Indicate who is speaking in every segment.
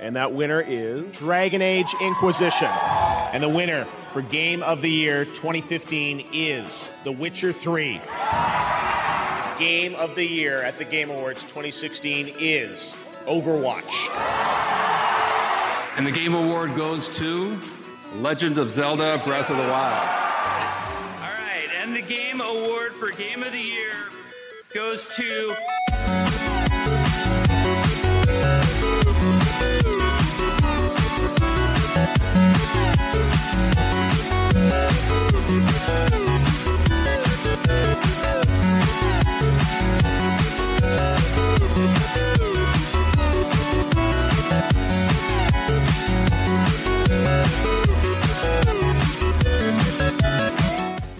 Speaker 1: And that winner is Dragon Age Inquisition.
Speaker 2: And the winner for Game of the Year 2015 is The Witcher 3. Game of the Year at the Game Awards 2016 is Overwatch.
Speaker 3: And the game award goes to Legend of Zelda Breath of the Wild.
Speaker 4: All right, and the game award for Game of the Year goes to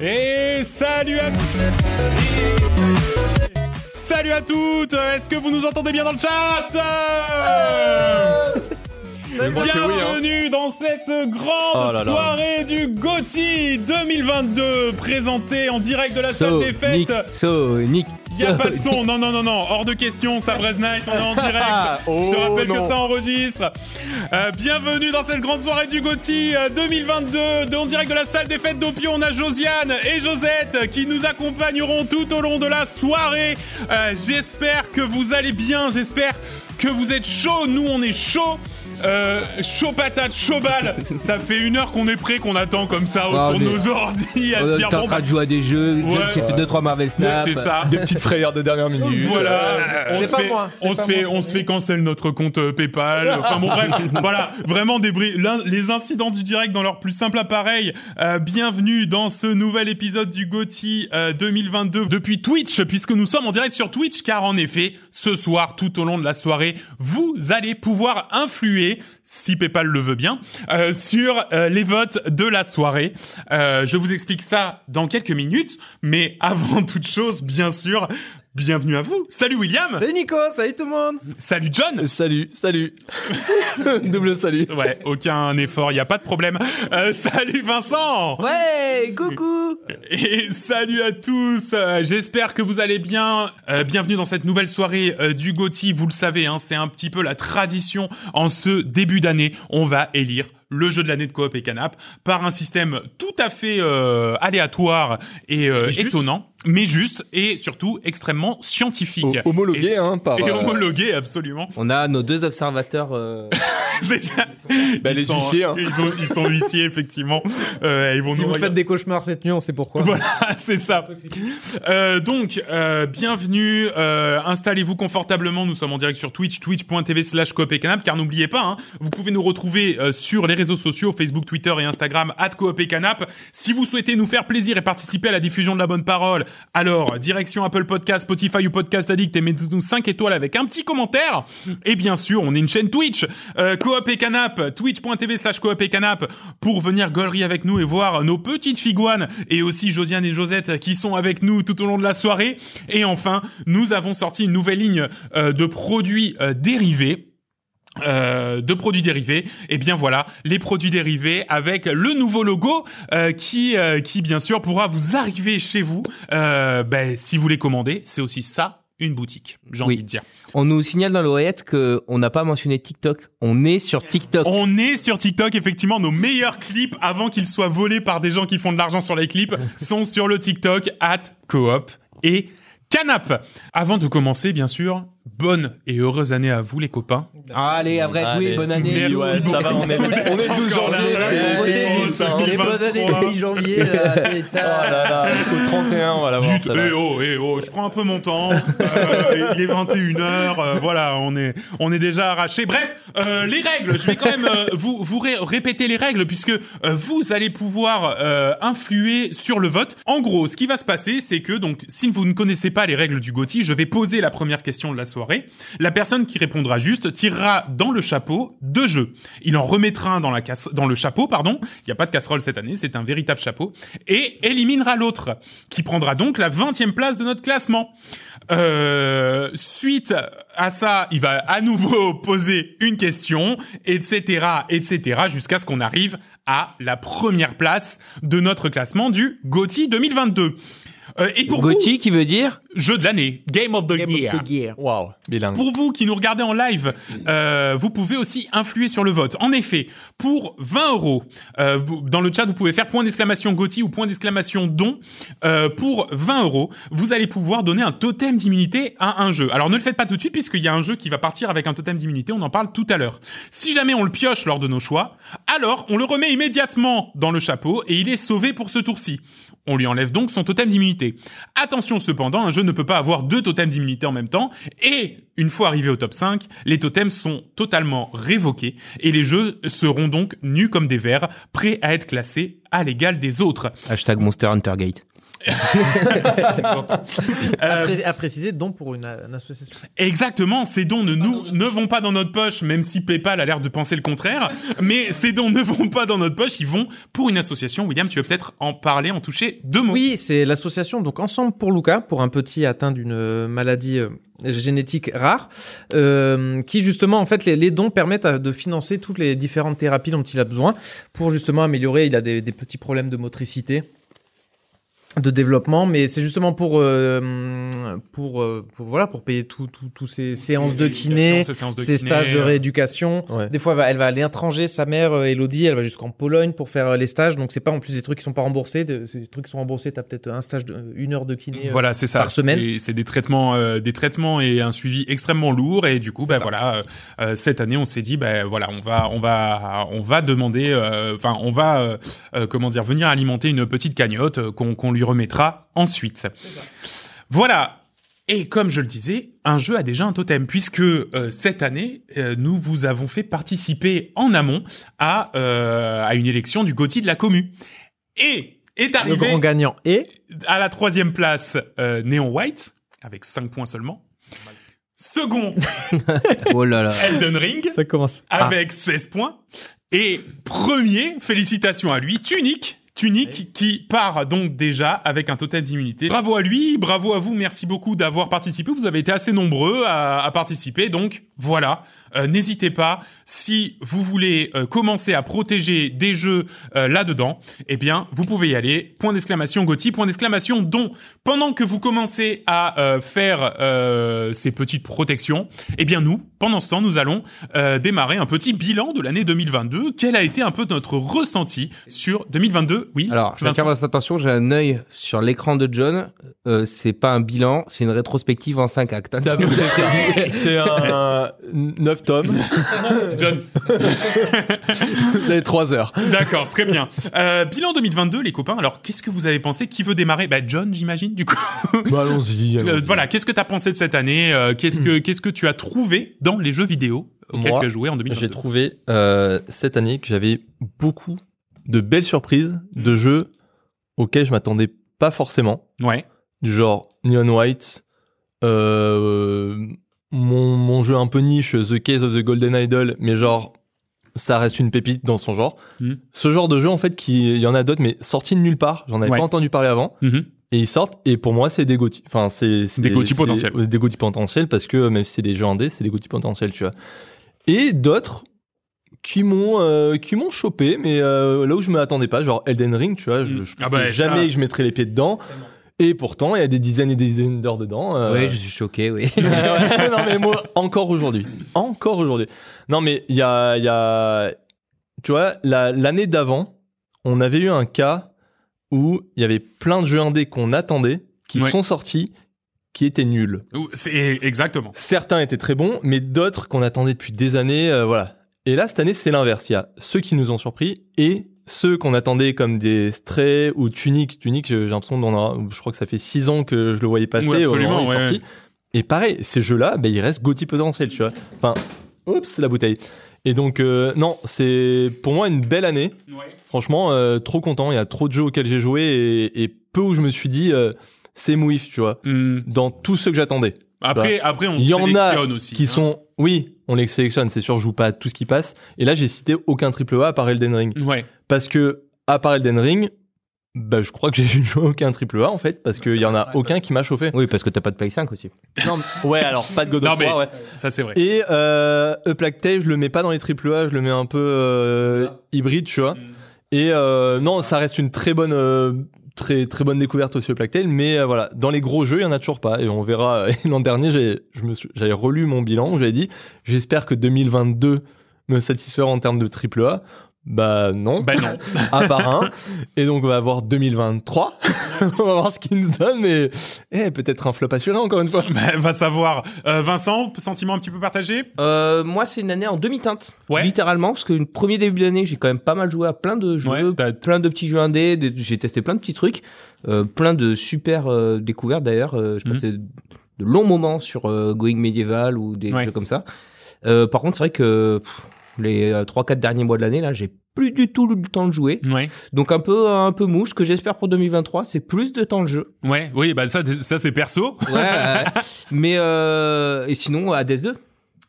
Speaker 5: Et salut à Salut à toutes Est-ce que vous nous entendez bien dans le chat Euh Bienvenue dans cette grande
Speaker 6: hein. Oh là là.
Speaker 5: soirée du GOTY 2022 présentée en direct de la salle des
Speaker 6: Sonic,
Speaker 5: fêtes.
Speaker 6: Sonic,
Speaker 5: Y a pas de
Speaker 6: Sonic.
Speaker 5: son, non, non, non, non, hors de question, Sabrez Night, on est en direct. Je te
Speaker 6: Oh
Speaker 5: rappelle que
Speaker 6: non.
Speaker 5: ça enregistre. Euh, bienvenue dans cette grande soirée du Gauthier euh, 2022, de- en direct de la salle des fêtes d'Opion. On a Josiane et Josette qui nous accompagneront tout au long de la soirée. Euh, j'espère que vous allez bien, j'espère que vous êtes chaud. Nous, on est chaud. Euh, chaud patate, chaud balle. ça fait une heure qu'on est prêt, qu'on attend comme ça
Speaker 6: Ah,
Speaker 5: autour de
Speaker 6: mais-
Speaker 5: nos ordi à
Speaker 6: On
Speaker 5: se
Speaker 6: est
Speaker 5: dire
Speaker 6: en
Speaker 5: bon,
Speaker 6: train de jouer à des jeux,
Speaker 5: Ouais.
Speaker 6: j'ai fait 2-3 Marvel
Speaker 5: bah,
Speaker 6: Snap.
Speaker 5: c'est ça.
Speaker 7: Des petites frayeurs de dernière minute.
Speaker 5: Voilà, Euh, on
Speaker 7: C'est
Speaker 5: se
Speaker 7: pas
Speaker 5: fait,
Speaker 7: moi, c'est
Speaker 5: on se
Speaker 7: pas
Speaker 5: fait,
Speaker 7: moi.
Speaker 5: on se fait cancel notre compte euh, PayPal. Enfin bon bref, voilà, vraiment des bri- l'in- les incidents du direct dans leur plus simple appareil. Euh, bienvenue dans ce nouvel épisode du GOTY euh, 2022 depuis Twitch, puisque nous sommes en direct sur Twitch, car en effet, ce soir, tout au long de la soirée, vous allez pouvoir influer, si PayPal le veut bien, euh, sur euh, les votes de la soirée. Euh, je vous explique ça dans quelques minutes, mais avant toute chose, bien sûr, bienvenue à vous. Salut William.
Speaker 7: Salut Nico, salut tout le monde.
Speaker 5: Salut John
Speaker 7: Salut, salut. Double salut.
Speaker 5: Ouais, aucun effort, il n'y a pas de problème. Euh, salut Vincent
Speaker 7: Ouais, coucou.
Speaker 5: Et salut à tous Euh, J'espère que vous allez bien. Euh, bienvenue dans cette nouvelle soirée euh, du GOTY. Vous le savez, hein, c'est un petit peu la tradition. En ce début d'année, on va élire le jeu de l'année de coop et canap par un système tout à fait euh, aléatoire et euh, étonnant, mais juste et surtout extrêmement scientifique.
Speaker 7: Ho- homologué,
Speaker 5: Et-
Speaker 7: hein, par.
Speaker 5: Et
Speaker 7: euh,
Speaker 5: homologué, absolument.
Speaker 6: On a nos deux observateurs. euh,
Speaker 5: C'est ça.
Speaker 7: Bah,
Speaker 5: Ils
Speaker 7: les
Speaker 5: sont-
Speaker 7: huissiers, hein.
Speaker 5: Ils, ont- ils sont huissiers, effectivement. Euh, ils vont
Speaker 8: Si
Speaker 5: nous
Speaker 8: vous
Speaker 5: regarder.
Speaker 8: faites des cauchemars cette nuit, on sait pourquoi.
Speaker 5: Voilà, c'est ça. Euh, donc, euh, bienvenue. euh, Installez-vous confortablement. Nous sommes en direct sur Twitch, twitch.tv slash coop et canap. Car n'oubliez pas, hein, vous pouvez nous retrouver euh, sur les réseaux sociaux, Facebook, Twitter et Instagram, at coop et canap. Si vous souhaitez nous faire plaisir et participer à la diffusion de la bonne parole, alors, direction Apple Podcast, Spotify ou Podcast Addict et mettez-nous 5 étoiles avec un petit commentaire. Et bien sûr, on est une chaîne Twitch, euh, coop et canap, twitch.tv slash coop et canap pour venir gollerie avec nous et voir nos petites figuanes et aussi Josiane et Josette qui sont avec nous tout au long de la soirée. Et enfin, nous avons sorti une nouvelle ligne euh, de produits euh, dérivés. Euh, de produits dérivés, et bien voilà les produits dérivés avec le nouveau logo euh, qui euh, qui bien sûr pourra vous arriver chez vous. Euh, ben, si vous les commandez, c'est aussi ça une boutique. J'ai
Speaker 6: Oui.
Speaker 5: envie de dire.
Speaker 6: on nous signale dans l'oreillette que on n'a pas mentionné TikTok. On est sur TikTok.
Speaker 5: On est sur TikTok, effectivement, nos meilleurs clips, avant qu'ils soient volés par des gens qui font de l'argent sur les clips, sont sur le TikTok, at coop et canap. Avant de commencer, bien sûr, bonne et heureuse année à vous, les copains.
Speaker 6: Allez, à vrai, oui,
Speaker 7: Allez.
Speaker 6: bonne année.
Speaker 5: Merci
Speaker 6: Ouais, ça
Speaker 5: beaucoup.
Speaker 6: va, on est-
Speaker 7: On est 12
Speaker 5: Encore
Speaker 7: janvier.
Speaker 5: là, là,
Speaker 7: c'est-
Speaker 5: là, là,
Speaker 7: c'est-
Speaker 5: là,
Speaker 7: c'est-
Speaker 5: là,
Speaker 7: Oh
Speaker 5: là,
Speaker 8: Les
Speaker 5: là,
Speaker 8: bonnes années début janvier. là, t'as-
Speaker 7: là là, jusqu'au 31, on va l'avoir.
Speaker 5: Dites, eh oh, eh oh, je prends un peu mon temps. euh, il est 21h, euh, voilà, on est, on est déjà arraché. Bref, euh, les règles, je vais quand même euh, vous, vous ré- répéter les règles puisque euh, vous allez pouvoir euh, influer sur le vote. En gros, ce qui va se passer, c'est que donc, si vous ne connaissez pas les règles du GOTY, je vais poser la première question de la soirée. La personne qui répondra juste tirera dans le chapeau deux jeux. Il en remettra un dans la casse- dans le chapeau, pardon. Il n'y a pas de casserole cette année, c'est un véritable chapeau. Et éliminera l'autre, qui prendra donc la 20e place de notre classement. Euh, suite à ça, il va à nouveau poser une question, etc., etc., jusqu'à ce qu'on arrive à la première place de notre classement du GOTY 2022. Euh, et pour
Speaker 6: Gauthier qui veut dire
Speaker 5: vous, jeu de l'année, Game of the Year.
Speaker 7: eh, Waouh, bilingue.
Speaker 5: Pour vous qui nous regardez en live, euh, vous pouvez aussi influer sur le vote. En effet, pour 20 euros, euh, vous- dans le chat, vous pouvez faire point d'exclamation Gauthier ou point d'exclamation don. Euh, pour 20 euros, vous allez pouvoir donner un totem d'immunité à un jeu. Alors ne le faites pas tout de suite puisqu'il y a un jeu qui va partir avec un totem d'immunité, on en parle tout à l'heure. Si jamais on le pioche lors de nos choix, alors on le remet immédiatement dans le chapeau et il est sauvé pour ce tour-ci. On lui enlève donc son totem d'immunité. Attention cependant, un jeu ne peut pas avoir deux totems d'immunité en même temps, et une fois arrivé au top 5, les totems sont totalement révoqués, et les jeux seront donc nus comme des vers, prêts à être classés à l'égal des autres.
Speaker 6: hashtag Monster Hunter Gate.
Speaker 8: À, pré- à préciser, don pour une, une association.
Speaker 5: Exactement, ces dons ne nous ne vont pas dans notre poche, même si PayPal a l'air de penser le contraire. mais ces dons ne vont pas dans notre poche, ils vont pour une association. William, tu veux peut-être en parler, en toucher deux mots.
Speaker 8: Oui, c'est l'association donc Ensemble pour Luca, pour un petit atteint d'une euh, maladie euh, génétique rare, euh, qui justement en fait les, les dons permettent à- de financer toutes les différentes thérapies dont il a besoin pour justement améliorer. Il a des, des petits problèmes de motricité de développement, mais c'est justement pour euh, pour, euh, pour- voilà pour payer tout, tout, tout ces séances de kiné,
Speaker 5: Ces séances de
Speaker 8: ses
Speaker 5: kiné,
Speaker 8: stages de
Speaker 5: euh,
Speaker 8: rééducation.
Speaker 7: Ouais.
Speaker 8: Des fois, elle va, elle va à l'étranger, sa mère, euh, Elodie, elle va jusqu'en Pologne pour faire euh, les stages. Donc, c'est pas en plus des trucs qui sont pas remboursés. de- c'est des trucs qui sont remboursés, t'as peut-être un stage de euh, une heure de kiné. euh.
Speaker 5: Voilà, c'est ça.
Speaker 8: par semaine.
Speaker 5: C'est- C'est des traitements, euh, des traitements et un suivi extrêmement lourd. Et du coup, bah voilà, euh, euh, cette année, on s'est dit, bah voilà, on va, on va, on va demander, euh, enfin, on va, euh, euh, comment dire, venir alimenter une petite cagnotte euh, qu'on qu'on lui remettra ensuite. Voilà. Et comme je le disais, un jeu a déjà un totem, puisque euh, cette année, euh, nous vous avons fait participer en amont à, euh, à une élection du Gauthier de la Commu. Et est
Speaker 8: euh, Le
Speaker 5: arrivé
Speaker 8: grand gagnant. Et
Speaker 5: à la troisième place, euh, Neon White, avec 5 points seulement. Second,
Speaker 6: Oh là là.
Speaker 5: Elden Ring,
Speaker 8: ça commence. Ah.
Speaker 5: avec 16 points. Et premier, félicitations à lui, Tunic. Tunic qui part donc déjà avec un total d'immunité. Bravo à lui, bravo à vous, merci beaucoup d'avoir participé. Vous avez été assez nombreux à, à participer, donc voilà. Euh, N'hésitez pas, si vous voulez euh, commencer à protéger des jeux euh, là-dedans, eh bien, vous pouvez y aller. Point d'exclamation Gauthier, point d'exclamation don. Pendant que vous commencez à euh, faire euh, ces petites protections, eh bien nous, pendant ce temps, nous allons euh, démarrer un petit bilan de l'année 2022. Quel a été un peu notre ressenti sur 2022 Oui.
Speaker 6: Alors, je vais
Speaker 5: Eh, Vincent
Speaker 6: faire votre attention, j'ai un œil sur l'écran de John. Euh, c'est pas un bilan, c'est une rétrospective en 5 actes.
Speaker 7: C'est à peu près ça. C'est un 9 tomes,
Speaker 5: John.
Speaker 7: vous avez 3 heures.
Speaker 5: D'accord, très bien. Euh, bilan 2022, les copains. Alors, qu'est-ce que vous avez pensé Qui veut démarrer Bah, John, j'imagine. Du coup,
Speaker 7: Bah allons-y.
Speaker 5: Euh, voilà. Qu'est-ce que t'as pensé de cette année Euh, Qu'est-ce que qu'est-ce que tu as trouvé dans les jeux vidéo euh, auxquels
Speaker 7: Moi,
Speaker 5: tu as joué en 2022
Speaker 7: J'ai trouvé euh, cette année que j'avais beaucoup de belles surprises de jeux auxquels je m'attendais pas forcément.
Speaker 5: Ouais.
Speaker 7: du genre Neon White, euh, mon, mon jeu un peu niche, The Case of the Golden Idol, mais genre, ça reste une pépite dans son genre.
Speaker 5: Mhm.
Speaker 7: Ce genre de jeu, en fait, qui- il y en a d'autres, mais sorti de nulle part, j'en avais
Speaker 5: Ouais.
Speaker 7: pas entendu parler avant,
Speaker 5: Mhm.
Speaker 7: et ils sortent, et pour moi, c'est des gothi. Enfin, c'est c'est
Speaker 5: Des gothi
Speaker 7: c'est-
Speaker 5: potentiels.
Speaker 7: ouais, Des gothi potentiels, parce que même si c'est des jeux indés, c'est des gothi potentiels, tu vois. Et d'autres qui m'ont euh, qui m'ont chopé mais euh, là où je m'attendais pas genre Elden Ring tu vois je,
Speaker 5: Mhm.
Speaker 7: je
Speaker 5: Ah
Speaker 7: pensais
Speaker 5: bah, ça-
Speaker 7: jamais que je mettrais les pieds dedans et pourtant, il y a des dizaines et des dizaines d'heures dedans. euh,
Speaker 6: Oui, je suis choqué, oui.
Speaker 7: Ouais, non mais moi, encore aujourd'hui, encore aujourd'hui. Non mais il y a, il y a, tu vois, la- l'année d'avant, on avait eu un cas où il y avait plein de jeux indés qu'on attendait, qui
Speaker 5: Ouais.
Speaker 7: sont sortis, qui étaient nuls.
Speaker 5: Ou- C'est e-, exactement.
Speaker 7: Certains étaient très bons, mais d'autres qu'on attendait depuis des années, euh, voilà. Et là, cette année, c'est l'inverse. Il y a ceux qui nous ont surpris et ceux qu'on attendait comme des strays ou tuniques. Tuniques, j'ai l'impression d'en avoir- je crois que ça fait six ans que je le voyais passer.
Speaker 5: Oui,
Speaker 7: au moment
Speaker 5: absolument,
Speaker 7: où il est
Speaker 5: ouais,
Speaker 7: sorti. Et pareil, ces jeux-là, ben, ils restent Gauthier potentiel, tu vois. Enfin, oups, c'est la bouteille. Et donc, euh, non, c'est pour moi une belle année. Franchement, euh, trop content. Il y a trop de jeux auxquels j'ai joué et, et peu où je me suis dit, euh, c'est mouif, tu vois.
Speaker 5: Hum.
Speaker 7: Dans tous ceux que j'attendais
Speaker 5: Après, après, on
Speaker 7: Il y en a
Speaker 5: sélectionne aussi.
Speaker 7: qui
Speaker 5: hein.
Speaker 7: sont oui on les sélectionne c'est sûr je joue pas à tout ce qui passe et là j'ai cité aucun triple A à part Elden Ring
Speaker 5: Ouais.
Speaker 7: parce que à part Elden Ring bah je crois que j'ai joué à aucun triple A en fait parce qu'il y en a aucun qui m'a chauffé
Speaker 6: Oui, parce que t'as pas de Play 5 aussi.
Speaker 7: ouais alors pas de God
Speaker 5: Non,
Speaker 7: of
Speaker 5: mais-
Speaker 7: War ouais.
Speaker 5: Ça, c'est vrai.
Speaker 7: et euh, A Plague Tale je le mets pas dans les triple A je le mets un peu euh, hybride tu vois et euh, non ça reste une très bonne euh, très très bonne découverte aussi le Plactel, mais euh, voilà, dans les gros jeux, il y en a toujours pas et on verra. euh, L'an dernier, j'ai- je me suis- j'avais relu mon bilan, j'avais dit, j'espère que 2022 me satisfera en termes de triple A. Bah non,
Speaker 5: Bah non.
Speaker 7: à part un. Et donc on va voir 2023, on va voir ce qu'il nous donne, mais eh, peut-être un flop assuré encore une fois.
Speaker 5: Bah, va savoir. Euh, Vincent, sentiment un petit peu partagé
Speaker 6: Euh, moi, c'est une année en demi-teinte,
Speaker 5: Ouais.
Speaker 6: littéralement, parce que le premier début d'année, j'ai quand même pas mal joué à plein de jeux,
Speaker 5: Ouais, t'as-
Speaker 6: plein de petits jeux indés, des- j'ai testé plein de petits trucs, euh, plein de super euh, découvertes d'ailleurs. euh, je
Speaker 5: Mhm.
Speaker 6: passais de longs moments sur euh, Going Medieval ou des
Speaker 5: Ouais.
Speaker 6: jeux comme ça. Euh, par contre, c'est vrai que pff, les 3-4 derniers mois de l'année, là, j'ai plus du tout eu le temps de jouer.
Speaker 5: Ouais,
Speaker 6: Donc un peu un peu mou. Ce que j'espère pour 2023, c'est plus de temps de jeu.
Speaker 5: ouais, oui, bah ça, ça c'est perso.
Speaker 6: Ouais, ouais. Mais euh, et sinon, Hades 2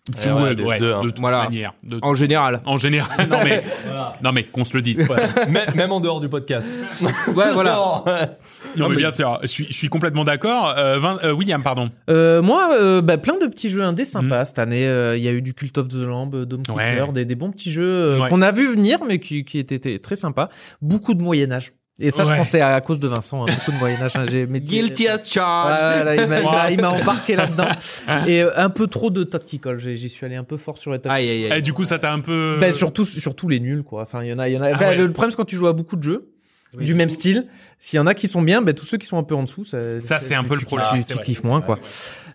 Speaker 5: C'est
Speaker 7: ouais,
Speaker 5: Eh ouais,
Speaker 7: les
Speaker 5: ouais,
Speaker 7: deux, hein.
Speaker 5: de toute
Speaker 6: Voilà.
Speaker 5: manière. de-
Speaker 6: en général.
Speaker 5: En général, non mais, non mais qu'on se le dise.
Speaker 7: Même- Même en dehors du podcast.
Speaker 6: Ouais, voilà.
Speaker 5: Non, mais bien sûr, je suis, je suis complètement d'accord. Euh, Vin- euh, William, pardon.
Speaker 8: Euh, moi, euh, bah, plein de petits jeux indés sympas cette année. Euh, Il y a eu du Cult of the Lamb, euh, Dome
Speaker 5: Mm. Ouais.
Speaker 8: Keeper, des, des bons petits jeux euh,
Speaker 5: Ouais.
Speaker 8: qu'on a vu venir, mais qui, qui étaient, étaient très sympas. Beaucoup de Moyen Âge. Et ça,
Speaker 5: Ouais.
Speaker 8: je pensais à, à cause de Vincent, hein, beaucoup de Moyen Âge. hein, j'ai- mais-
Speaker 6: Guilty as charged.
Speaker 8: Ah, là, il m'a- il m'a-
Speaker 5: Ouais.
Speaker 8: il m'a embarqué là-dedans. Et euh, un peu trop de tactical. J'ai- J'y suis allé un peu fort sur les tactical.
Speaker 6: Aïe, aïe, aïe.
Speaker 5: Eh, du coup, ça t'a un peu.
Speaker 8: Ben, surtout, surtout les nuls, quoi. Enfin, il y en a, il y en a.
Speaker 5: Ah
Speaker 8: Enfin,
Speaker 5: ouais.
Speaker 8: Le problème, c'est quand tu joues à beaucoup de jeux du même style, s'il y en a qui sont bien, ben, tous ceux qui sont un peu en dessous, ça,
Speaker 5: Ça, c'est un peu
Speaker 8: tu-
Speaker 5: le
Speaker 8: tu-
Speaker 5: problème, Ah,
Speaker 8: tu-
Speaker 5: c'est
Speaker 8: Tu
Speaker 5: vrai.
Speaker 8: kiffes moins, quoi.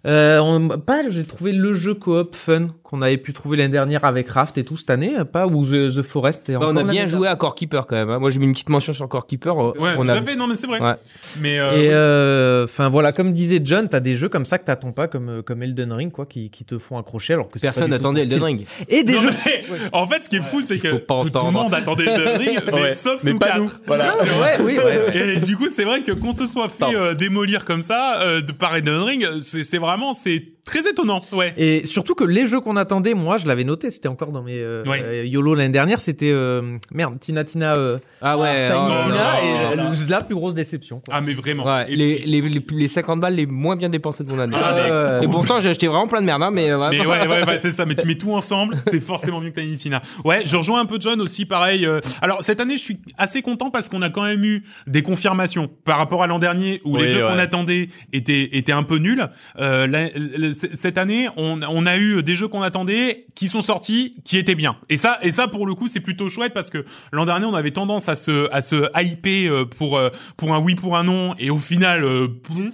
Speaker 8: Euh, on- pas, j'ai trouvé le jeu coop fun qu'on avait pu trouver l'année dernière avec Raft et tout cette année, pas ou The, The Forest. et
Speaker 6: Bah,
Speaker 8: encore
Speaker 6: on a
Speaker 8: l'année
Speaker 6: bien
Speaker 8: dernière.
Speaker 6: joué à Core Keeper quand même. hein. Moi, j'ai mis une petite mention sur Core Keeper. euh,
Speaker 5: Ouais,
Speaker 6: on
Speaker 5: tout
Speaker 6: a-
Speaker 5: à fait, non mais c'est vrai.
Speaker 6: Ouais.
Speaker 5: Mais euh,
Speaker 8: Et euh, enfin voilà, comme disait John, t'as des jeux comme ça que t'attends pas, comme euh, comme Elden Ring, quoi, qui, qui te font accrocher alors que c'est
Speaker 6: Personne
Speaker 8: pas du tout
Speaker 6: n'attendait
Speaker 8: ton
Speaker 6: Elden
Speaker 8: style.
Speaker 6: Ring.
Speaker 8: Et des
Speaker 5: non,
Speaker 8: jeux
Speaker 5: mais- en fait, ce qui est fou, c'est que
Speaker 6: Faut pas
Speaker 5: tout, tout le
Speaker 6: entendre.
Speaker 5: monde attendait Elden Ring, mais
Speaker 7: Ouais,
Speaker 5: sauf
Speaker 7: mais
Speaker 5: nous
Speaker 7: pas
Speaker 5: quatre.
Speaker 7: nous. Voilà.
Speaker 8: Ah, ouais, oui, ouais.
Speaker 5: Et du coup, c'est vrai que qu'on se soit fait
Speaker 6: Pardon.
Speaker 5: euh, démolir comme ça euh, de par Elden Ring, euh, c'est c'est vraiment c'est très étonnant. Ouais.
Speaker 8: Et surtout que les jeux qu'on attendait, moi, je l'avais noté, c'était encore dans mes euh,
Speaker 5: Ouais.
Speaker 8: euh, YOLO l'année dernière, c'était euh, merde, Tina Tina, euh,
Speaker 6: Ah ouais.
Speaker 8: Tiny
Speaker 6: oh là
Speaker 5: non,
Speaker 8: Tina,
Speaker 5: non,
Speaker 8: et
Speaker 5: non,
Speaker 8: euh,
Speaker 5: non.
Speaker 8: le- la plus grosse déception. Quoi.
Speaker 5: Ah mais vraiment.
Speaker 6: là. Ouais,
Speaker 5: Et-
Speaker 6: les, les, les, les 50 balles les moins bien dépensées de mon année.
Speaker 5: Ah, mais-
Speaker 8: Euh,
Speaker 6: Et pourtant, j'ai acheté vraiment plein de merde, hein, mais, euh,
Speaker 5: Mais
Speaker 6: vraiment.
Speaker 5: ouais, ouais, ouais, c'est ça. Mais tu mets tout ensemble, c'est forcément mieux que Tiny Tina. Ouais, je rejoins un peu John aussi, pareil. euh, Alors cette année, je suis assez content parce qu'on a quand même eu des confirmations par rapport à l'an dernier où les
Speaker 7: Oui,
Speaker 5: jeux qu'on
Speaker 7: ouais.
Speaker 5: attendait étaient étaient un peu nuls. Euh, la- la- c- cette année, on, on a eu des jeux qu'on attendait qui sont sortis, qui étaient bien. Et ça, et ça pour le coup, c'est plutôt chouette parce que l'an dernier, on avait tendance à se à se hyper euh, pour euh, pour un oui pour un non et au final, euh, pouf.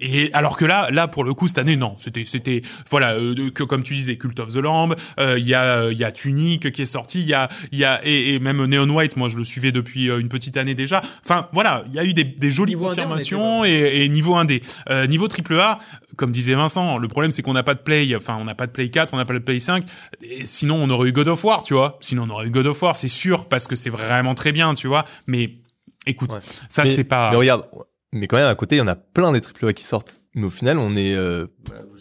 Speaker 5: et alors que là, là pour le coup cette année, non, c'était c'était voilà euh, de- que comme tu disais Cult of the Lamb euh, il y a euh, il y a Tunic qui est sorti il y a il y a et, et même Neon White moi je le suivais depuis euh, une petite année déjà enfin voilà il y a eu des, des jolies
Speaker 8: Niveau indé, on
Speaker 5: confirmations et, et niveau 1D euh, niveau triple A comme disait Vincent le problème c'est qu'on n'a pas de play enfin on n'a pas de play 4 on n'a pas de play 5 et sinon on aurait eu God of War tu vois sinon on aurait eu God of War c'est sûr parce que c'est vraiment très bien tu vois mais écoute
Speaker 7: Ouais.
Speaker 5: ça
Speaker 7: mais,
Speaker 5: c'est pas
Speaker 7: mais regarde, mais quand même à côté, il y en a plein des triple A qui sortent. Mais au final, on est euh,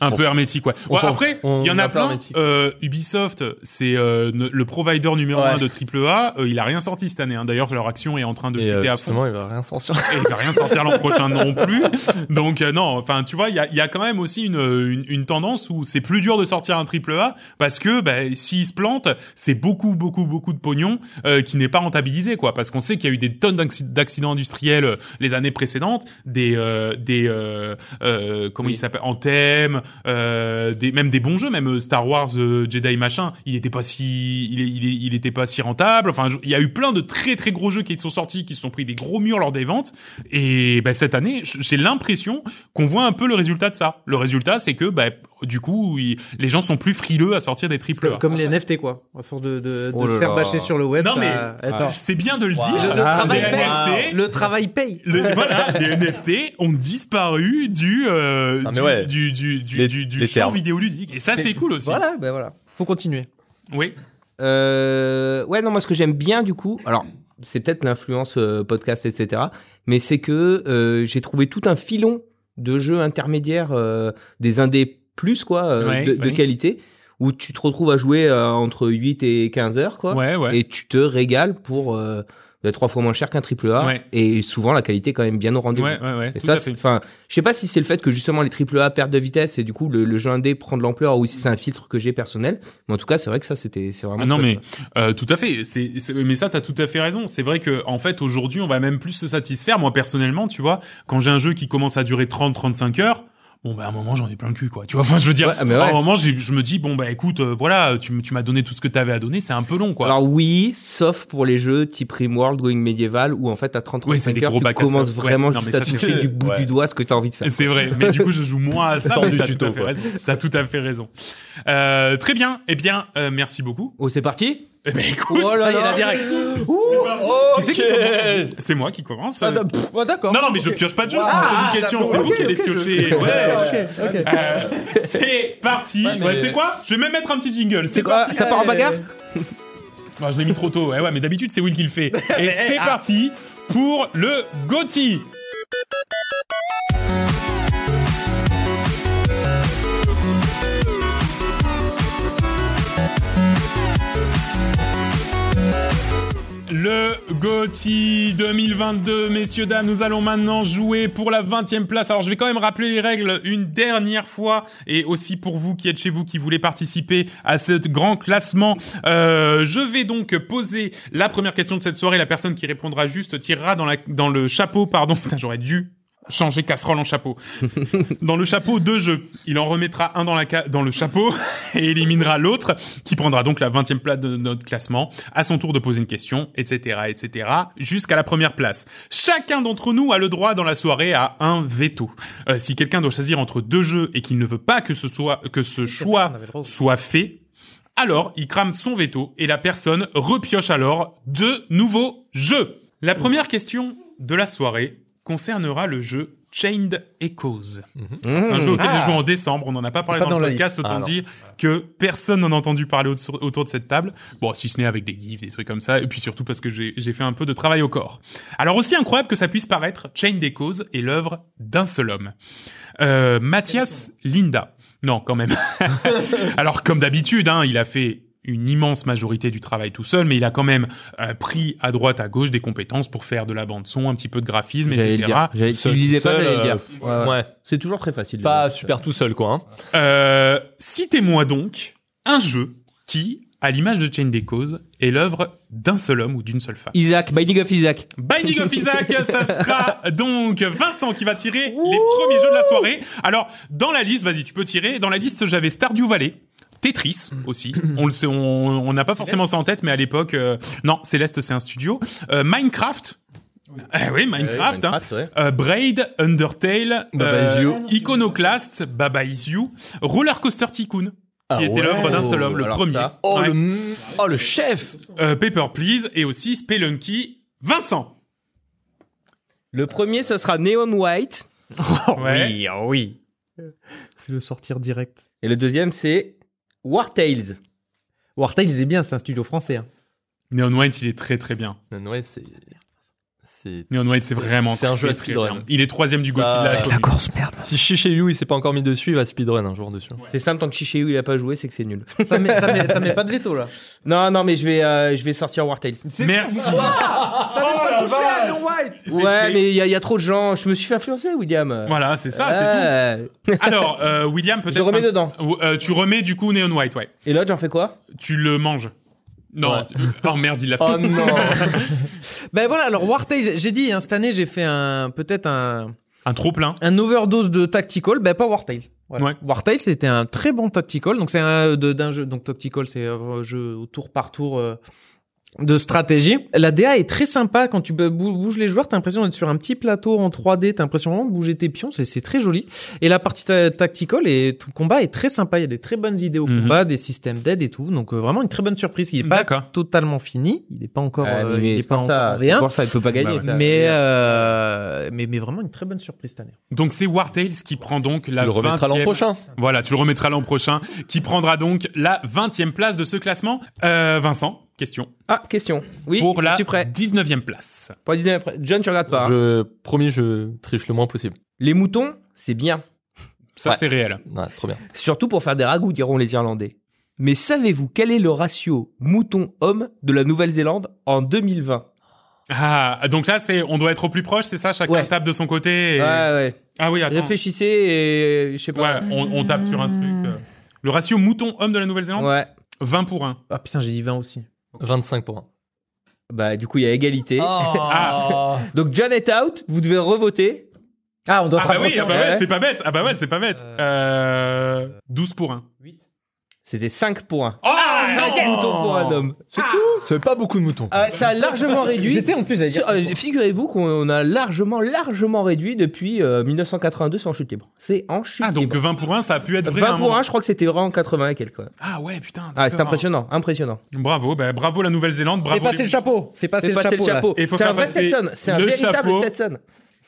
Speaker 5: un
Speaker 7: On
Speaker 5: peu hermétique ouais,
Speaker 7: on
Speaker 5: Ouais,
Speaker 7: s'en-
Speaker 5: après
Speaker 7: on
Speaker 5: il y en a
Speaker 7: n'a pas
Speaker 5: plein
Speaker 7: hermétique.
Speaker 5: Euh, Ubisoft c'est euh, ne- le provider numéro
Speaker 7: Ouais.
Speaker 5: 1 de AAA euh, il a rien sorti cette année hein. d'ailleurs leur action est en train de
Speaker 7: et, euh,
Speaker 5: chuter à fond
Speaker 7: justement, il va rien sortir.
Speaker 5: et il va rien sortir l'an prochain non plus donc euh, non enfin tu vois il y a, il y a quand même aussi une, une, une tendance où c'est plus dur de sortir un AAA parce que bah, s'il se plante c'est beaucoup beaucoup beaucoup de pognon euh, qui n'est pas rentabilisé quoi parce qu'on sait qu'il y a eu des tonnes d'acc- d'accidents industriels euh, les années précédentes des euh, des euh, euh, comment il s'appelle Anthem euh, des même des bons jeux même euh, Star Wars euh, Jedi machin il était pas si il est- il, est- il était pas si rentable enfin je- il y a eu plein de très très gros jeux qui sont sortis qui se sont pris des gros murs lors des ventes et bah, cette année j- j'ai l'impression qu'on voit un peu le résultat de ça le résultat c'est que bah, du coup il- les gens sont plus frileux à sortir des triple
Speaker 8: Comme,
Speaker 5: A
Speaker 8: comme les NFT, quoi. À force de, de, de
Speaker 6: Oh
Speaker 8: se
Speaker 6: là
Speaker 8: faire
Speaker 6: là.
Speaker 8: bâcher sur le web,
Speaker 5: Non,
Speaker 8: ça- euh,
Speaker 5: mais-
Speaker 6: Ah.
Speaker 8: Attends. Ah,
Speaker 5: c'est bien de Ah, le
Speaker 7: Wow.
Speaker 5: dire
Speaker 8: Le, le
Speaker 5: les
Speaker 8: travail
Speaker 5: NFT,
Speaker 8: paye. Le travail paye.
Speaker 5: Le- voilà, les NFT ont disparu du euh,
Speaker 7: Ah, mais
Speaker 5: du,
Speaker 7: ouais.
Speaker 5: du du du,
Speaker 7: Les-
Speaker 5: du, du
Speaker 7: les
Speaker 5: champ
Speaker 7: termes.
Speaker 5: vidéoludique. Et ça, c'est cool aussi.
Speaker 8: Voilà, ben voilà. Faut continuer.
Speaker 5: Oui.
Speaker 6: Euh, ouais, non, moi ce que j'aime bien du coup, alors c'est peut-être l'influence euh, podcast, etc. Mais c'est que euh, j'ai trouvé tout un filon de jeux intermédiaires, euh, des indés plus quoi, euh,
Speaker 5: Ouais,
Speaker 6: de,
Speaker 5: ouais.
Speaker 6: de qualité, où tu te retrouves à jouer euh, entre 8 et 15 heures quoi,
Speaker 5: Ouais, ouais.
Speaker 6: et tu te régales pour euh, euh, trois fois moins cher qu'un triple A
Speaker 5: Ouais.
Speaker 6: et souvent la qualité est quand même bien au rendez-vous.
Speaker 5: Ouais, ouais, ouais. tout
Speaker 6: Et ça,
Speaker 5: à
Speaker 6: c'est-
Speaker 5: fait.
Speaker 6: enfin, je sais pas si c'est le fait que justement les triple A perdent de vitesse et du coup le, le jeu indé prend de l'ampleur ou si c'est un filtre que j'ai personnel. Mais en tout cas, c'est vrai que ça, c'était, c'est vraiment.
Speaker 5: Ah non
Speaker 6: chouette,
Speaker 5: mais
Speaker 6: quoi.
Speaker 5: euh, tout à fait. C'est c'est- mais ça t'as tout à fait raison. C'est vrai que en fait aujourd'hui on va même plus se satisfaire. Moi personnellement tu vois quand j'ai un jeu qui commence à durer 30-35 heures. Bon bah à un moment j'en ai plein le cul quoi. Tu vois enfin je veux dire
Speaker 6: Ouais, mais
Speaker 5: à un
Speaker 6: ouais.
Speaker 5: moment j'ai- je me dis bon bah écoute euh, voilà tu, m- tu m'as donné tout ce que t'avais à donner c'est un peu long quoi.
Speaker 6: Alors oui, sauf pour les jeux type Rimworld, Going Medieval, où en fait à 30
Speaker 5: Oui, c'est
Speaker 6: 35
Speaker 5: des
Speaker 6: heures,
Speaker 5: gros
Speaker 6: tu
Speaker 5: bacs à
Speaker 6: commences
Speaker 5: sable.
Speaker 6: vraiment
Speaker 5: Ouais, non,
Speaker 6: juste
Speaker 5: mais
Speaker 6: à
Speaker 5: ça, c'est-
Speaker 6: toucher du bout
Speaker 7: ouais.
Speaker 6: du doigt ce que t'as envie de faire.
Speaker 5: C'est vrai, mais du coup je joue moins à ça.
Speaker 7: Sors
Speaker 5: mais
Speaker 7: du
Speaker 5: T'as
Speaker 7: tuto,
Speaker 5: tout à fait
Speaker 7: quoi.
Speaker 5: raison. T'as tout à fait raison. Euh, très bien. Eh bien euh, merci beaucoup.
Speaker 6: Oh, c'est parti
Speaker 5: Eh ben, écoute,
Speaker 6: Oh là
Speaker 8: Ça y est,
Speaker 6: là
Speaker 8: la direct.
Speaker 5: Qui c'est qui commence C'est moi qui commence.
Speaker 8: Ah, d- ouais, d'accord.
Speaker 5: Non, non, mais je pioche pas de jeu, je pose une question, c'est vous qui allez piocher. Ouais.
Speaker 8: Ok, ok.
Speaker 5: Euh, c'est parti. Ouais,
Speaker 7: mais-
Speaker 5: c'est quoi Je vais même mettre un petit jingle.
Speaker 6: C'est quoi Ça part en bagarre
Speaker 5: Bon, je l'ai mis trop tôt. Eh Ouais, ouais, mais d'habitude c'est Will qui le fait. Et c'est parti pour le Gotti. Le GOTY 2022, messieurs, dames, nous allons maintenant jouer pour la 20e place. Alors, je vais quand même rappeler les règles une dernière fois, et aussi pour vous qui êtes chez vous, qui voulez participer à ce grand classement. Euh, je vais donc poser la première question de cette soirée. La personne qui répondra juste tirera dans, la, dans le chapeau, pardon, putain, j'aurais dû changer casserole en chapeau. Dans le chapeau, deux jeux. Il en remettra un dans, la ca- dans le chapeau et éliminera l'autre, qui prendra donc la 20e place de notre classement, à son tour de poser une question, etc., etc., jusqu'à la première place. Chacun d'entre nous a le droit dans la soirée à un veto. Euh, si quelqu'un doit choisir entre deux jeux et qu'il ne veut pas que ce soit, que ce choix
Speaker 8: on avait le droit au-
Speaker 5: soit fait, alors il crame son veto et la personne repioche alors de nouveaux jeux. La première question de la soirée concernera le jeu Chained Echoes. C'est un jeu auquel j'ai joué en décembre. On n'en a pas parlé
Speaker 8: pas
Speaker 5: dans,
Speaker 8: dans
Speaker 5: le
Speaker 8: la
Speaker 5: podcast.
Speaker 7: liste.
Speaker 5: Autant
Speaker 7: Ah, non.
Speaker 5: dire que personne n'en a entendu parler autour, autour de cette table. Bon, si ce n'est avec des gifs, des trucs comme ça. Et puis surtout parce que j'ai j'ai fait un peu de travail au corps. Alors aussi incroyable que ça puisse paraître, Chain des causes est l'œuvre d'un seul homme. Euh, Mathias Linda. Non, quand même. Alors, comme d'habitude, hein, il a fait une immense majorité du travail tout seul, mais il a quand même euh, pris à droite, à gauche des compétences pour faire de la bande son, un petit peu de graphisme,
Speaker 6: J'allais le
Speaker 5: etc.
Speaker 6: dire. J'allais- Tu
Speaker 7: Seul,
Speaker 6: le disais pas,
Speaker 7: seul,
Speaker 6: j'allais le
Speaker 7: euh,
Speaker 6: dire. Ouais, ouais.
Speaker 7: Ouais,
Speaker 6: C'est toujours très facile. de
Speaker 7: pas
Speaker 6: dire.
Speaker 7: super tout seul quoi. hein.
Speaker 5: Euh, citez-moi donc un jeu qui, à l'image de Chain des Causes, est l'œuvre d'un seul homme ou d'une seule femme.
Speaker 6: Isaac, Binding of Isaac.
Speaker 5: Binding of Isaac, ça sera donc Vincent qui va tirer les premiers jeux de la soirée. Alors, dans la liste, vas-y, tu peux tirer. Dans la liste, j'avais Stardew Valley. Tetris aussi,
Speaker 7: Mm.
Speaker 5: on le sait, on on n'a pas forcément ça en tête, mais à l'époque, euh, non, Céleste c'est un studio. Euh, Minecraft, Eh oui, Minecraft, hein.
Speaker 6: ouais.
Speaker 5: Euh, Braid, Undertale,
Speaker 7: Baba
Speaker 5: euh,
Speaker 7: Is You.
Speaker 5: Iconoclast, Baba Is You, Roller Coaster Tycoon,
Speaker 7: Ah
Speaker 5: qui était
Speaker 7: ouais.
Speaker 5: l'œuvre d'un seul homme, le
Speaker 6: Alors
Speaker 5: premier.
Speaker 6: ça.
Speaker 7: Oh,
Speaker 5: Ouais.
Speaker 7: le... oh le chef
Speaker 5: Euh, Paper Please et aussi Spelunky. Vincent
Speaker 6: Le premier, ça sera Neon White.
Speaker 5: Ouais.
Speaker 8: Oui, oh oui. C'est le sortir direct.
Speaker 6: Et le deuxième, c'est War Tales.
Speaker 8: War Tales est bien, c'est un studio français. hein.
Speaker 5: Neon White, il est très très bien.
Speaker 7: Non, ouais, c'est... c'est-
Speaker 5: Neon White, c'est vraiment
Speaker 7: C'est
Speaker 5: très,
Speaker 7: un jeu à
Speaker 5: très
Speaker 7: speedrun.
Speaker 5: bien. Il est troisième du
Speaker 7: Ça-
Speaker 5: Godzilla.
Speaker 7: C'est de la
Speaker 8: grosse merde.
Speaker 7: Si je suis chez lui, il s'est pas encore mis dessus, il va speedrun un jour dessus.
Speaker 6: C'est simple, tant que Chicheu il a pas joué, c'est que c'est nul.
Speaker 8: Ça met, ça, met, ça met pas de veto là.
Speaker 6: non, non, mais je vais, euh, je vais sortir War Tales.
Speaker 5: Merci. Oh la vache.
Speaker 6: Ouais,
Speaker 5: fait.
Speaker 6: mais il y, a- il y a trop de gens. Je me suis fait influencer, William.
Speaker 5: Voilà, c'est ça.
Speaker 6: Ouais.
Speaker 5: c'est tout. Alors, euh, William, peut-être.
Speaker 6: Je remets
Speaker 5: un-
Speaker 6: dedans.
Speaker 5: Ou, euh, tu remets du coup Neon White, ouais.
Speaker 6: Et l'autre, j'en fais quoi
Speaker 5: Tu le manges. Non.
Speaker 7: Ouais.
Speaker 5: tu- Oh merde, il l'a fait.
Speaker 7: Oh non
Speaker 8: Ben voilà, alors War Tales, j'ai dit, hein, cette année j'ai fait un peut-être un,
Speaker 5: Un trop plein.
Speaker 8: un overdose de tactical, ben pas War Tales. Voilà.
Speaker 5: Ouais.
Speaker 8: War Tales c'était un très bon tactical, donc c'est un de- d'un jeu, donc tactical c'est un jeu au tour par tour euh, de stratégie. La DA est très sympa quand tu bou- bouges les joueurs, t'as l'impression d'être sur un petit plateau en 3D, t'as l'impression vraiment de bouger tes pions, c'est- c'est très joli. Et la partie ta- tactical et tout le combat est très sympa, il y a des très bonnes idées au
Speaker 5: Mhm.
Speaker 8: combat, des systèmes d'aide et tout, donc euh, vraiment une très bonne surprise. Il est pas
Speaker 5: D'accord.
Speaker 8: totalement fini, il est pas encore,
Speaker 6: Ouais,
Speaker 8: euh,
Speaker 6: Ah, mais
Speaker 8: il est
Speaker 6: c'est
Speaker 8: pas
Speaker 6: pour
Speaker 8: encore
Speaker 6: ça,
Speaker 8: en
Speaker 6: c'est
Speaker 8: V1.
Speaker 6: pour ça, il peut pas
Speaker 5: Bah
Speaker 6: gagner. ça. Bah,
Speaker 8: Mais, euh, mais, mais vraiment une très bonne surprise cette année.
Speaker 5: Donc c'est War Tales qui prend donc la
Speaker 7: Il le remettra l'an
Speaker 5: 20e
Speaker 7: prochain.
Speaker 5: Voilà, tu le remettras l'an prochain, qui prendra donc la 20e place de ce classement. Euh, Vincent, question.
Speaker 6: Ah, question. Oui,
Speaker 5: pour
Speaker 6: je
Speaker 5: la
Speaker 6: suis prêt.
Speaker 5: 19e place.
Speaker 6: Pour la dixième après. John, tu regardes pas. hein.
Speaker 7: Je... Promis, je triche le moins possible.
Speaker 6: Les moutons, c'est bien.
Speaker 5: Ça,
Speaker 7: Ouais.
Speaker 5: c'est réel.
Speaker 7: Ouais, c'est trop bien.
Speaker 6: Surtout pour faire des ragoûts, diront les Irlandais. Mais savez-vous quel est le ratio mouton-homme de la Nouvelle-Zélande en 2020
Speaker 5: Ah, donc là, c'est, on doit être au plus proche, c'est ça Chacun
Speaker 6: Ouais.
Speaker 5: tape de son côté. et-
Speaker 6: Ouais,
Speaker 5: Ah oui,
Speaker 6: ouais.
Speaker 5: attends.
Speaker 6: Réfléchissez et je sais
Speaker 5: Ouais,
Speaker 6: pas.
Speaker 5: on, on tape sur un truc. euh. Le ratio mouton-homme de la Nouvelle-Zélande,
Speaker 6: Ouais.
Speaker 5: 20 pour 1.
Speaker 8: Ah putain, j'ai dit 20 aussi.
Speaker 7: 25 pour 1.
Speaker 6: Bah, du coup, il y a
Speaker 8: Oh.
Speaker 6: égalité. Donc, John est out. Vous devez revoter.
Speaker 8: Ah, on doit
Speaker 5: Ah
Speaker 8: se
Speaker 5: bah oui,
Speaker 8: rapprocher.
Speaker 5: ah bah
Speaker 6: ouais.
Speaker 5: ouais, c'est pas bête. Ah bah ouais, c'est pas bête. Euh, 12 pour 1.
Speaker 6: C'était 5 pour 1.
Speaker 5: Oh,
Speaker 6: pour un homme.
Speaker 7: C'est pas beaucoup de moutons.
Speaker 6: Ah, ça a largement réduit.
Speaker 8: J'étais en plus à dire.
Speaker 6: Sur- euh, Figurez-vous qu'on a largement, largement réduit depuis euh, 1982, c'est en chute libre. C'est en chute
Speaker 5: Ah, donc
Speaker 6: libre.
Speaker 5: 20 pour 1, ça a pu être vrai. à
Speaker 6: 20
Speaker 5: un
Speaker 6: pour
Speaker 5: moment.
Speaker 6: 1, je crois que c'était vraiment en 80 et quelques. ouais.
Speaker 5: Ah ouais, putain.
Speaker 6: Ah, c'est
Speaker 5: d'accord.
Speaker 6: impressionnant, impressionnant.
Speaker 5: Bravo, bah, bravo la Nouvelle-Zélande,
Speaker 8: Fais
Speaker 5: bravo.
Speaker 8: passer
Speaker 5: les-
Speaker 8: Ah, le chapeau. Fais passer,
Speaker 6: C'est passé le chapeau.
Speaker 5: Et faut
Speaker 6: C'est
Speaker 5: faire
Speaker 6: un vrai
Speaker 5: passer
Speaker 6: Stetson, c'est un
Speaker 5: le
Speaker 6: véritable
Speaker 5: chapeau.
Speaker 6: Stetson.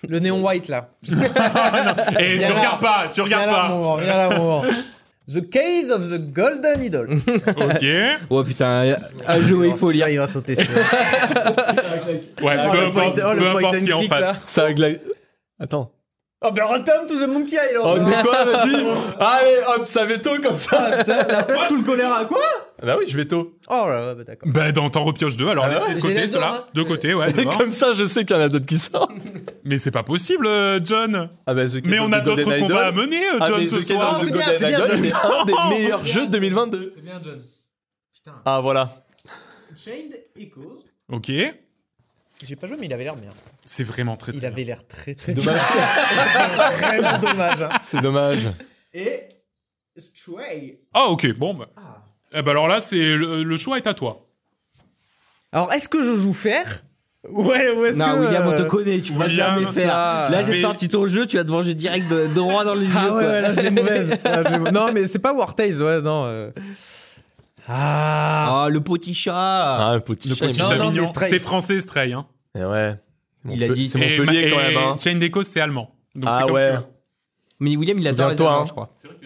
Speaker 8: Le néon white là.
Speaker 5: Eh, tu
Speaker 8: Viens là.
Speaker 5: regardes pas, tu
Speaker 8: Viens
Speaker 5: regardes
Speaker 8: là,
Speaker 5: pas.
Speaker 8: mon grand, viens là, mon grand. The case of the golden idol.
Speaker 5: Ok.
Speaker 6: Oh putain, un jeu il faut lire.
Speaker 8: Ah, il va sauter. sur-
Speaker 5: Ouais,
Speaker 8: Ah,
Speaker 5: peu
Speaker 8: le
Speaker 5: importe,
Speaker 8: point- oh, le
Speaker 5: peu
Speaker 8: point
Speaker 5: importe
Speaker 8: and
Speaker 5: qui est en
Speaker 8: click,
Speaker 5: face.
Speaker 8: là.
Speaker 7: Ça a gla- Attends.
Speaker 8: Oh, ben return to the monkey island.
Speaker 7: Oh, de quoi, vas-y Allez, hop, ça veto comme ça
Speaker 8: Ah, putain, la peste tout le choléra, quoi
Speaker 7: Bah oui, je veto.
Speaker 8: Oh là là, bah, d'accord.
Speaker 5: Bah, dans t'en repioche deux, alors
Speaker 7: Ah
Speaker 5: laissez
Speaker 7: ouais,
Speaker 5: de
Speaker 8: j'ai
Speaker 5: côté
Speaker 8: les autres,
Speaker 5: ceux-là.
Speaker 8: hein.
Speaker 5: De côté, ouais,
Speaker 7: Et
Speaker 5: d'abord.
Speaker 7: comme ça, je sais qu'il y en a d'autres qui sortent.
Speaker 5: Mais c'est pas possible, euh, John.
Speaker 7: Ah bah, The Case
Speaker 5: Mais
Speaker 7: of
Speaker 5: on
Speaker 7: the
Speaker 5: a
Speaker 7: Golden
Speaker 5: d'autres
Speaker 7: Idol.
Speaker 5: combats à mener, euh,
Speaker 7: Ah,
Speaker 5: John,
Speaker 7: mais
Speaker 5: ce
Speaker 7: The Case of
Speaker 5: soir.
Speaker 7: the
Speaker 8: c'est bien,
Speaker 7: Golden
Speaker 8: c'est bien,
Speaker 7: Idol,
Speaker 8: John.
Speaker 7: c'est un des meilleurs jeux de 2022.
Speaker 8: C'est bien, John. Putain.
Speaker 7: Ah voilà.
Speaker 8: Chained Echoes.
Speaker 5: Ok.
Speaker 8: J'ai pas joué, mais il avait l'air bien.
Speaker 5: C'est vraiment très,
Speaker 8: Il
Speaker 5: très bien.
Speaker 8: avait l'air très très bien.
Speaker 7: Dommage.
Speaker 8: Vraiment dommage. hein.
Speaker 7: C'est dommage.
Speaker 8: Et Stray.
Speaker 5: Ah, ok, bon, bah.
Speaker 8: Ah.
Speaker 5: Eh bah, alors là, c'est le, le choix est à toi.
Speaker 8: Alors, est-ce que je joue faire Ouais, ou est-ce
Speaker 6: Non,
Speaker 8: que...
Speaker 6: William, on te
Speaker 8: euh,
Speaker 6: connaît, tu vas
Speaker 5: William,
Speaker 6: jamais faire.
Speaker 8: ça-
Speaker 6: Là, j'ai
Speaker 5: Mais-
Speaker 6: sorti ton jeu, tu vas te venger direct de, de droit dans les yeux.
Speaker 8: Ah ouais,
Speaker 6: quoi.
Speaker 8: ouais, là, j'ai mauvaise. Là, je l'ai- non, mais c'est pas War Tales, ouais, non. euh. Ah.
Speaker 6: Ah, le petit chat.
Speaker 7: Ah, le petit
Speaker 5: Le
Speaker 7: chien,
Speaker 5: petit
Speaker 7: il est
Speaker 5: chat
Speaker 8: non,
Speaker 5: mignon.
Speaker 8: mais Stray,
Speaker 5: C'est
Speaker 8: c'est-
Speaker 5: français, Stray. Hein.
Speaker 7: Eh ouais. C'est
Speaker 6: Il a
Speaker 7: Montpe-
Speaker 6: dit-
Speaker 7: C'est
Speaker 5: Et,
Speaker 7: Montpellier
Speaker 5: ma-
Speaker 7: quand
Speaker 5: et
Speaker 7: même. hein.
Speaker 5: Chain Deco, c'est allemand. Donc,
Speaker 7: Ah
Speaker 5: c'est comme
Speaker 7: ouais.
Speaker 5: tu veux.
Speaker 6: Mais William, il adore les
Speaker 7: Souviens-toi,
Speaker 6: Allemands,
Speaker 7: hein.
Speaker 6: je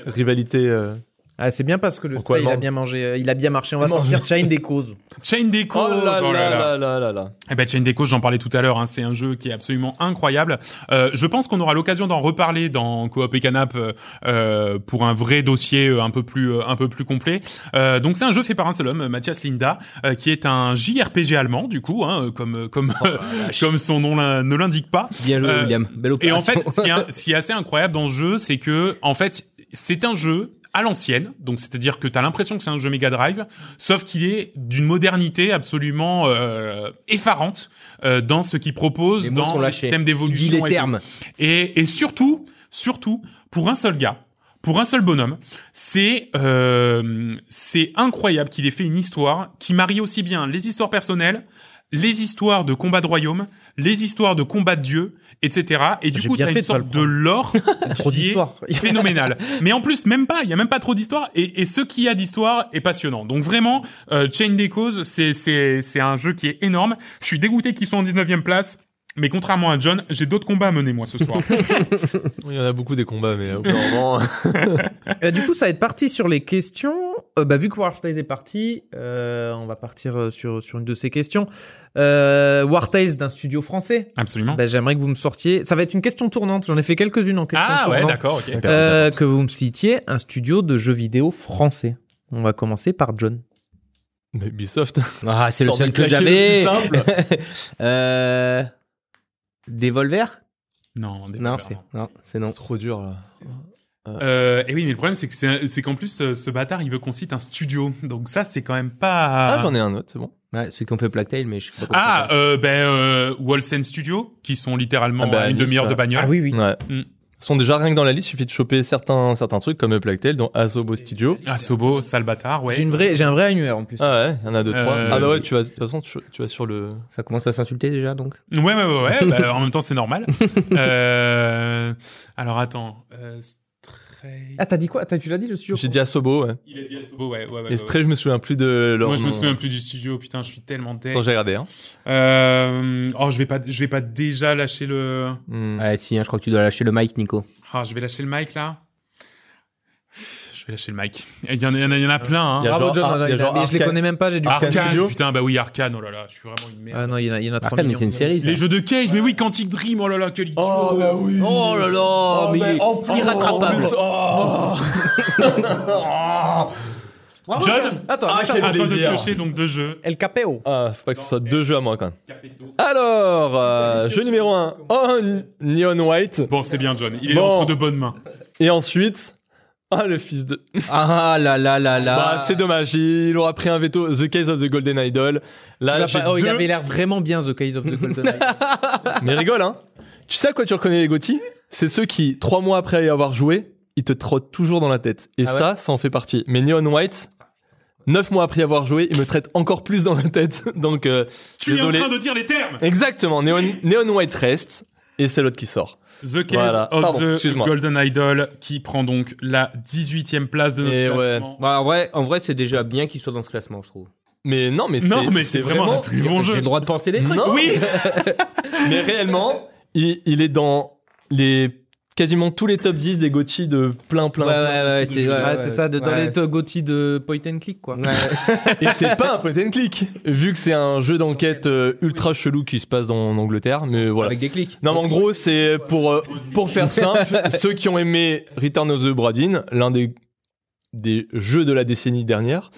Speaker 6: crois.
Speaker 7: Rivalité. euh.
Speaker 8: Ah, c'est bien parce que le
Speaker 7: Pourquoi
Speaker 8: Stray, il a
Speaker 7: Mande
Speaker 8: bien mangé, euh, il a bien marché. On va
Speaker 7: Mande.
Speaker 8: sortir Chain des causes.
Speaker 5: Chain Deco.
Speaker 7: Oh là
Speaker 5: oh
Speaker 7: là là là là là.
Speaker 5: Eh ben, Chain Deco, j'en parlais tout à l'heure, hein, c'est un jeu qui est absolument incroyable. Euh, je pense qu'on aura l'occasion d'en reparler dans Coop et Canap euh, euh, pour un vrai dossier euh, un peu plus euh, un peu plus complet. Euh, donc c'est un jeu fait par un seul homme, euh, Matthias Linda, euh, qui est un JRPG allemand du coup, hein, euh, comme euh, comme
Speaker 7: Oh
Speaker 5: comme son nom l'in- ne l'indique pas.
Speaker 6: Bien joué,
Speaker 5: Euh,
Speaker 6: William. Belle
Speaker 5: Et en
Speaker 6: opération.
Speaker 5: fait, ce qui, est, un- ce qui est assez incroyable dans ce jeu, c'est que en fait, c'est un jeu à l'ancienne, donc c'est-à-dire que t'as l'impression que c'est un jeu Mega Drive, sauf qu'il est d'une modernité absolument euh, effarante euh, dans ce qu'il propose,
Speaker 6: Les mots sont
Speaker 5: dans le
Speaker 6: lâchés.
Speaker 5: système
Speaker 6: il dit
Speaker 5: d'évolution.
Speaker 6: les
Speaker 5: et tout.
Speaker 6: termes.
Speaker 5: Et, et surtout, surtout, pour un seul gars, pour un seul bonhomme, c'est euh, c'est incroyable qu'il ait fait une histoire qui marie aussi bien les histoires personnelles, les histoires de combat de royaume, les histoires de combat de dieu, etc. Et du
Speaker 8: J'ai
Speaker 5: coup,
Speaker 8: bien
Speaker 5: t'as
Speaker 8: fait
Speaker 5: une
Speaker 8: de pas
Speaker 5: sorte
Speaker 8: le
Speaker 5: de lore
Speaker 8: Trop
Speaker 5: qui est
Speaker 8: d'histoires.
Speaker 5: phénoménal. Mais en plus, même pas, il y a même pas trop d'histoire. Et, et ce qu'il y a d'histoire est passionnant. Donc vraiment, euh, Chain Deco's, c'est c'est c'est un jeu qui est énorme. Je suis dégoûté qu'ils soient en 19e place. Mais contrairement à John, j'ai d'autres combats à mener moi ce soir.
Speaker 7: Il y en a beaucoup des combats, mais au bout d'un
Speaker 6: Euh,
Speaker 7: moment,
Speaker 8: Euh, du coup, ça va être parti sur les questions. Euh, bah, vu que War Tales est parti, euh, on va partir euh, sur, sur une de ces questions. Euh, War Tales d'un studio français.
Speaker 5: Absolument.
Speaker 8: Bah, J'aimerais que vous me sortiez. Ça va être une question tournante. J'en ai fait quelques-unes en question
Speaker 5: ah ouais,
Speaker 8: tournante.
Speaker 5: d'accord, ok.
Speaker 8: Euh, que vous me citiez un studio de jeux vidéo français. On va commencer par John.
Speaker 7: Mais Ubisoft.
Speaker 6: Ah, c'est le
Speaker 7: Sorte de
Speaker 6: seul que
Speaker 7: claquer le
Speaker 6: j'avais.
Speaker 7: plus simple.
Speaker 6: euh... Devolver
Speaker 5: Non,
Speaker 6: Non, c'est non, c'est non.
Speaker 7: Trop dur. là.
Speaker 5: Euh, et oui, mais le problème c'est que c'est c'est qu'en plus euh, ce bâtard il veut qu'on cite un studio, donc ça c'est quand même pas.
Speaker 7: Ah, j'en ai un autre, c'est bon.
Speaker 6: Ouais, ceux qui ont fait Plague Tale, mais je sais pas comment
Speaker 5: Ah,
Speaker 6: ça
Speaker 5: euh, ben euh, Wolsen Studio qui sont littéralement
Speaker 7: Ah bah,
Speaker 5: à une
Speaker 7: Nice,
Speaker 5: demi-heure de
Speaker 7: ouais.
Speaker 5: bagnole.
Speaker 8: oui, oui.
Speaker 7: Ouais.
Speaker 5: Mm.
Speaker 7: Ils sont déjà rien que dans la liste, il suffit de choper certains, certains trucs comme Plague Tale dans Asobo Studio.
Speaker 5: Ah, Sobo, sale bâtard, ouais.
Speaker 8: J'ai une vraie- j'ai un vrai annuaire en plus.
Speaker 7: Ah ouais, il y en a deux, trois.
Speaker 5: Euh,
Speaker 7: Ah bah ouais, tu vas, de toute façon, tu, tu vas sur le.
Speaker 6: s'appelle. Ça commence à s'insulter déjà, donc.
Speaker 5: Ouais, ouais, ouais. ouais, bah, en même temps, c'est normal. euh... Alors attends. Euh, Stray-
Speaker 8: Ah, t'as dit quoi T'as- Tu l'as dit le studio
Speaker 7: J'ai dit Asobo, ouais.
Speaker 5: Il a dit à Sobo, ouais, ouais, ouais. ouais,
Speaker 7: Et Stray, je me souviens plus de
Speaker 5: ouais.
Speaker 7: leur
Speaker 5: Moi, je me
Speaker 7: nom.
Speaker 5: souviens plus du studio. Putain, je suis tellement dead.
Speaker 7: Attends, j'ai regardé, hein.
Speaker 5: Euh... Oh, je vais pas, je vais pas déjà lâcher le.
Speaker 7: Mm.
Speaker 6: Ouais, si, hein, je crois que tu dois lâcher le mic, Nico.
Speaker 5: Ah, je vais lâcher le mic là. Je vais lâcher le mic. Il y en a, il y en a, il y en a plein.
Speaker 7: Il y
Speaker 5: Hein.
Speaker 7: a genre
Speaker 8: Bravo John.
Speaker 7: Ar- il y
Speaker 8: non,
Speaker 7: a
Speaker 8: il a-
Speaker 7: genre
Speaker 8: mais je les
Speaker 7: Arkane.
Speaker 8: connais même pas, j'ai dû
Speaker 7: Arkane.
Speaker 5: Arcane,
Speaker 7: Studio.
Speaker 5: putain, bah oui, Arcane, oh là là, je suis vraiment une merde.
Speaker 8: Ah non, il y en a, il y en a 3
Speaker 6: Après, mais c'est une série, ça.
Speaker 5: Les jeux de Cage, mais oui, Quantic Dream, oh là là, quel idiot.
Speaker 7: Oh bah oui.
Speaker 6: Oh là là, mais il est
Speaker 7: en plus,
Speaker 6: irrattrapable.
Speaker 7: en plus, oh.
Speaker 5: John
Speaker 8: Attends,
Speaker 7: Ah,
Speaker 8: attends.
Speaker 7: quel
Speaker 5: à toi de
Speaker 7: plaisir.
Speaker 5: piocher donc deux jeux.
Speaker 8: El Capeo.
Speaker 7: Ah, faut pas que ce soit deux jeux à moi quand même.
Speaker 5: Ah.
Speaker 7: Alors, euh, jeu numéro 1, Neon White.
Speaker 5: Bon, c'est bien, John. Il est
Speaker 7: Bon.
Speaker 5: entre de bonnes mains.
Speaker 7: Et ensuite, ah le fils de...
Speaker 6: Ah là là là là.
Speaker 7: Bah, c'est dommage, il aura pris un veto, The Case of the Golden Idol.
Speaker 8: Tu
Speaker 7: Là,
Speaker 8: vas
Speaker 7: j'ai
Speaker 8: pas- Oh, il
Speaker 7: deux-
Speaker 8: avait l'air vraiment bien, The Case of the Golden Eye.
Speaker 7: Mais rigole, hein. Tu sais à quoi tu reconnais les Gotti C'est ceux qui, trois mois après y avoir joué, ils te trottent toujours dans la tête. Et
Speaker 8: Ah ouais
Speaker 7: ça, ça en fait partie. Mais Neon White, neuf mois après y avoir joué, il me traite encore plus dans la tête. Donc, euh,
Speaker 5: Tu
Speaker 7: désolé.
Speaker 5: es en train de dire les termes
Speaker 7: Exactement, Neon, Neon White reste, et c'est l'autre qui sort.
Speaker 5: The Case
Speaker 7: Voilà.
Speaker 5: of
Speaker 7: Pardon,
Speaker 5: the
Speaker 7: excuse-moi.
Speaker 5: Golden Idol qui prend donc la 18e place de notre
Speaker 7: Et Eh ouais.
Speaker 5: classement.
Speaker 6: Bah, en vrai, en vrai, c'est déjà bien qu'il soit dans ce classement, je trouve.
Speaker 7: Mais non, mais
Speaker 5: Non,
Speaker 7: c'est-
Speaker 5: mais c'est vraiment
Speaker 6: Oh,
Speaker 5: un très bon
Speaker 6: J'ai
Speaker 5: jeu.
Speaker 6: le droit de penser des trucs.
Speaker 7: Non. mais réellement, il, il est dans les quasiment tous les top 10 des Gotti de plein plein.
Speaker 6: Ouais,
Speaker 7: plein
Speaker 6: ouais, ouais,
Speaker 7: de-
Speaker 6: c'est-
Speaker 8: Ouais,
Speaker 6: ouais,
Speaker 8: c'est ça, de- dans
Speaker 6: ouais.
Speaker 8: les to- GOTY de Point and Click, quoi.
Speaker 6: Ouais.
Speaker 7: Et c'est pas un point and click, vu que c'est un jeu d'enquête euh, ultra chelou qui se passe dans, en Angleterre, mais voilà.
Speaker 6: Avec des clics.
Speaker 7: Non mais en gros c'est pour euh, pour faire simple ceux qui ont aimé Return of the Bradin l'un des des jeux de la décennie dernière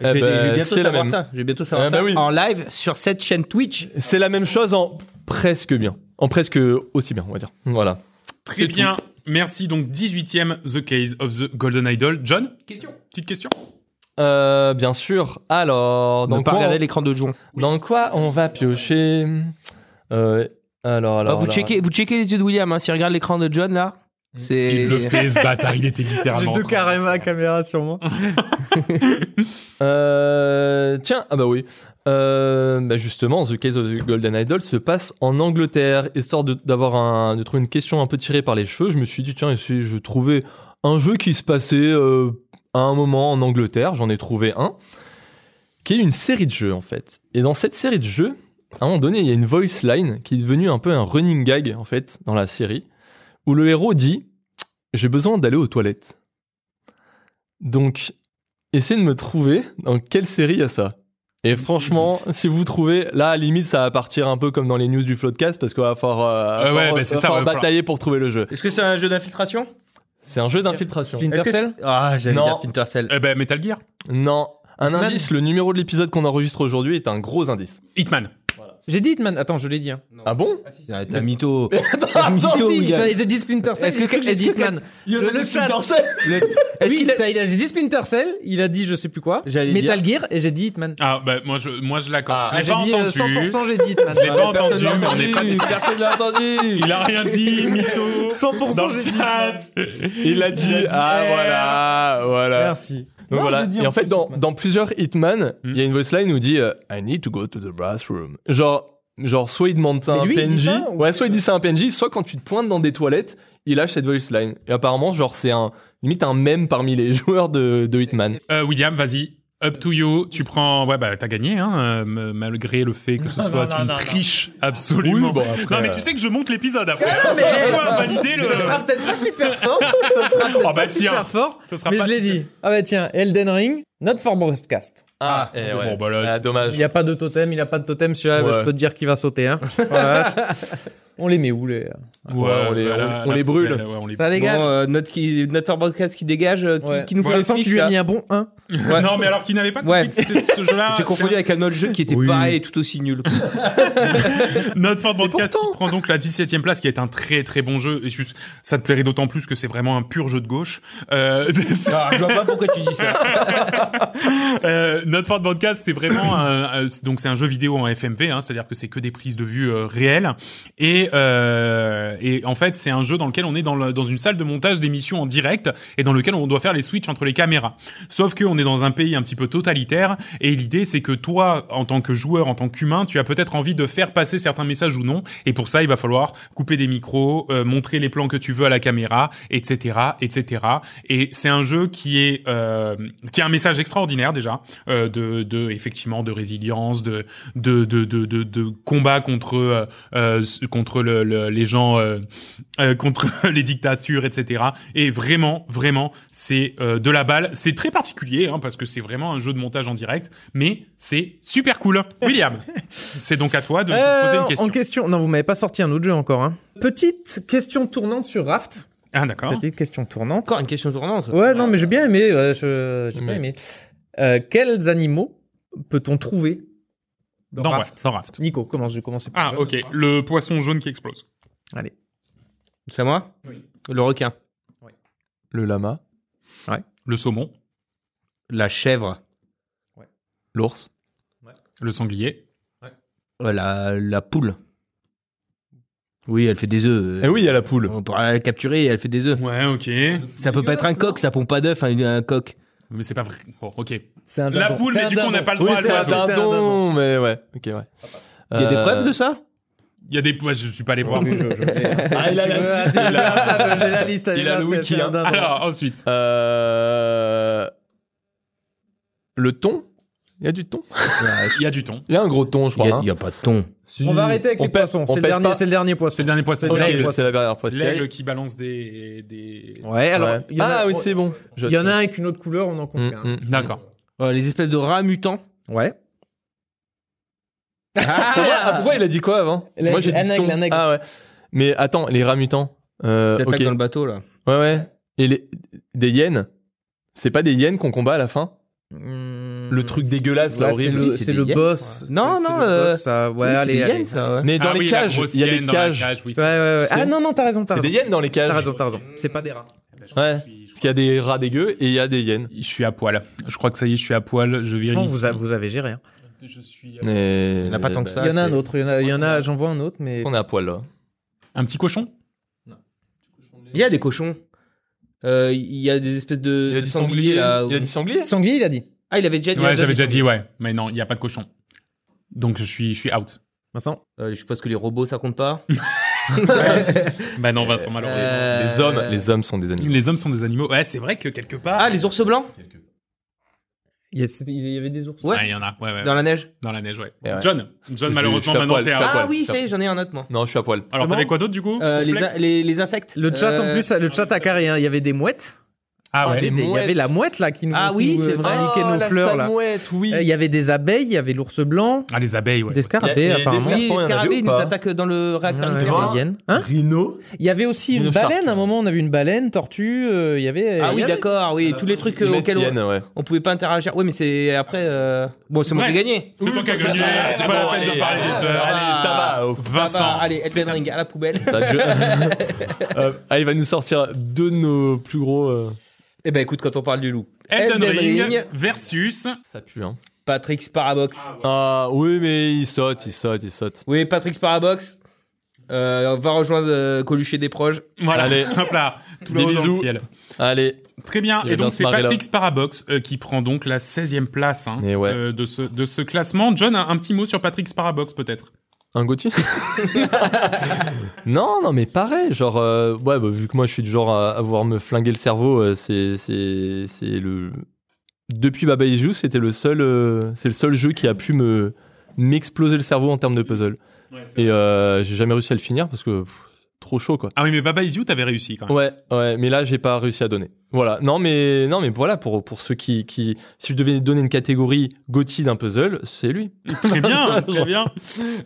Speaker 7: eh
Speaker 6: Je vais-
Speaker 7: ben,
Speaker 6: je vais bientôt
Speaker 7: c'est la
Speaker 6: savoir
Speaker 7: même
Speaker 6: ça. Je vais bientôt savoir
Speaker 7: Eh ben
Speaker 6: ça.
Speaker 7: oui.
Speaker 6: En live sur cette chaîne Twitch.
Speaker 7: c'est la même chose en presque bien en presque aussi bien on va dire voilà
Speaker 5: Très bien. Merci donc 18e The Case of the Golden Idol. John
Speaker 6: Question.
Speaker 5: Petite question.
Speaker 7: Euh, bien sûr alors
Speaker 6: Ne
Speaker 7: dans
Speaker 6: pas
Speaker 7: quoi
Speaker 6: regarder l'écran de Jon.
Speaker 7: dans quoi on va piocher Euh, alors
Speaker 6: Ah,
Speaker 7: alors
Speaker 6: vous
Speaker 7: alors,
Speaker 6: checkez, vous checkez les yeux de William. Hein. S'il regarde l'écran de John là, c'est.
Speaker 5: Il le fait ce bâtard, il était
Speaker 8: J'ai
Speaker 5: littéralement.
Speaker 8: deux
Speaker 5: en train de-
Speaker 8: carrémas à caméra sur moi.
Speaker 7: Euh, tiens, ah bah oui. Euh, bah justement, The Case of the Golden Idol se passe en Angleterre. Histoire de- d'avoir un, de trouver une question un peu tirée par les cheveux, je me suis dit, tiens, et si je trouvais un jeu qui se passait euh, à un moment en Angleterre, j'en ai trouvé un, qui est une série de jeux en fait. Et dans cette série de jeux, à un moment donné, il y a une voice line qui est devenue un peu un running gag en fait dans la série, où le héros dit, j'ai besoin d'aller aux toilettes. Donc, Essayez de me trouver dans quelle série il y a ça. Et franchement, si vous trouvez, là, à la limite, ça va partir un peu comme dans les news du Floodcast parce qu'on va falloir, euh,
Speaker 5: Euh, ouais,
Speaker 7: falloir-
Speaker 5: bah, c'est
Speaker 7: va
Speaker 5: ça,
Speaker 7: falloir
Speaker 5: ouais,
Speaker 7: batailler pour trouver le jeu.
Speaker 6: Est-ce que c'est un jeu d'infiltration
Speaker 7: C'est un jeu d'infiltration.
Speaker 8: Splinter Cell
Speaker 6: Ah, j'allais
Speaker 7: Non.
Speaker 6: dire Splinter Cell.
Speaker 5: Eh ben, Metal Gear.
Speaker 7: Non. Un
Speaker 8: Hitman
Speaker 7: indice, le numéro de l'épisode qu'on enregistre aujourd'hui est un gros indice.
Speaker 5: Hitman.
Speaker 8: J'ai dit Hitman. Attends, je l'ai dit. Hein.
Speaker 7: Ah bon
Speaker 6: Ah, T'as mytho.
Speaker 8: Ah,
Speaker 6: mytho, William.
Speaker 8: j'ai dit Splinter Cell.
Speaker 6: Est-ce que-
Speaker 8: du coup, j'ai
Speaker 6: est-ce
Speaker 8: dit
Speaker 6: que-
Speaker 8: Hitman Le, le chat.
Speaker 6: Est-ce
Speaker 8: Oui,
Speaker 6: qu'il a-
Speaker 8: t'as- il a- j'ai dit Splinter Cell, il a dit je sais plus quoi.
Speaker 6: J'allais
Speaker 8: Metal Gear et j'ai dit Hitman.
Speaker 5: Ah, bah, moi, je, moi, je l'accorde.
Speaker 8: Ah,
Speaker 5: je l'ai
Speaker 8: j'ai
Speaker 5: pas
Speaker 8: dit euh,
Speaker 5: entendu.
Speaker 8: 100% j'ai dit Hitman.
Speaker 5: Je l'ai pas
Speaker 6: Personne
Speaker 5: entendu,
Speaker 6: l'a
Speaker 5: mais on est
Speaker 6: entendu,
Speaker 5: pas-
Speaker 6: Personne l'a entendu.
Speaker 5: Il a rien dit, mytho.
Speaker 8: 100%
Speaker 5: Dans
Speaker 8: j'ai
Speaker 5: le
Speaker 8: dit
Speaker 5: chat.
Speaker 7: Il l'a dit. Ah voilà, voilà.
Speaker 8: Merci.
Speaker 7: Donc
Speaker 8: Eh. Non, je
Speaker 7: voilà.
Speaker 8: l'ai dit
Speaker 7: Et en
Speaker 8: en
Speaker 7: fait,
Speaker 8: plus,
Speaker 7: dans,
Speaker 8: Hitman.
Speaker 7: dans plusieurs Hitman,
Speaker 5: Hmm.
Speaker 7: il y a une voice line où dit euh, I need to go to the bathroom. Genre, genre soit il demande ça à
Speaker 8: Mais
Speaker 7: un
Speaker 8: lui, il dit
Speaker 7: PNJ,
Speaker 8: ça, ou
Speaker 7: ouais,
Speaker 8: c'est-
Speaker 7: soit il dit ça à un PNJ, soit quand tu te pointes dans des toilettes, il lâche cette voice line. Et apparemment, genre c'est un limite un mème parmi les joueurs de, de Hitman.
Speaker 5: Euh, William, vas-y. Up to you. Tu prends. Ouais, bah, t'as gagné, hein, euh, m- malgré le fait que ce soit une triche. Absolument.
Speaker 7: Oui, bon, après,
Speaker 5: non, mais
Speaker 7: euh,
Speaker 5: tu sais que je monte l'épisode après. hein. Je dois valider le.
Speaker 8: peut-être pas super fort. Ça sera peut-être
Speaker 5: Oh, bah,
Speaker 8: pas
Speaker 5: tiens.
Speaker 8: super fort.
Speaker 5: Ça sera
Speaker 8: mais
Speaker 5: pas
Speaker 8: je l'ai
Speaker 5: super.
Speaker 8: dit. Ah bah tiens, Elden Ring, not for broadcast.
Speaker 7: Ah, eh
Speaker 5: bon,
Speaker 7: ouais.
Speaker 5: bah là,
Speaker 7: Ah,
Speaker 8: Il
Speaker 7: dommage.
Speaker 8: n'y a pas de totem, il n'y a pas de totem. Celui-là,
Speaker 7: Ouais.
Speaker 8: je peux te dire qu'il va sauter. Hein. Voilà. On les met où les
Speaker 7: Ouais, on les- on- on les brûle.
Speaker 5: poubelle, ouais, on les-
Speaker 8: Ça dégage.
Speaker 6: Bon, euh, notre qui, notre broadcast qui dégage, euh, qui,
Speaker 8: Ouais.
Speaker 6: qui nous fait
Speaker 8: Vincent,
Speaker 6: le flic,
Speaker 8: tu lui as
Speaker 6: là.
Speaker 8: mis un bon 1.
Speaker 6: Ouais.
Speaker 5: Non, mais alors qu'il n'avait pas compris
Speaker 6: Ouais.
Speaker 5: que c'était- ce jeu-là.
Speaker 6: J'ai confondu avec un autre jeu qui était
Speaker 8: Oui.
Speaker 6: pareil et tout aussi nul.
Speaker 5: Notre Ford Broadcast
Speaker 7: pourtant-
Speaker 5: qui prend donc la 17 e place, qui est un très très bon jeu. Et juste, ça te plairait d'autant plus que c'est vraiment un pur jeu de gauche. Euh,
Speaker 6: Ah, je vois pas pourquoi tu dis ça.
Speaker 5: euh, Notre Ford Broadcast, c'est vraiment un, un- donc c'est un jeu vidéo en FMV, hein, c'est-à-dire que c'est que des prises de vue euh, réelles. Et euh, et en fait, c'est un jeu dans lequel on est dans le- dans une salle de montage d'émissions en direct et dans lequel on doit faire les switches entre les caméras. Sauf qu'on est dans un pays un petit peu totalitaire et l'idée c'est que toi, en tant que joueur, en tant qu'humain, tu as peut-être envie de faire passer certains messages ou non. Et pour ça, il va falloir couper des micros, euh, montrer les plans que tu veux à la caméra, etc., etc. Et c'est un jeu qui est euh, qui a un message extraordinaire déjà euh, de de effectivement de résilience, de de de de de, de combat contre euh, euh, contre le, le- les gens euh, euh, contre les dictatures, etc. Et vraiment, vraiment, c'est euh, de la balle. C'est très particulier hein, parce que c'est vraiment un jeu de montage en direct, mais c'est super cool. William, c'est donc à toi de nous poser une question.
Speaker 8: Euh, en question. Non, vous m'avez pas sorti un autre jeu encore. Hein. Petite question tournante sur Raft.
Speaker 5: Ah d'accord.
Speaker 8: Hein Petite question tournante.
Speaker 6: Encore une question tournante.
Speaker 8: Ouais, non, mais j'ai bien aimé. ouais, je- j'ai pas
Speaker 7: Mais-
Speaker 8: aimé. Euh, quels animaux peut-on trouver dans,
Speaker 5: Dans
Speaker 8: Raft
Speaker 5: Raft, dans Raft.
Speaker 8: Nico, commence, je commence. c'est pas
Speaker 5: Ah,
Speaker 8: grave.
Speaker 5: ok. Le poisson jaune qui explose.
Speaker 8: Allez.
Speaker 6: C'est à moi
Speaker 5: Oui.
Speaker 6: Le requin.
Speaker 7: Le lama,
Speaker 5: Le saumon.
Speaker 6: La chèvre.
Speaker 7: l'ours,
Speaker 5: Le sanglier.
Speaker 6: Euh, La, la poule. Oui, elle fait des œufs.
Speaker 7: Eh oui, il y a la poule.
Speaker 6: On pourra la capturer et elle fait des œufs.
Speaker 5: Ouais, ok.
Speaker 6: Ça peut pas être un coq, ça pond pas d'œuf, un, un coq.
Speaker 5: Mais c'est pas vrai. Bon, ok.
Speaker 8: C'est un
Speaker 5: La
Speaker 8: dindon.
Speaker 5: poule,
Speaker 8: C'est
Speaker 5: mais
Speaker 8: un
Speaker 5: du coup, on n'a
Speaker 8: dindon.
Speaker 5: pas le
Speaker 7: Oui,
Speaker 5: droit à
Speaker 7: c'est
Speaker 5: l'oiseau.
Speaker 7: un
Speaker 8: l'oiseau.
Speaker 7: dindon, mais ouais. Ok, ouais.
Speaker 6: Il y a des preuves de ça
Speaker 5: Il y a des. ouais, je suis pas allé voir.
Speaker 8: Oui, je- je- c'est-
Speaker 7: Ah,
Speaker 8: si
Speaker 7: il a
Speaker 8: tu
Speaker 7: la-
Speaker 8: veux, ah, tu-
Speaker 7: il a-
Speaker 8: attends, J'ai la liste. elle
Speaker 7: il
Speaker 8: est
Speaker 7: a
Speaker 8: là,
Speaker 7: le
Speaker 8: c'est-
Speaker 7: wiki,
Speaker 8: c'est un
Speaker 7: hein.
Speaker 8: dindon.
Speaker 5: Alors, ensuite.
Speaker 7: Euh... Le thon Il y a du thon
Speaker 5: Il y a du thon.
Speaker 7: Il y a un gros thon, je
Speaker 6: Il
Speaker 7: crois.
Speaker 6: y a,
Speaker 7: hein.
Speaker 6: il y a pas de thon.
Speaker 8: On va arrêter avec
Speaker 7: On
Speaker 8: les
Speaker 7: pète-
Speaker 8: poissons.
Speaker 7: on
Speaker 8: C'est le
Speaker 7: pète
Speaker 8: dernier.
Speaker 7: pas.
Speaker 8: C'est le dernier
Speaker 5: C'est
Speaker 8: poisson.
Speaker 5: le dernier poisson.
Speaker 8: C'est le dernier
Speaker 5: L'aigle.
Speaker 8: poisson.
Speaker 7: C'est la dernière préférée.
Speaker 5: L'aigle qui balance des. des...
Speaker 8: Ouais. Alors,
Speaker 7: Ouais.
Speaker 8: il y en a-
Speaker 7: Ah oui, c'est bon. Je-
Speaker 8: Il y en a un avec une autre couleur. On en compte
Speaker 7: Mm,
Speaker 8: un.
Speaker 7: mm.
Speaker 5: D'accord.
Speaker 6: Euh, les espèces de rats mutants.
Speaker 8: Ouais.
Speaker 7: Pourquoi, ah, pourquoi il a dit quoi avant
Speaker 8: Il a
Speaker 7: Moi
Speaker 8: dit
Speaker 7: j'ai dit
Speaker 8: un aigle,
Speaker 7: thon.
Speaker 8: un aigle.
Speaker 7: Ah ouais. Mais attends, les rats mutants. Euh,
Speaker 6: T'attaques
Speaker 7: ok.
Speaker 6: dans le bateau là.
Speaker 7: Ouais ouais. Et les des hyènes. C'est pas des hyènes qu'on combat à la fin Le truc dégueulasse là
Speaker 8: Ouais, c'est
Speaker 7: horrible.
Speaker 8: le,
Speaker 6: Oui, c'est
Speaker 8: Mm.
Speaker 6: des
Speaker 8: c'est le
Speaker 6: hyènes.
Speaker 8: boss.
Speaker 6: Non,
Speaker 8: C'est-
Speaker 6: non,
Speaker 8: c'est le
Speaker 6: euh,
Speaker 8: boss, ça. Ouais,
Speaker 6: Oui, c'est
Speaker 8: allez,
Speaker 6: des
Speaker 8: allez.
Speaker 6: hyènes, ça, ouais.
Speaker 7: Mais dans
Speaker 5: Ah
Speaker 7: les
Speaker 5: oui, la
Speaker 7: cages,
Speaker 5: grosse
Speaker 7: il y a les
Speaker 5: hyène dans la
Speaker 7: cages.
Speaker 5: cage, oui,
Speaker 8: Ouais, ouais, ouais.
Speaker 7: Tu sais.
Speaker 8: Ah non, non, t'as raison, t'as
Speaker 7: C'est des
Speaker 8: raison.
Speaker 7: hyènes dans les
Speaker 8: T'as
Speaker 7: cages.
Speaker 8: raison, t'as raison. Mm. C'est pas des rats.
Speaker 7: Ouais. Parce qu'il y a des rats dégueux et il y a des hyènes.
Speaker 5: Je suis à poil. Je crois que ça y est, je suis à poil. Je
Speaker 8: Franchement,
Speaker 5: vérifie.
Speaker 8: vous, a- vous avez géré. hein.
Speaker 5: Je suis. euh,
Speaker 7: Mais...
Speaker 6: Il y en a pas tant que ça.
Speaker 8: Il y en a un
Speaker 6: c'est-
Speaker 8: autre. Il y en a, il y en a j'en vois un autre, mais.
Speaker 7: On est à poil là.
Speaker 5: Un petit cochon
Speaker 6: Il y a des cochons. Euh, il y a des espèces de,
Speaker 7: Il a
Speaker 6: de
Speaker 7: dit
Speaker 6: sangliers
Speaker 7: sanglier.
Speaker 6: là.
Speaker 7: Il a dit sanglier
Speaker 8: Sanglier, il a dit.
Speaker 6: Ah, il avait déjà dit.
Speaker 5: Ouais, j'avais
Speaker 6: des
Speaker 5: déjà dit,
Speaker 6: sangliers.
Speaker 5: ouais. Mais non, il n'y a pas de cochon. Donc je suis, je suis out.
Speaker 8: Vincent.
Speaker 6: Euh, je suppose que les robots ça compte pas.
Speaker 5: Bah non, Vincent, malheureusement.
Speaker 6: Euh,
Speaker 7: Les hommes, les hommes sont des animaux.
Speaker 5: Les hommes sont des animaux. Ouais, c'est vrai que quelque part.
Speaker 6: Ah, les ours blancs
Speaker 8: Il y, a- c'était- il y avait des ours.
Speaker 6: Ouais.
Speaker 5: Ah, il y en a, ouais, ouais.
Speaker 6: dans
Speaker 5: Dans,
Speaker 6: la neige.
Speaker 5: la neige, ouais.
Speaker 7: Eh ouais.
Speaker 5: John, John,
Speaker 7: Je-
Speaker 5: malheureusement,
Speaker 7: je suis à
Speaker 5: maintenant
Speaker 7: poil,
Speaker 5: t'es
Speaker 7: je suis à
Speaker 5: out.
Speaker 7: poil.
Speaker 6: Ah
Speaker 7: ouais,
Speaker 6: oui,
Speaker 7: ça
Speaker 6: ça y est, j'en ai un autre moi.
Speaker 7: Non, je suis à poil.
Speaker 5: Alors, t'avais
Speaker 8: Comment
Speaker 5: quoi d'autre du coup
Speaker 6: Euh, les,
Speaker 5: Flex
Speaker 6: in- les, les insectes.
Speaker 8: Le chat, en
Speaker 6: Euh,
Speaker 8: plus, le chat a carré. hein. Il y avait des mouettes.
Speaker 5: Ah
Speaker 8: Il y avait
Speaker 5: ouais.
Speaker 8: des- il y avait la mouette là qui nous
Speaker 6: Ah oui,
Speaker 8: qui nous,
Speaker 6: c'est
Speaker 8: euh,
Speaker 6: vrai.
Speaker 8: paniquait nos fleurs là.
Speaker 7: oui.
Speaker 8: Euh, Il y avait des abeilles, il y avait l'ours blanc,
Speaker 5: Ah, les abeilles, ouais.
Speaker 8: des
Speaker 7: Il y a- il y
Speaker 8: scarabées
Speaker 7: a des
Speaker 8: apparemment.
Speaker 7: serpents,
Speaker 8: Ah,
Speaker 6: Oui,
Speaker 7: il y en
Speaker 6: les
Speaker 7: avait
Speaker 6: scarabées
Speaker 7: ou
Speaker 6: ils nous
Speaker 7: pas Mmh. Ah
Speaker 6: attaquent dans le réacteur
Speaker 8: Ouais,
Speaker 6: nucléaire.
Speaker 8: ouais, les hyènes. Hein
Speaker 7: Rhino.
Speaker 8: Il y avait aussi une
Speaker 7: Une
Speaker 8: baleine,
Speaker 7: shark,
Speaker 8: à un moment on avait une baleine, tortue, euh, il y avait...
Speaker 6: Ah
Speaker 8: il
Speaker 6: oui,
Speaker 8: y avait-
Speaker 6: d'accord, oui, tous les trucs euh, auxquels on,
Speaker 7: ouais.
Speaker 6: on pouvait pas interagir. Oui, mais c'est après. euh, Bon, c'est moi qui ai
Speaker 5: Ouais.
Speaker 6: gagné.
Speaker 5: C'est toi qui as gagné. C'est pas la peine de parler des heures.
Speaker 7: Allez, ça va. oh, pff,
Speaker 5: Vincent.
Speaker 6: Ah bah, allez, Elden Ring à la poubelle.
Speaker 7: ça va, je- Euh, ah, il va nous sortir deux de nos plus gros. euh,
Speaker 6: Eh ben écoute, quand on parle du loup,
Speaker 5: Elden
Speaker 6: Elden
Speaker 5: Ring
Speaker 6: Ring.
Speaker 5: versus.
Speaker 7: Ça pue, hein.
Speaker 6: Patrick Sparabox.
Speaker 7: Ah, oui, mais il saute, il saute, il saute.
Speaker 6: Oui, Patrick Sparabox euh, va rejoindre euh, Coluche et des proches.
Speaker 5: Voilà.
Speaker 7: Allez.
Speaker 5: Hop là. Tout
Speaker 7: Des
Speaker 5: le haut dans le
Speaker 7: bisous.
Speaker 5: ciel.
Speaker 7: Allez,
Speaker 5: Très bien.
Speaker 7: Il
Speaker 5: Et
Speaker 7: va bien
Speaker 5: donc,
Speaker 7: se
Speaker 5: c'est
Speaker 7: marrer, là.
Speaker 5: Patrick Sparabox euh, qui prend donc la 16e place hein,
Speaker 7: Et Eh ouais.
Speaker 5: euh, de, ce, de ce classement. John, un, un petit mot sur Patrick Sparabox, peut-être
Speaker 7: un Gauthier Non, non, mais pareil. Genre, euh, ouais, bah, vu que moi je suis du genre à, à vouloir me flinguer le cerveau, euh, c'est, c'est, c'est le. Depuis Baba Is You, c'était le seul, euh, c'est le seul jeu qui a pu me m'exploser le cerveau en termes de puzzle. Et euh, j'ai jamais réussi à le finir parce que pff, trop chaud, quoi.
Speaker 5: Ah oui, mais Baba Is You, t'avais réussi quand même.
Speaker 7: Ouais, ouais, mais là j'ai pas réussi à donner. Voilà. Non, mais non, mais voilà pour pour ceux qui qui si je devais donner une catégorie Gotti d'un puzzle, c'est lui.
Speaker 5: Très bien, très bien.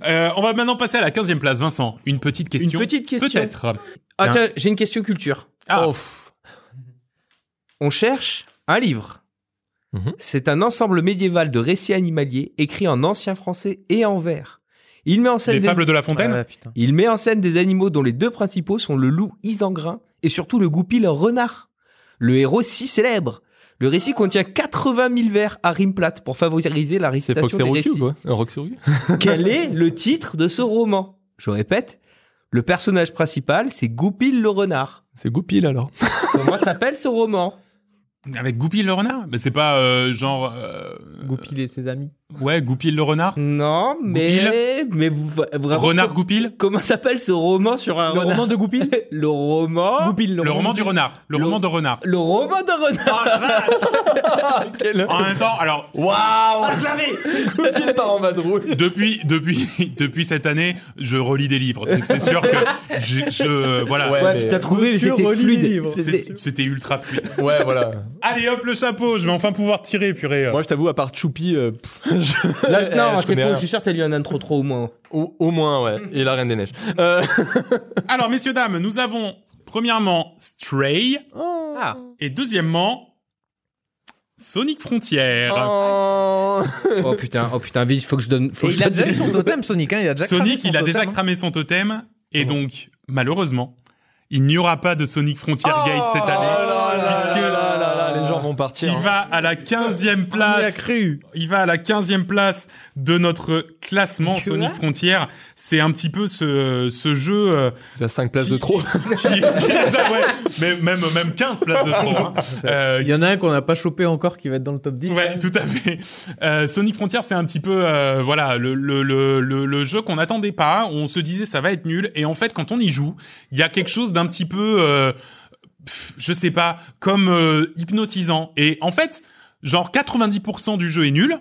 Speaker 5: Euh, on va maintenant passer à la 15e place. Vincent, une petite question.
Speaker 6: Une petite question.
Speaker 5: Peut-être.
Speaker 6: Ah tiens, j'ai une question culture.
Speaker 5: Ah.
Speaker 7: Oh, pff.
Speaker 6: On cherche un livre.
Speaker 7: Mhm.
Speaker 6: C'est un ensemble médiéval de récits animaliers écrits en ancien français et en vers. Il met en scène
Speaker 5: Les
Speaker 6: des...
Speaker 5: fables de la fontaine
Speaker 8: Ah, putain.
Speaker 6: Il met en scène des animaux dont les deux principaux sont le loup isengrin et surtout le goupil renard. Le héros si célèbre. Le récit contient 80 000 vers à rime plate pour favoriser la
Speaker 7: c'est
Speaker 6: récitation
Speaker 7: Fox
Speaker 6: des
Speaker 7: Hero
Speaker 6: récits.
Speaker 7: Cube, ouais. Un Rock Hero Cube.
Speaker 6: Quel est le titre de ce roman Je répète, le personnage principal, c'est Goupil le renard.
Speaker 7: C'est Goupil alors.
Speaker 6: Comment s'appelle ce roman
Speaker 5: Avec Goupil le renard Mais c'est pas euh, genre. euh,
Speaker 8: Goupil et ses amis.
Speaker 5: Ouais, Goupil le renard
Speaker 6: Non, mais mais vous, vous
Speaker 5: Renard Goupil
Speaker 6: Comment s'appelle ce roman sur un
Speaker 8: Le
Speaker 6: renard
Speaker 8: roman de Goupil
Speaker 6: Le roman
Speaker 8: Goupil,
Speaker 5: Le roman du renard. Le
Speaker 6: Le-
Speaker 5: roman de renard.
Speaker 6: Le roman de renard.
Speaker 5: En même temps, alors,
Speaker 7: Goupil part en vadrouille.
Speaker 5: depuis, depuis, depuis cette année, je relis des livres. Donc c'est sûr que j'ai- je. Voilà.
Speaker 7: Ouais,
Speaker 6: Ouais,
Speaker 7: mais-
Speaker 6: puis t'as trouvé,
Speaker 8: Monsieur
Speaker 6: c'était
Speaker 8: relit les
Speaker 6: fluide.
Speaker 8: livres.
Speaker 6: C'était-
Speaker 5: C'est- C'était ultra fluide.
Speaker 7: Ouais, voilà.
Speaker 5: Allez hop, le chapeau, je vais enfin pouvoir tirer, purée.
Speaker 7: Moi, je t'avoue, à part Choupi, euh, pff, je-
Speaker 6: Là, non,
Speaker 7: je
Speaker 6: c'est
Speaker 7: connais
Speaker 6: faux,
Speaker 7: rien.
Speaker 6: Eh, je suis sûr que t'as lu un intro trop au moins.
Speaker 7: Au, au moins, ouais. Et la Reine des Neiges. Euh,
Speaker 5: Alors, messieurs, dames, nous avons premièrement Stray
Speaker 8: Ah,
Speaker 5: et deuxièmement Sonic Frontier.
Speaker 7: Oh.
Speaker 6: Oh putain, oh putain, vite, faut que je donne. Faut
Speaker 8: Et
Speaker 6: que
Speaker 8: il
Speaker 6: je
Speaker 8: a
Speaker 6: donne-
Speaker 8: déjà eu son totem, Sonic. Hein, il a déjà cramé
Speaker 5: Sonic,
Speaker 8: son
Speaker 5: il a déjà
Speaker 8: totem, hein.
Speaker 5: cramé son totem. Et donc, malheureusement, il n'y aura pas de Sonic Frontier Gate cette année. puisque
Speaker 7: Oh là là là, Ah, les gens vont partir.
Speaker 5: il
Speaker 7: hein.
Speaker 5: va à la 15e
Speaker 8: Il a
Speaker 5: place.
Speaker 8: cru.
Speaker 5: Il va à la 15e place de notre classement
Speaker 8: Tu
Speaker 5: Sonic
Speaker 8: vois
Speaker 5: Frontier. C'est un petit peu ce, ce jeu euh,
Speaker 7: Il a 5 places de trop.
Speaker 5: qui, qui est déjà, ouais, mais même, même 15 places de trop. hein. Euh,
Speaker 8: Il y en a un qu'on n'a pas chopé encore qui va être dans le top 10.
Speaker 5: Ouais, tout à fait. Euh, Sonic Frontier, c'est un petit peu, euh, voilà, le, le, le, le, le jeu qu'on n'attendait pas. On se disait ça va être nul, et en fait, quand on y joue, il y a quelque chose d'un petit peu, euh, pff, je sais pas, comme euh, hypnotisant. Et en fait, genre 90% du jeu est nul,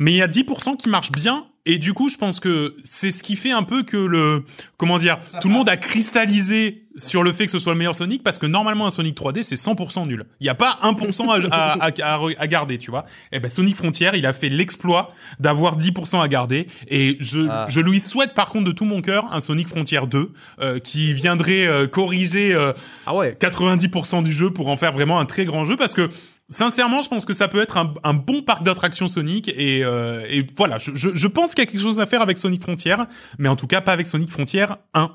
Speaker 5: mais il y a 10% qui marche bien. Et du coup, je pense que c'est ce qui fait un peu que le, comment dire, tout le monde a cristallisé sur le fait que ce soit le meilleur Sonic parce que normalement un Sonic 3D c'est 100% nul. Il n'y a pas 1% à, à, à, à re- à garder, tu vois. Et ben Sonic Frontier, il a fait l'exploit d'avoir 10% à garder et je,
Speaker 7: Ah.
Speaker 5: je lui souhaite par contre de tout mon cœur un Sonic Frontier 2 euh, qui viendrait euh, corriger euh,
Speaker 8: Ah ouais.
Speaker 5: 90% du jeu pour en faire vraiment un très grand jeu parce que sincèrement je pense que ça peut être un, un bon parc d'attractions Sonic et, euh, et voilà je, je, je pense qu'il y a quelque chose à faire avec Sonic Frontier mais en tout cas pas avec Sonic Frontier 1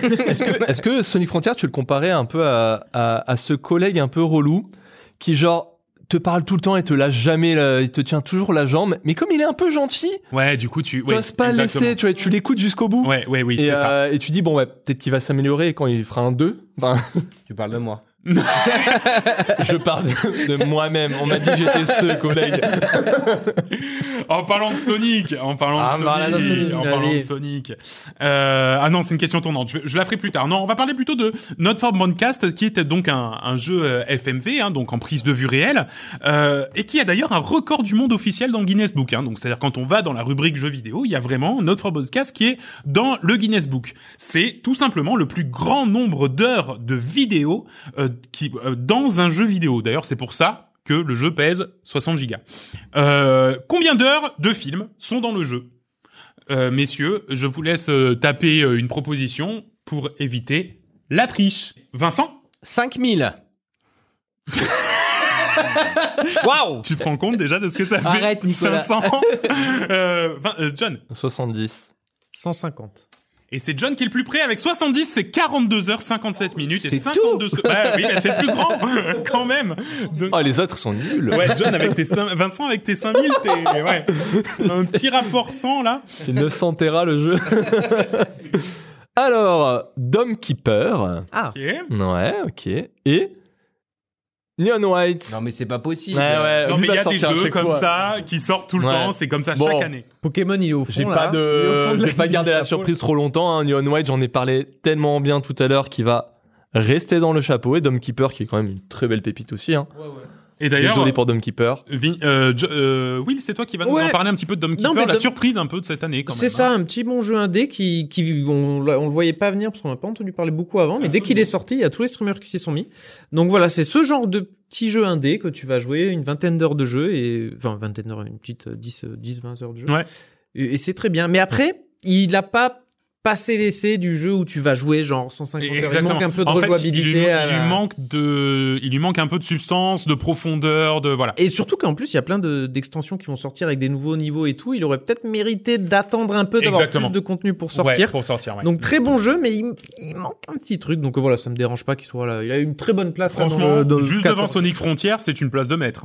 Speaker 7: Est-ce que, est-ce que Sonic Frontier, tu le comparais un peu à, à, à ce collègue un peu relou qui, genre, te parle tout le temps et te lâche jamais, la- il te tient toujours la jambe, mais comme il est un peu gentil,
Speaker 5: ouais du coup tu
Speaker 7: tu
Speaker 5: ouais,
Speaker 7: n'oses pas le laisser,
Speaker 5: exactement.
Speaker 7: tu vois, tu l'écoutes jusqu'au bout.
Speaker 5: ouais ouais oui
Speaker 7: Et,
Speaker 5: c'est ça
Speaker 7: euh, et tu dis, bon, ouais, peut-être qu'il va s'améliorer quand il fera un 2. Enfin,
Speaker 6: Tu parles de moi.
Speaker 7: je parle de, de moi-même. On m'a dit que j'étais ce collègue.
Speaker 5: en parlant de Sonic en parlant
Speaker 7: Ah,
Speaker 5: de
Speaker 7: voilà,
Speaker 5: Sonic,
Speaker 7: Sonic,
Speaker 5: en parlant de
Speaker 7: allez.
Speaker 5: Sonic Euh, ah non c'est une question tournante je, vais- je la ferai plus tard non on va parler plutôt de Not For Broadcast qui était donc un, un jeu euh, FMV hein, donc en prise de vue réelle euh, et qui a d'ailleurs un record du monde officiel dans le Guinness Book. Hein. Donc, c'est-à-dire quand on va dans la rubrique jeux vidéo, il y a vraiment notre podcast qui est dans le Guinness Book. C'est tout simplement le plus grand nombre d'heures de vidéo euh, qui euh, dans un jeu vidéo. D'ailleurs, c'est pour ça que le jeu pèse 60 gigas. Euh, combien d'heures de films sont dans le jeu Euh, Messieurs, je vous laisse euh, taper euh, une proposition pour éviter la triche. Vincent
Speaker 6: 5000. Waouh
Speaker 5: Tu te rends compte déjà de ce que ça fait
Speaker 6: Arrête, Nicolas.
Speaker 5: 500 euh, vingt- euh, John.
Speaker 7: 70.
Speaker 8: 150.
Speaker 5: Et c'est John qui est le plus près avec 70, c'est 42 heures 57 minutes et
Speaker 6: Oh, C'est
Speaker 5: 52 secondes. Bah oui, bah c'est le plus grand quand même. Donc-
Speaker 7: Oh, les autres sont nuls.
Speaker 5: Ouais, John avec tes cinq- Vincent avec tes 5000, t'es ouais. un petit rapport 100 là.
Speaker 7: C'est 900 Tera le jeu. Alors, Dom Keeper.
Speaker 6: Ah.
Speaker 5: OK.
Speaker 7: Ouais, ok. Et Neon White.
Speaker 6: Non mais c'est pas possible.
Speaker 7: Ouais, ouais,
Speaker 5: Non
Speaker 7: lui
Speaker 5: mais il
Speaker 7: va
Speaker 5: y a des
Speaker 7: sortir à
Speaker 5: jeux
Speaker 7: chaque
Speaker 5: comme
Speaker 7: fois.
Speaker 5: ça qui sortent tout le
Speaker 7: Ouais.
Speaker 5: temps, c'est comme ça
Speaker 7: Bon.
Speaker 5: chaque année.
Speaker 8: Pokémon, il est au fond.
Speaker 7: J'ai
Speaker 8: là.
Speaker 7: pas
Speaker 8: hein. Il est au fond
Speaker 7: de,
Speaker 8: de la
Speaker 7: j'ai pas gardé la
Speaker 8: liste, chapeau.
Speaker 7: surprise trop longtemps. Hein. Neon White, j'en ai parlé tellement bien tout à l'heure qu'il va rester dans le chapeau. Et Dom Keeper, qui est quand même une très belle pépite aussi. Hein.
Speaker 5: Et d'ailleurs
Speaker 7: Désolé pour Dom Keeper.
Speaker 5: Vin- euh, Jo- euh, Will, c'est toi qui vas nous
Speaker 8: Ouais.
Speaker 5: en parler un petit peu de Dom
Speaker 8: Non,
Speaker 5: Keeper,
Speaker 8: mais
Speaker 5: la
Speaker 8: Dom-
Speaker 5: surprise un peu de cette année quand même.
Speaker 8: C'est ça,
Speaker 5: hein.
Speaker 8: un petit bon jeu indé qui, qui on, l'a- on le voyait pas venir parce qu'on n'a pas entendu parler beaucoup avant, mais dès qu'il est sorti, il y a tous les streamers qui s'y sont mis. Donc voilà, c'est ce genre de petit jeu indé que tu vas jouer une vingtaine d'heures de jeu et enfin vingtaine d'heures, une petite euh, 10 euh, 10 20 heures de jeu.
Speaker 5: Ouais.
Speaker 8: Et, et c'est très bien, mais après, il n'a pas passé l'essai du jeu où tu vas jouer genre 150 heures, il
Speaker 5: Exactement.
Speaker 8: manque un peu de
Speaker 5: En fait,
Speaker 8: rejouabilité
Speaker 5: il lui,
Speaker 8: à
Speaker 5: il lui
Speaker 8: la-
Speaker 5: manque de, il lui manque un peu de substance, de profondeur, de voilà.
Speaker 8: Et surtout qu'en plus, il y a plein de- d'extensions qui vont sortir avec des nouveaux niveaux et tout. Il aurait peut-être mérité d'attendre un peu, d'avoir
Speaker 5: Exactement.
Speaker 8: plus de contenu pour sortir.
Speaker 5: Ouais, pour sortir. ouais.
Speaker 8: Donc très bon jeu, mais il, il manque un petit truc. Donc euh, voilà, ça me dérange pas qu'il soit là. Il a une très bonne place. là, dans
Speaker 5: Franchement,
Speaker 8: le- dans le
Speaker 5: juste
Speaker 8: 14.
Speaker 5: devant Sonic Frontier, c'est une place de maître.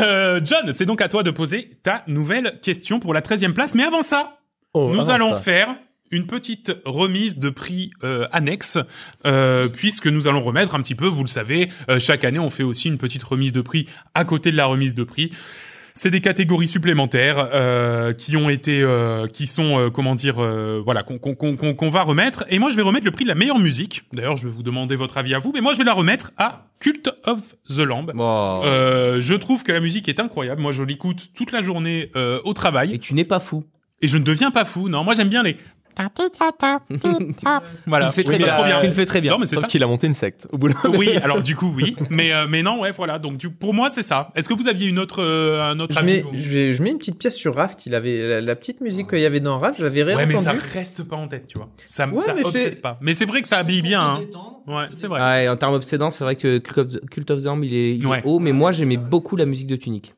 Speaker 5: Euh, John, c'est donc à toi de poser ta nouvelle question pour la 13e place. Mais avant ça,
Speaker 7: Oh,
Speaker 5: nous
Speaker 6: ah
Speaker 7: avant
Speaker 5: allons
Speaker 7: ça.
Speaker 5: faire une petite remise de prix euh, annexe, euh, puisque nous allons remettre un petit peu, vous le savez, euh, chaque année, on fait aussi une petite remise de prix à côté de la remise de prix. C'est des catégories supplémentaires euh, qui ont été, euh, qui sont, euh, comment dire, euh, voilà, qu'on qu'on- qu'on- qu'on- qu'on va remettre. Et moi, je vais remettre le prix de la meilleure musique. D'ailleurs, je vais vous demander votre avis à vous, mais moi, je vais la remettre à Cult of the Lamb.
Speaker 6: Bon.
Speaker 5: Euh, je trouve que la musique est incroyable. Moi, je l'écoute toute la journée euh, au travail.
Speaker 6: Et tu n'es pas fou.
Speaker 5: Et je ne deviens pas fou, non. Moi, j'aime bien les. Voilà.
Speaker 6: Il fait
Speaker 5: Oui,
Speaker 6: très
Speaker 5: mais euh,
Speaker 6: bien.
Speaker 5: trop bien.
Speaker 6: Il le fait très bien.
Speaker 5: Non, mais c'est
Speaker 7: Sauf
Speaker 5: ça.
Speaker 7: qu'il a monté une secte au bout d'un
Speaker 5: Oui, alors du coup, oui. Mais, euh, mais non, ouais, voilà. Donc du, pour moi, c'est ça. Est-ce que vous aviez une autre, euh, un autre
Speaker 8: Je
Speaker 5: avis,
Speaker 8: mets,
Speaker 5: vous
Speaker 8: je, vais- je mets une petite pièce sur Raft. Il avait la, la petite musique qu'il y avait dans Raft, je l'avais
Speaker 5: Ouais, mais ça
Speaker 8: réentendue.
Speaker 5: reste pas en tête, tu vois. Ça,
Speaker 8: Ouais,
Speaker 5: ça
Speaker 8: mais
Speaker 5: obsède
Speaker 8: c'est-
Speaker 5: pas. Mais c'est vrai que ça habille bien. hein. Ouais, c'est vrai.
Speaker 6: Ouais, en termes obsédants, c'est vrai que Cult of the- Cult of the Orm, il est, il est
Speaker 5: Ouais.
Speaker 6: haut, mais moi, j'aimais beaucoup la musique de Tunic.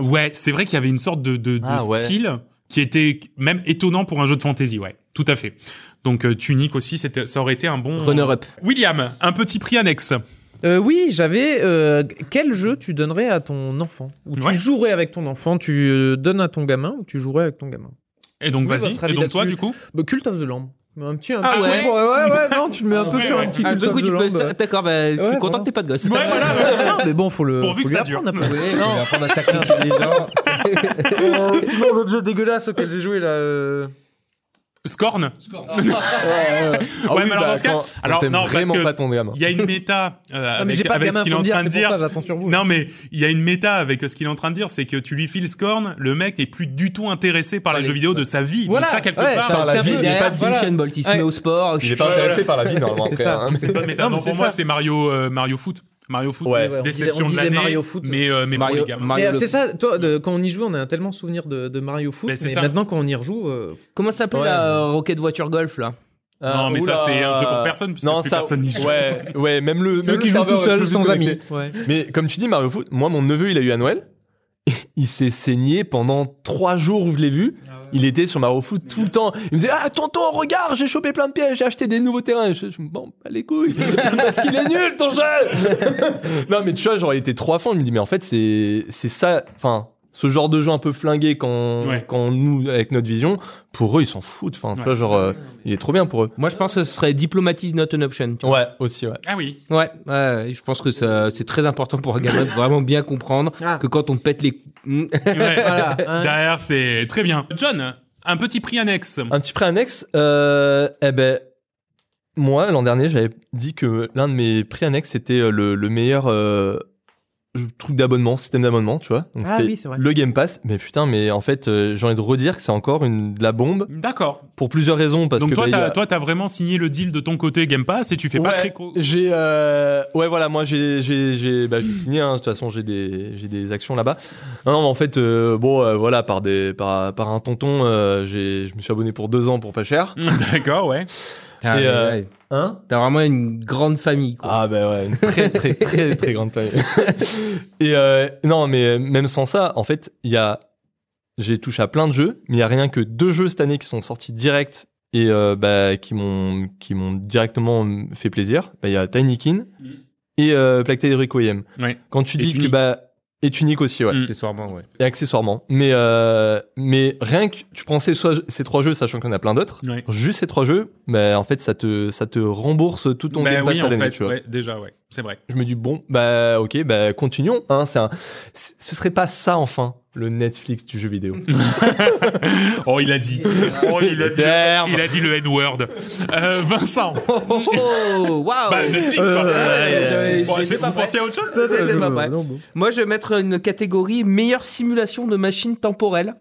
Speaker 5: Ouais, c'est vrai qu'il y avait une sorte de, de, de
Speaker 7: Ah, ouais.
Speaker 5: style qui était même étonnant pour un jeu de fantasy, ouais. Tout à fait. Donc euh, Tunic aussi, c'était, ça aurait été un bon...
Speaker 6: Runner-up.
Speaker 5: William, un petit prix annexe.
Speaker 8: Euh, oui, j'avais. euh, quel jeu tu donnerais à ton enfant Ou tu
Speaker 5: Ouais.
Speaker 8: jouerais avec ton enfant Tu euh, donnes à ton gamin ou tu jouerais avec ton gamin
Speaker 5: Et donc
Speaker 8: Oui,
Speaker 5: vas-y.
Speaker 8: votre avis
Speaker 5: Et donc toi,
Speaker 8: là-dessus.
Speaker 5: du coup
Speaker 8: Bah, Cult of the Lamb. Un petit. Un
Speaker 5: Ah
Speaker 8: petit
Speaker 6: ouais.
Speaker 8: ouais, ouais, non, tu le mets un peu
Speaker 5: Ouais,
Speaker 8: sur
Speaker 5: ouais.
Speaker 8: un petit
Speaker 6: Ah,
Speaker 8: Cult
Speaker 6: du
Speaker 8: of
Speaker 6: coup,
Speaker 8: the
Speaker 6: tu peux...
Speaker 8: Lamb.
Speaker 6: ça- D'accord, bah, je suis
Speaker 8: Ouais,
Speaker 6: content
Speaker 8: voilà.
Speaker 6: que t'aies pas de gosse.
Speaker 5: Ouais, voilà.
Speaker 8: Non, mais bon, faut le.
Speaker 5: Pourvu
Speaker 8: faut
Speaker 5: que
Speaker 8: lui
Speaker 5: ça dure.
Speaker 8: apprendre un peu.
Speaker 6: Ouais, non. Apprendre à sacrifier les gens.
Speaker 8: Euh, Sinon, l'autre jeu dégueulasse auquel j'ai joué là. euh,
Speaker 5: Scorn
Speaker 7: Ah
Speaker 5: Ouais,
Speaker 7: oui,
Speaker 5: mais alors,
Speaker 7: bah,
Speaker 5: dans ce cas-
Speaker 7: quand-
Speaker 5: alors,
Speaker 7: quand t'aimes
Speaker 5: non, parce
Speaker 7: vraiment
Speaker 5: que
Speaker 7: pas ton gamin.
Speaker 5: Il y a une méta euh,
Speaker 8: Ah, mais
Speaker 5: avec,
Speaker 8: j'ai pas de
Speaker 5: avec
Speaker 8: gamin
Speaker 5: ce qu'il est
Speaker 8: faut
Speaker 5: en
Speaker 8: me dire,
Speaker 5: train de
Speaker 8: c'est pour ça,
Speaker 5: dire.
Speaker 8: j'attends sur vous.
Speaker 5: Non mais il y a une méta avec ce qu'il est en train de dire, c'est que tu lui files Scorn, le mec est plus du tout intéressé par les
Speaker 6: Allez,
Speaker 5: jeux vidéo de
Speaker 6: ouais.
Speaker 5: sa vie.
Speaker 8: Voilà,
Speaker 5: Donc ça quelque
Speaker 8: ouais,
Speaker 5: part,
Speaker 7: par la
Speaker 6: Ça
Speaker 7: vie,
Speaker 6: fait
Speaker 7: il est
Speaker 6: derrière
Speaker 7: pas-
Speaker 8: voilà.
Speaker 6: Solution Bolt, il se
Speaker 8: Ouais.
Speaker 6: met au sport.
Speaker 7: Il est pas intéressé par la vie, normalement.
Speaker 8: C'est
Speaker 7: après,
Speaker 8: ça.
Speaker 7: hein, mais-
Speaker 5: C'est pas méta.
Speaker 8: Non, mais
Speaker 5: Non, pour
Speaker 8: c'est
Speaker 5: moi,
Speaker 8: ça.
Speaker 5: c'est Mario, euh, Mario Foot. Mario Foot, euh,
Speaker 7: Ouais,
Speaker 8: ouais, on disait-
Speaker 5: déception
Speaker 8: on
Speaker 5: de
Speaker 8: disait
Speaker 5: l'année.
Speaker 8: Mario Foot.
Speaker 5: Mais, euh, mais pour
Speaker 6: Mario,
Speaker 5: les gamins.
Speaker 6: Mario
Speaker 8: Mais
Speaker 6: le-
Speaker 8: c'est ça, toi, de- quand on y jouait, on a un tellement souvenir de, de Mario Foot,
Speaker 5: Mais
Speaker 8: mais,
Speaker 5: c'est ça.
Speaker 8: maintenant quand on y rejoue, euh,
Speaker 6: Comment ça s'appelait
Speaker 7: Ouais.
Speaker 6: la euh, roquette voiture golf là
Speaker 5: Non,
Speaker 7: Ah,
Speaker 5: mais ça,
Speaker 7: oula.
Speaker 5: c'est un jeu pour personne, puisque plus personne n'y joue.
Speaker 7: Ouais, ouais, même le.
Speaker 8: ceux
Speaker 7: Même
Speaker 8: qui
Speaker 7: le
Speaker 8: jouent
Speaker 7: serveur
Speaker 8: tout
Speaker 7: est
Speaker 8: seul
Speaker 7: plus
Speaker 8: sans amis.
Speaker 7: connecté. Mais comme tu dis, Mario Foot, moi, mon neveu, il a eu à Noël. Il s'est saigné pendant trois jours où je l'ai vu.
Speaker 5: Ah
Speaker 7: Il était sur Mario Foot tout le temps. Il me disait Ah, tonton, regarde, j'ai chopé plein de pièges, j'ai acheté des nouveaux terrains. Je, je me dis, Bon, bah, les couilles Parce qu'il est nul, ton jeu Non, mais tu vois, j'aurais été trois fois. Il me dit Mais en fait, c'est c'est ça. Enfin, ce genre de jeu un peu flingué quand,
Speaker 5: Ouais.
Speaker 7: quand nous, avec notre vision, pour eux, ils s'en foutent. Enfin, tu
Speaker 5: Ouais.
Speaker 7: vois, genre, euh, il est trop bien pour eux.
Speaker 6: Moi je pense que ce serait diplomatise not an option. tu vois.
Speaker 7: Ouais, aussi, ouais.
Speaker 5: Ah oui.
Speaker 6: Ouais, ouais, et je pense que ça c'est très important pour un gamin de vraiment bien comprendre
Speaker 8: Ah.
Speaker 6: que quand on pète les Mm.
Speaker 5: Ouais.
Speaker 8: Voilà, hein.
Speaker 5: Derrière, c'est très bien. John, un petit prix annexe.
Speaker 7: Un petit prêt annexe. Euh, eh ben, moi, l'an dernier, j'avais dit que l'un de mes prix annexes, c'était euh, le, le meilleur euh, truc d'abonnement, système d'abonnement, tu vois. Donc,
Speaker 8: Ah
Speaker 7: c'était
Speaker 8: oui, c'est vrai.
Speaker 7: Le Game Pass. Mais putain, mais en fait, euh, j'ai envie de redire que c'est encore une, de la bombe
Speaker 5: D'accord.
Speaker 7: pour plusieurs raisons. Parce
Speaker 5: Donc
Speaker 7: que,
Speaker 5: toi,
Speaker 7: bah, il y a-
Speaker 5: t'as, toi, t'as vraiment signé le deal de ton côté Game Pass et tu fais pas
Speaker 7: Ouais,
Speaker 5: créco.
Speaker 7: J'ai euh, ouais voilà moi j'ai j'ai j'ai bah, j'ai signé hein, de toute façon j'ai des j'ai des actions là-bas. Non, non mais en fait euh, bon euh, voilà par des par par un tonton euh, j'ai je me suis abonné pour deux ans pour pas cher.
Speaker 5: Mm. D'accord, ouais.
Speaker 6: Ah,
Speaker 7: Et,
Speaker 6: mais
Speaker 7: euh,
Speaker 6: ouais.
Speaker 7: Hein
Speaker 6: T'as vraiment une grande famille quoi.
Speaker 7: Ah bah ouais, une très très très très grande famille. Et euh, non, mais même sans ça, en fait, il y a j'ai touché à plein de jeux, mais il y a rien que deux jeux cette année qui sont sortis direct et euh, bah, qui m'ont qui m'ont directement fait plaisir. Bah, Il y a Tinykin
Speaker 6: Mm.
Speaker 7: et euh, Plague Tale Requiem.
Speaker 5: Ouais.
Speaker 7: Quand tu
Speaker 5: Et
Speaker 7: dis que
Speaker 5: Tunic.
Speaker 7: bah et Tunic aussi, ouais.
Speaker 5: Mm.
Speaker 6: Accessoirement ouais.
Speaker 7: Et accessoirement. Mais, euh, mais rien que tu prends ces, so- ces trois jeux, sachant qu'il y en a plein d'autres,
Speaker 5: Ouais.
Speaker 7: juste ces trois jeux, bah, en fait, ça te, ça te rembourse tout ton
Speaker 5: Bah
Speaker 7: Game Pass
Speaker 5: oui,
Speaker 7: à
Speaker 5: en
Speaker 7: l'année,
Speaker 5: fait,
Speaker 7: tu vois
Speaker 5: ouais, déjà, ouais. C'est vrai.
Speaker 7: je me dis bon bah ok bah continuons hein c'est un- c- ce serait pas ça enfin le Netflix du jeu vidéo
Speaker 5: Oh, il a dit. Oh, il a dit.
Speaker 7: Terme.
Speaker 5: Il a dit le N-word. Euh, Vincent.
Speaker 6: Oh, oh, oh, waouh.
Speaker 5: Bah, Netflix, quoi.
Speaker 6: ouais, j'avais-
Speaker 5: Bon,
Speaker 6: j'étais
Speaker 5: c'est-
Speaker 6: pas
Speaker 5: vous
Speaker 6: prêt.
Speaker 5: pensez à autre chose
Speaker 6: Ça, j'étais pas prêt. Moi je vais mettre une catégorie meilleure simulation de machine temporelle.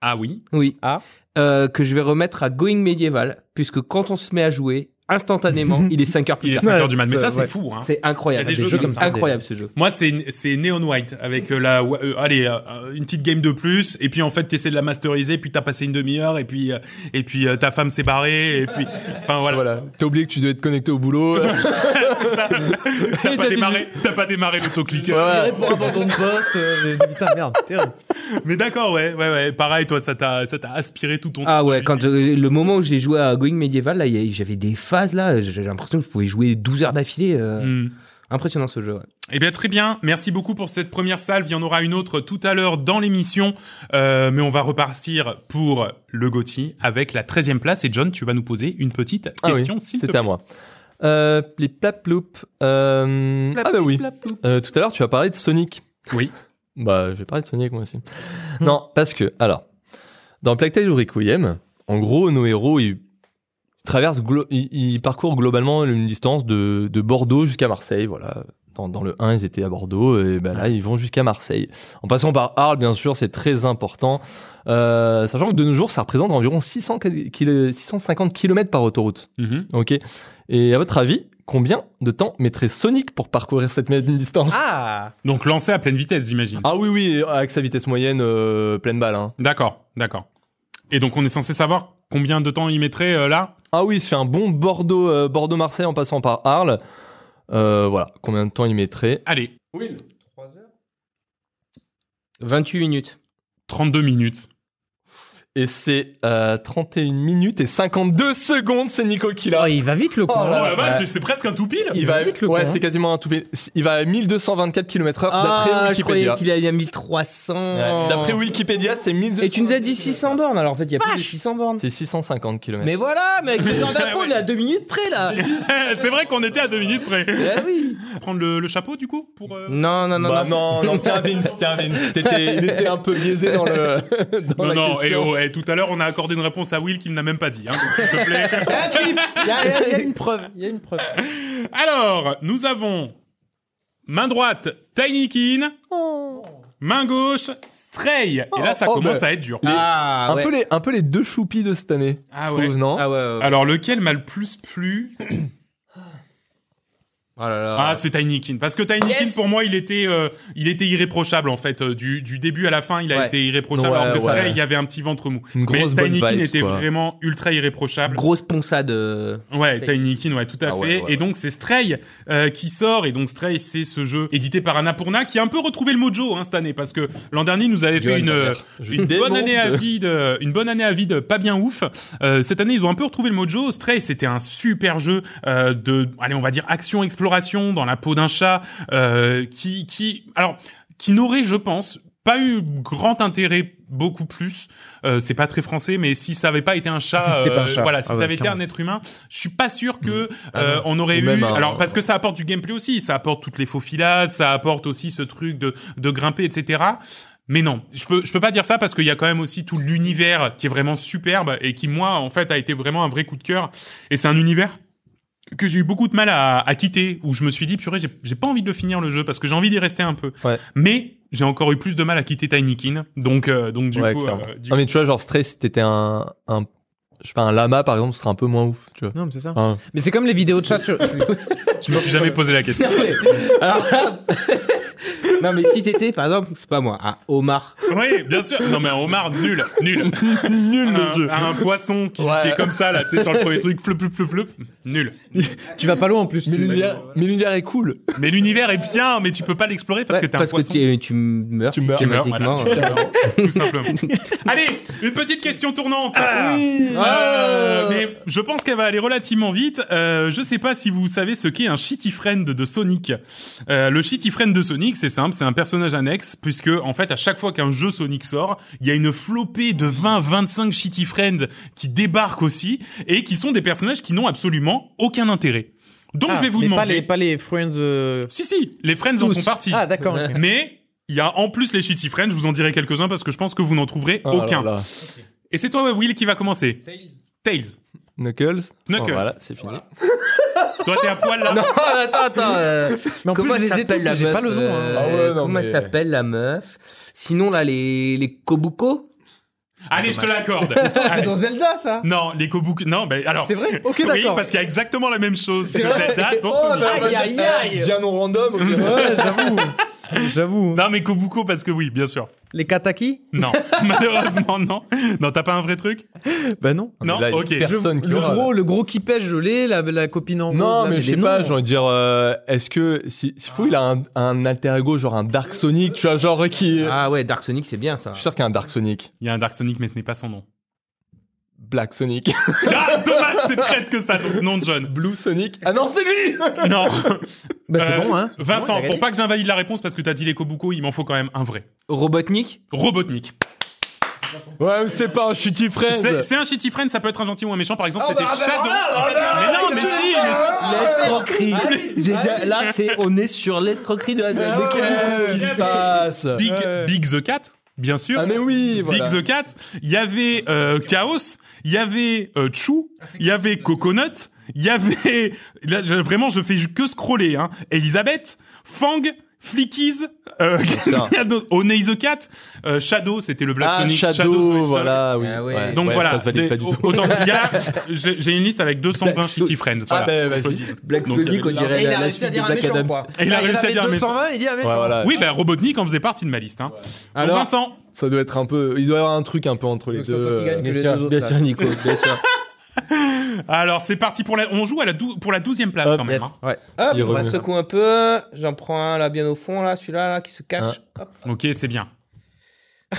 Speaker 5: Ah oui.
Speaker 6: Oui.
Speaker 8: Ah.
Speaker 6: Euh, que je vais remettre à Going Medieval puisque quand on se met à jouer instantanément, il est 5 heures plus
Speaker 5: Il est
Speaker 6: tard.
Speaker 5: 5h du mat. Mais
Speaker 8: Ouais,
Speaker 5: ça, c'est
Speaker 8: ouais.
Speaker 5: fou, hein.
Speaker 6: C'est incroyable.
Speaker 5: Il y a des jeux comme ça.
Speaker 6: incroyable ce jeu.
Speaker 5: Moi, c'est c'est Neon White avec euh, la euh, allez euh, une petite game de plus et puis en fait t'essaies de la masteriser puis t'as passé une demi-heure et puis euh, et puis euh, ta femme s'est barrée et puis enfin voilà,
Speaker 7: voilà t'as oublié que tu devais être connecté au boulot ouais,
Speaker 5: t'as pas
Speaker 7: t'as dit-
Speaker 5: démarré t'as pas démarré l'autoclick
Speaker 7: ouais.
Speaker 8: Pour abandon de poste, euh, j'ai dit putain merde, terrible.
Speaker 5: mais d'accord ouais ouais ouais pareil toi ça t'a ça t'a aspiré tout ton
Speaker 6: Ah ouais, quand euh, le moment où j'ai joué à Going Medieval, là, il y a- j'avais des phases là, j'avais l'impression que je pouvais jouer 12 heures d'affilée. euh,
Speaker 5: Hmm.
Speaker 6: Impressionnant ce jeu. ouais.
Speaker 5: Eh bien très bien, merci beaucoup pour cette première salve, il y en aura une autre tout à l'heure dans l'émission, Euh, mais on va repartir pour le Gotti avec la 13e place et John, tu vas nous poser une petite
Speaker 7: Ah oui,
Speaker 5: question s'il te
Speaker 7: c'était à moi euh, plip plap ploup euh, ah bah oui Euh, tout à l'heure tu as parlé de Sonic
Speaker 5: Oui.
Speaker 7: bah je vais parler de Sonic moi aussi non parce que alors dans Plague Tale Requiem en gros nos héros ils traversent glo- ils, ils parcourent globalement une distance de, de Bordeaux jusqu'à Marseille voilà Dans, dans le 1, ils étaient à Bordeaux, et ben là, ils vont jusqu'à Marseille. En passant par Arles, bien sûr, c'est très important. Euh, sachant que de nos jours, ça représente environ 600 kil- 650 km par autoroute.
Speaker 5: Mhm.
Speaker 7: Ok. Et à votre avis, combien de temps mettrait Sonic pour parcourir cette même distance
Speaker 8: Ah
Speaker 5: Donc lancé à pleine vitesse, j'imagine.
Speaker 7: Ah oui, oui, avec sa vitesse moyenne, euh, pleine balle. hein.
Speaker 5: D'accord, d'accord. Et donc on est censé savoir combien de temps il mettrait euh, là
Speaker 7: Ah oui, il se fait un bon Bordeaux, euh, Bordeaux-Marseille en passant par Arles. Euh, voilà, combien de temps il mettrait
Speaker 5: Allez,
Speaker 6: 28 minutes.
Speaker 5: 32 minutes.
Speaker 7: Et c'est euh, 31 minutes et 52 secondes, c'est Nico qui l'a.
Speaker 8: Oh, il va vite le con.
Speaker 7: Oh là
Speaker 5: Oh la
Speaker 7: ouais.
Speaker 5: vache, c'est presque un tout pile
Speaker 7: Il va
Speaker 8: vite, le
Speaker 7: ouais,
Speaker 8: con, hein.
Speaker 7: c'est quasiment un tout pé- Il va à 1224 km/h
Speaker 6: Ah,
Speaker 7: d'après
Speaker 6: je croyais
Speaker 7: Wikipédia.
Speaker 6: qu'il allait à 1300.
Speaker 7: Ouais, D'après Wikipédia, c'est 1200.
Speaker 6: Et tu nous as dit 600 bornes, alors en fait, il y a plus de 600 bornes.
Speaker 7: C'est 650 km.
Speaker 6: Mais voilà, mais avec ce genre d'infos, on est à 2 minutes près là.
Speaker 5: c'est vrai qu'on était à deux minutes près.
Speaker 6: Ah oui.
Speaker 5: Prendre le, le chapeau du coup pour. euh,
Speaker 6: Non, non, non,
Speaker 7: bah
Speaker 6: non.
Speaker 7: non, non, tiens Vince, tiens Vince, T'étais- il était un peu biaisé dans le
Speaker 5: Non,
Speaker 7: dans la
Speaker 5: non, et,
Speaker 7: question.
Speaker 5: oh, et tout à l'heure on a accordé une réponse à Will qu'il n'a même pas dit, hein, donc s'il te plaît.
Speaker 8: Il y, a- il y a une preuve. Il y a une preuve.
Speaker 5: Alors, nous avons main droite Tiny Kin, main gauche Stray. et là ça
Speaker 7: Oh, oh,
Speaker 5: commence
Speaker 7: bah.
Speaker 5: à être dur.
Speaker 7: Les-
Speaker 6: Ah,
Speaker 7: un
Speaker 6: ouais.
Speaker 7: peu les un peu les deux choupis de cette année.
Speaker 5: Ah
Speaker 7: je trouve,
Speaker 5: ouais.
Speaker 7: non
Speaker 6: Ah ouais, ouais, ouais.
Speaker 5: Alors lequel m'a le plus plu
Speaker 6: Oh là là.
Speaker 5: Ah, c'est Tiny Kin. Parce que Tiny Kin, pour moi, il était, euh, il était irréprochable, en fait. Euh, Du, du début à la fin, il a
Speaker 6: Ouais.
Speaker 5: été irréprochable.
Speaker 7: Ouais,
Speaker 5: alors que
Speaker 7: ouais.
Speaker 5: Stray, il y avait un petit ventre mou.
Speaker 7: Une
Speaker 5: Mais
Speaker 7: grosse bonne
Speaker 5: Tiny Kin
Speaker 7: vibes,
Speaker 5: était
Speaker 7: quoi.
Speaker 5: vraiment ultra irréprochable.
Speaker 6: Grosse ponçade. euh,
Speaker 5: Ouais, Tiny Kin, ouais, tout à
Speaker 7: Ah
Speaker 5: fait.
Speaker 7: ouais, ouais,
Speaker 5: Et donc c'est Stray euh, qui sort, et donc Stray, c'est ce jeu édité par Annapurna qui a un peu retrouvé le mojo hein, cette année, parce que l'an dernier nous avait fait
Speaker 7: Johan
Speaker 5: une
Speaker 7: Weber.
Speaker 5: euh,
Speaker 7: Je
Speaker 5: une bonne
Speaker 7: démonte.
Speaker 5: année à vide, euh, une bonne année à vide, pas bien ouf. Euh, cette année ils ont un peu retrouvé le mojo. Stray, c'était un super jeu euh, de, allez, on va dire action exploration dans la peau d'un chat, euh, qui qui, alors qui n'aurait, je pense, pas eu grand intérêt beaucoup plus. Euh, c'est pas très français, mais si ça avait pas été un chat,
Speaker 8: Si c'était pas un
Speaker 5: euh,
Speaker 8: chat.
Speaker 5: voilà, si
Speaker 8: Ah
Speaker 5: ça
Speaker 8: ouais,
Speaker 5: avait été
Speaker 8: clairement.
Speaker 5: un être humain, je suis pas sûr que
Speaker 7: Ah
Speaker 5: euh,
Speaker 7: non.
Speaker 5: on aurait
Speaker 7: Ou
Speaker 5: eu.
Speaker 7: même un-
Speaker 5: Alors parce que ça apporte du gameplay aussi, ça apporte toutes les faux filades, ça apporte aussi ce truc de de grimper, etc. Mais non, je peux je peux pas dire ça parce qu'il y a quand même aussi tout l'univers qui est vraiment superbe et qui moi en fait a été vraiment un vrai coup de cœur. Et c'est un univers que j'ai eu beaucoup de mal à, à quitter, où je me suis dit, purée, j'ai j'ai pas envie de le finir le jeu, parce que j'ai envie d'y rester un peu.
Speaker 7: Ouais.
Speaker 5: Mais j'ai encore eu plus de mal à quitter Tinykin, donc, euh, donc du
Speaker 7: Ouais,
Speaker 5: coup...
Speaker 7: clairement.
Speaker 5: euh, du
Speaker 7: Non mais tu vois genre Stray si t'étais un un je sais pas un lama par exemple, ce serait un peu moins ouf, tu vois.
Speaker 8: Non, mais c'est ça.
Speaker 7: Enfin,
Speaker 8: Mais c'est comme les vidéos de chat sur.
Speaker 5: je me suis jamais posé la question.
Speaker 6: Alors là- non, mais si t'étais, par exemple, je sais pas moi, un homard.
Speaker 5: oui, bien sûr. Non mais un homard, nul, nul. nul un,
Speaker 7: jeu.
Speaker 5: Un poisson qui,
Speaker 7: Ouais.
Speaker 5: qui est comme ça, là, tu sais, sur le premier truc, fleup, fleup, fleup, fleup, nul.
Speaker 8: tu vas pas loin en plus.
Speaker 7: mais
Speaker 8: tu-
Speaker 7: l'univers mais l'univers est cool.
Speaker 5: Mais l'univers est bien, mais tu peux pas l'explorer parce
Speaker 6: Ouais,
Speaker 5: que t'es un poisson.
Speaker 6: t'es- tu meurs
Speaker 7: Tu meurs,
Speaker 5: Tu meurs, voilà,
Speaker 6: systématiquement.
Speaker 5: tu meurs, tout simplement. Allez, une petite question tournante.
Speaker 8: Ah.
Speaker 5: Euh, mais je pense qu'elle va aller relativement vite. Euh, je sais pas si vous savez ce qu'est un shitty friend de Sonic. Euh, le shitty friend de Sonic, c'est simple, c'est un personnage annexe puisque en fait à chaque fois qu'un jeu Sonic sort, il y a une flopée de 20-25 shitty friends qui débarquent aussi et qui sont des personnages qui n'ont absolument aucun intérêt. Donc
Speaker 8: Ah,
Speaker 5: je vais vous
Speaker 8: mais
Speaker 5: demander.
Speaker 8: Pas les, pas les Friends. euh,
Speaker 5: Si si, les friends en
Speaker 8: tous.
Speaker 5: font partie.
Speaker 8: Ah, d'accord. ok.
Speaker 5: Mais il y a en plus les shitty friends, je vous en dirai quelques-uns parce que je pense que vous n'en trouverez
Speaker 7: Oh là
Speaker 5: aucun.
Speaker 7: là.
Speaker 5: Et c'est toi Will qui va commencer. Tails.
Speaker 7: Knuckles.
Speaker 5: Knuckles.
Speaker 7: Oh, voilà, c'est fini.
Speaker 5: Toi t'es à poil là.
Speaker 6: Non, attends, attends. euh,
Speaker 8: Mais en
Speaker 6: comment
Speaker 8: plus, je les ai
Speaker 6: s'appelle
Speaker 8: tous, mais
Speaker 6: la
Speaker 8: j'ai
Speaker 6: meuf
Speaker 8: pas le nom. hein.
Speaker 6: euh,
Speaker 7: Ah ouais, non,
Speaker 6: Comment
Speaker 7: mais-
Speaker 6: s'appelle la meuf Sinon, là, les, les Kobuko
Speaker 5: Allez, je te l'accorde.
Speaker 8: C'est dans Zelda, ça
Speaker 5: Non, les Kobuki. Non, ben alors.
Speaker 8: C'est vrai Ok,
Speaker 5: Oui,
Speaker 8: d'accord. Oh,
Speaker 5: parce qu'il y a exactement la même chose que Zelda dans Sonic.
Speaker 8: Aïe, aïe, aïe
Speaker 7: Diamant random. ok.
Speaker 8: Ouais, j'avoue. J'avoue.
Speaker 5: Non, mais Kobuko, parce que oui, bien sûr.
Speaker 8: Les Kataki
Speaker 5: Non, malheureusement, non. Non, t'as pas un vrai truc
Speaker 8: Bah non.
Speaker 7: Ah, mais
Speaker 5: Non,
Speaker 7: là, il y a
Speaker 5: ok.
Speaker 7: Personne qui
Speaker 8: le
Speaker 7: aura, là.
Speaker 8: gros, le gros qui pêche, je l'ai, la, la copine en rose.
Speaker 7: Non,
Speaker 8: là,
Speaker 7: mais je sais
Speaker 8: les
Speaker 7: pas,
Speaker 8: noms.
Speaker 7: j'ai envie de dire, euh, est-ce que si, si Fou il a un, un alter ego, genre un Dark Sonic, tu vois, genre qui.
Speaker 6: Ah ouais, Dark Sonic, c'est bien ça.
Speaker 7: Je suis sûr qu'il y a un Dark Sonic.
Speaker 5: Il y a un Dark Sonic, mais ce n'est pas son nom.
Speaker 7: Black Sonic.
Speaker 5: Ah, dommage, c'est presque ça, donc non, John.
Speaker 7: Blue Sonic. Ah non, c'est lui
Speaker 5: Non.
Speaker 8: Bah, c'est
Speaker 5: Euh,
Speaker 8: bon, hein.
Speaker 5: Vincent,
Speaker 8: Ouais,
Speaker 5: pour pas que j'invalide la réponse parce que t'as dit les Kobuko, il m'en faut quand même un vrai.
Speaker 6: Robotnik
Speaker 5: Robotnik.
Speaker 7: Ouais, mais c'est pas un shitty
Speaker 5: C'est
Speaker 7: friend.
Speaker 5: c'est un shitty friend, ça peut être un gentil ou un méchant. Par exemple,
Speaker 6: Ah,
Speaker 5: c'était
Speaker 6: bah, bah,
Speaker 5: Shadow. mais non, mais
Speaker 6: tu
Speaker 5: si.
Speaker 6: bah, L'escroquerie. Ah J'ai- j'ai- Là, c'est on est sur l'escroquerie de la
Speaker 7: Qu'est-ce qui se passe
Speaker 5: Big, Big the Cat, bien sûr.
Speaker 7: Ah mais oui, voilà.
Speaker 5: Big the Cat, il y avait euh, Chaos, il y avait euh, Chou, il y avait Coconut, il y avait là, je- vraiment je fais ju- que scroller hein. Elisabeth Fang, Flickies, euh,
Speaker 7: ça.
Speaker 5: il y a d'autres. Oney the Cat, euh, Shadow, c'était le Black
Speaker 7: Ah,
Speaker 5: Sonic.
Speaker 7: Shadow,
Speaker 5: Sonic
Speaker 7: voilà, oui.
Speaker 6: Ah ouais.
Speaker 7: Ouais,
Speaker 5: Donc
Speaker 7: ouais,
Speaker 5: voilà,
Speaker 7: Ça se valide
Speaker 5: des-
Speaker 7: pas du
Speaker 5: au-
Speaker 7: tout.
Speaker 5: autant- il y a- j'ai j'ai une liste avec 220
Speaker 6: Black
Speaker 5: City Friends. voilà.
Speaker 7: Ah, ben, vas-y.
Speaker 6: Black
Speaker 5: Donc, euh,
Speaker 6: Sonic, on
Speaker 5: il a-
Speaker 6: dirait
Speaker 8: il
Speaker 6: la,
Speaker 8: a
Speaker 6: la
Speaker 8: réussi à
Speaker 6: suite de
Speaker 8: dire un
Speaker 6: Black
Speaker 8: méchant,
Speaker 6: Adam.
Speaker 8: quoi.
Speaker 5: Et il a
Speaker 8: Ah,
Speaker 5: réussi à
Speaker 8: avait
Speaker 5: dire un méchant.
Speaker 8: 220, il dit un méchant.
Speaker 7: Ouais, voilà.
Speaker 5: Oui, bah Robotnik en faisait partie de ma liste. Hein. Alors,
Speaker 6: Alors-
Speaker 5: Vincent,
Speaker 7: Ça doit être un peu. Il doit y avoir un truc un peu entre les
Speaker 8: Donc, c'est
Speaker 7: deux.
Speaker 8: toi qui gagne.
Speaker 7: euh,
Speaker 8: Que les
Speaker 6: Bien sûr,
Speaker 8: deux autres,
Speaker 6: bien
Speaker 8: là.
Speaker 6: sûr, Nico, bien sûr.
Speaker 5: alors c'est parti pour la. On joue à la dou- pour la 12 place
Speaker 7: Hop,
Speaker 5: quand même.
Speaker 8: Yes.
Speaker 5: hein.
Speaker 8: Ouais.
Speaker 6: Hop,
Speaker 7: Il
Speaker 6: on va
Speaker 7: remet.
Speaker 6: secouer un peu. J'en prends un là bien au fond, là, celui-là là, qui se cache.
Speaker 7: Ah.
Speaker 6: Hop.
Speaker 5: Ok, c'est bien.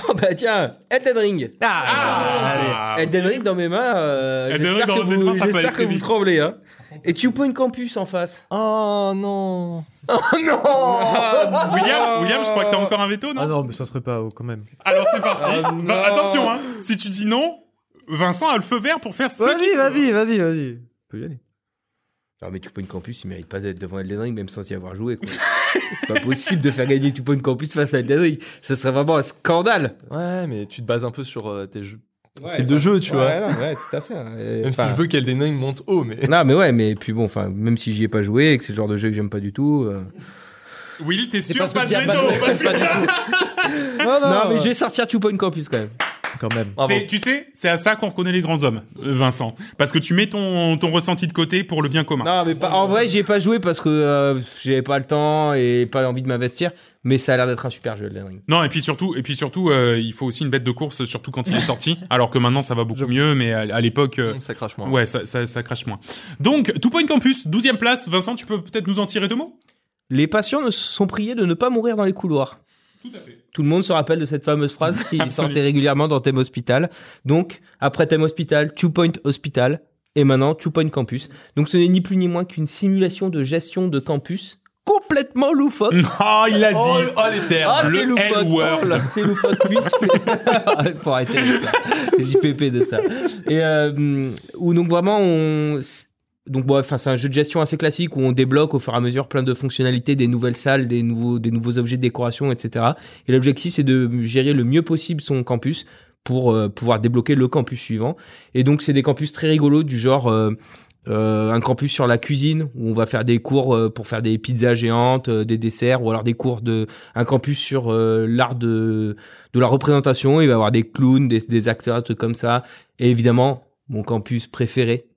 Speaker 6: Oh bah tiens, Elden Ring.
Speaker 5: Ah,
Speaker 6: Elden Ring dans mes mains. euh,
Speaker 5: Elden Ring
Speaker 6: j'espère
Speaker 5: dans
Speaker 6: que
Speaker 5: vos mains,
Speaker 6: vous,
Speaker 5: ça peut
Speaker 6: j'espère
Speaker 5: aller
Speaker 6: que
Speaker 5: très
Speaker 6: vous
Speaker 5: vite.
Speaker 6: tremblez. Hein. Et tu une campus en face.
Speaker 7: Oh non
Speaker 5: William, William, je crois que t'as encore un veto, non
Speaker 8: Ah non, mais ça serait pas haut quand même.
Speaker 5: Alors c'est parti.
Speaker 6: Ah,
Speaker 5: Vin-
Speaker 6: non.
Speaker 5: attention, hein. Si tu dis non, Vincent a le feu vert pour faire ce. qu'il-
Speaker 8: Vas-y, vas-y, vas-y, vas-y. Peut y aller.
Speaker 6: Non mais tu une campus, il mérite pas d'être devant Elden Ring même sans y avoir joué. quoi. C'est pas possible de faire gagner tu une campus face à Elden Ring. Ce serait vraiment un scandale.
Speaker 7: Ouais, mais tu te bases un peu sur euh, tes jeux. ton
Speaker 6: Ouais,
Speaker 7: style de jeu, tu vois.
Speaker 6: Ouais, non, ouais, tout à fait.
Speaker 5: hein.
Speaker 6: Et,
Speaker 7: Même
Speaker 6: enfin,
Speaker 7: si je veux qu'Elden Ring monte haut, mais.
Speaker 6: Non mais ouais, mais puis bon, enfin, même si j'y ai pas joué et que c'est le genre de jeu que j'aime pas du tout. euh,
Speaker 5: Willy, t'es sûr
Speaker 6: parce que
Speaker 5: pas de
Speaker 6: t'y as pas
Speaker 5: veto
Speaker 6: de-
Speaker 5: parce que-
Speaker 8: Ah Non, non,
Speaker 6: Non mais
Speaker 8: ouais.
Speaker 6: je vais sortir tu une campus quand même.
Speaker 8: Quand même.
Speaker 7: Bravo.
Speaker 5: C'est- Tu sais, c'est à ça qu'on reconnaît les grands hommes, euh, Vincent. Parce que tu mets ton, ton ressenti de côté pour le bien commun.
Speaker 6: Non, mais pas, en vrai, j'y ai pas joué parce que euh, j'avais pas le temps et pas envie de m'investir. Mais ça a l'air d'être un super jeu, Elden Ring.
Speaker 5: Non, et puis surtout, et puis surtout, euh, il faut aussi une bête de course, surtout quand il est sorti. Alors que maintenant, ça va beaucoup mieux, mais à, à l'époque, euh,
Speaker 6: Mm.
Speaker 7: Hum, Ça crache moins.
Speaker 5: ouais, ça, ça, ça crache moins. Donc, Two Point Campus, 12 e place. Vincent, tu peux peut-être nous en tirer deux mots
Speaker 6: Les patients ne sont priés de ne pas mourir dans les couloirs.
Speaker 5: Tout à fait.
Speaker 6: Tout le monde se rappelle de cette fameuse phrase qui
Speaker 5: Absolument.
Speaker 6: sortait régulièrement dans Thème Hospital. Donc, après Thème Hospital, Two Point Hospital et maintenant Two Point Campus. Donc, ce n'est ni plus ni moins qu'une simulation de gestion de campus complètement loufoque.
Speaker 5: Oh, il l'a dit.
Speaker 7: les terres
Speaker 6: Ah,
Speaker 5: Le
Speaker 6: c'est loufoque.
Speaker 5: L-word.
Speaker 6: Oh là, C'est loufoque puisque. Faut arrêter avec ça. C'est JPP de ça. Et euh, où donc vraiment on. Donc bon, enfin c'est un jeu de gestion assez classique où on débloque au fur et à mesure plein de fonctionnalités, des nouvelles salles, des nouveaux, des nouveaux objets de décoration, etc. Et l'objectif c'est de gérer le mieux possible son campus pour euh, pouvoir débloquer le campus suivant. Et donc c'est des campus très rigolos du genre euh, euh, un campus sur la cuisine où on va faire des cours euh, pour faire des pizzas géantes, euh, des desserts ou alors des cours de un campus sur euh, l'art de de la représentation. Il va y avoir des clowns, des, des acteurs, des trucs comme ça. Et évidemment mon campus préféré,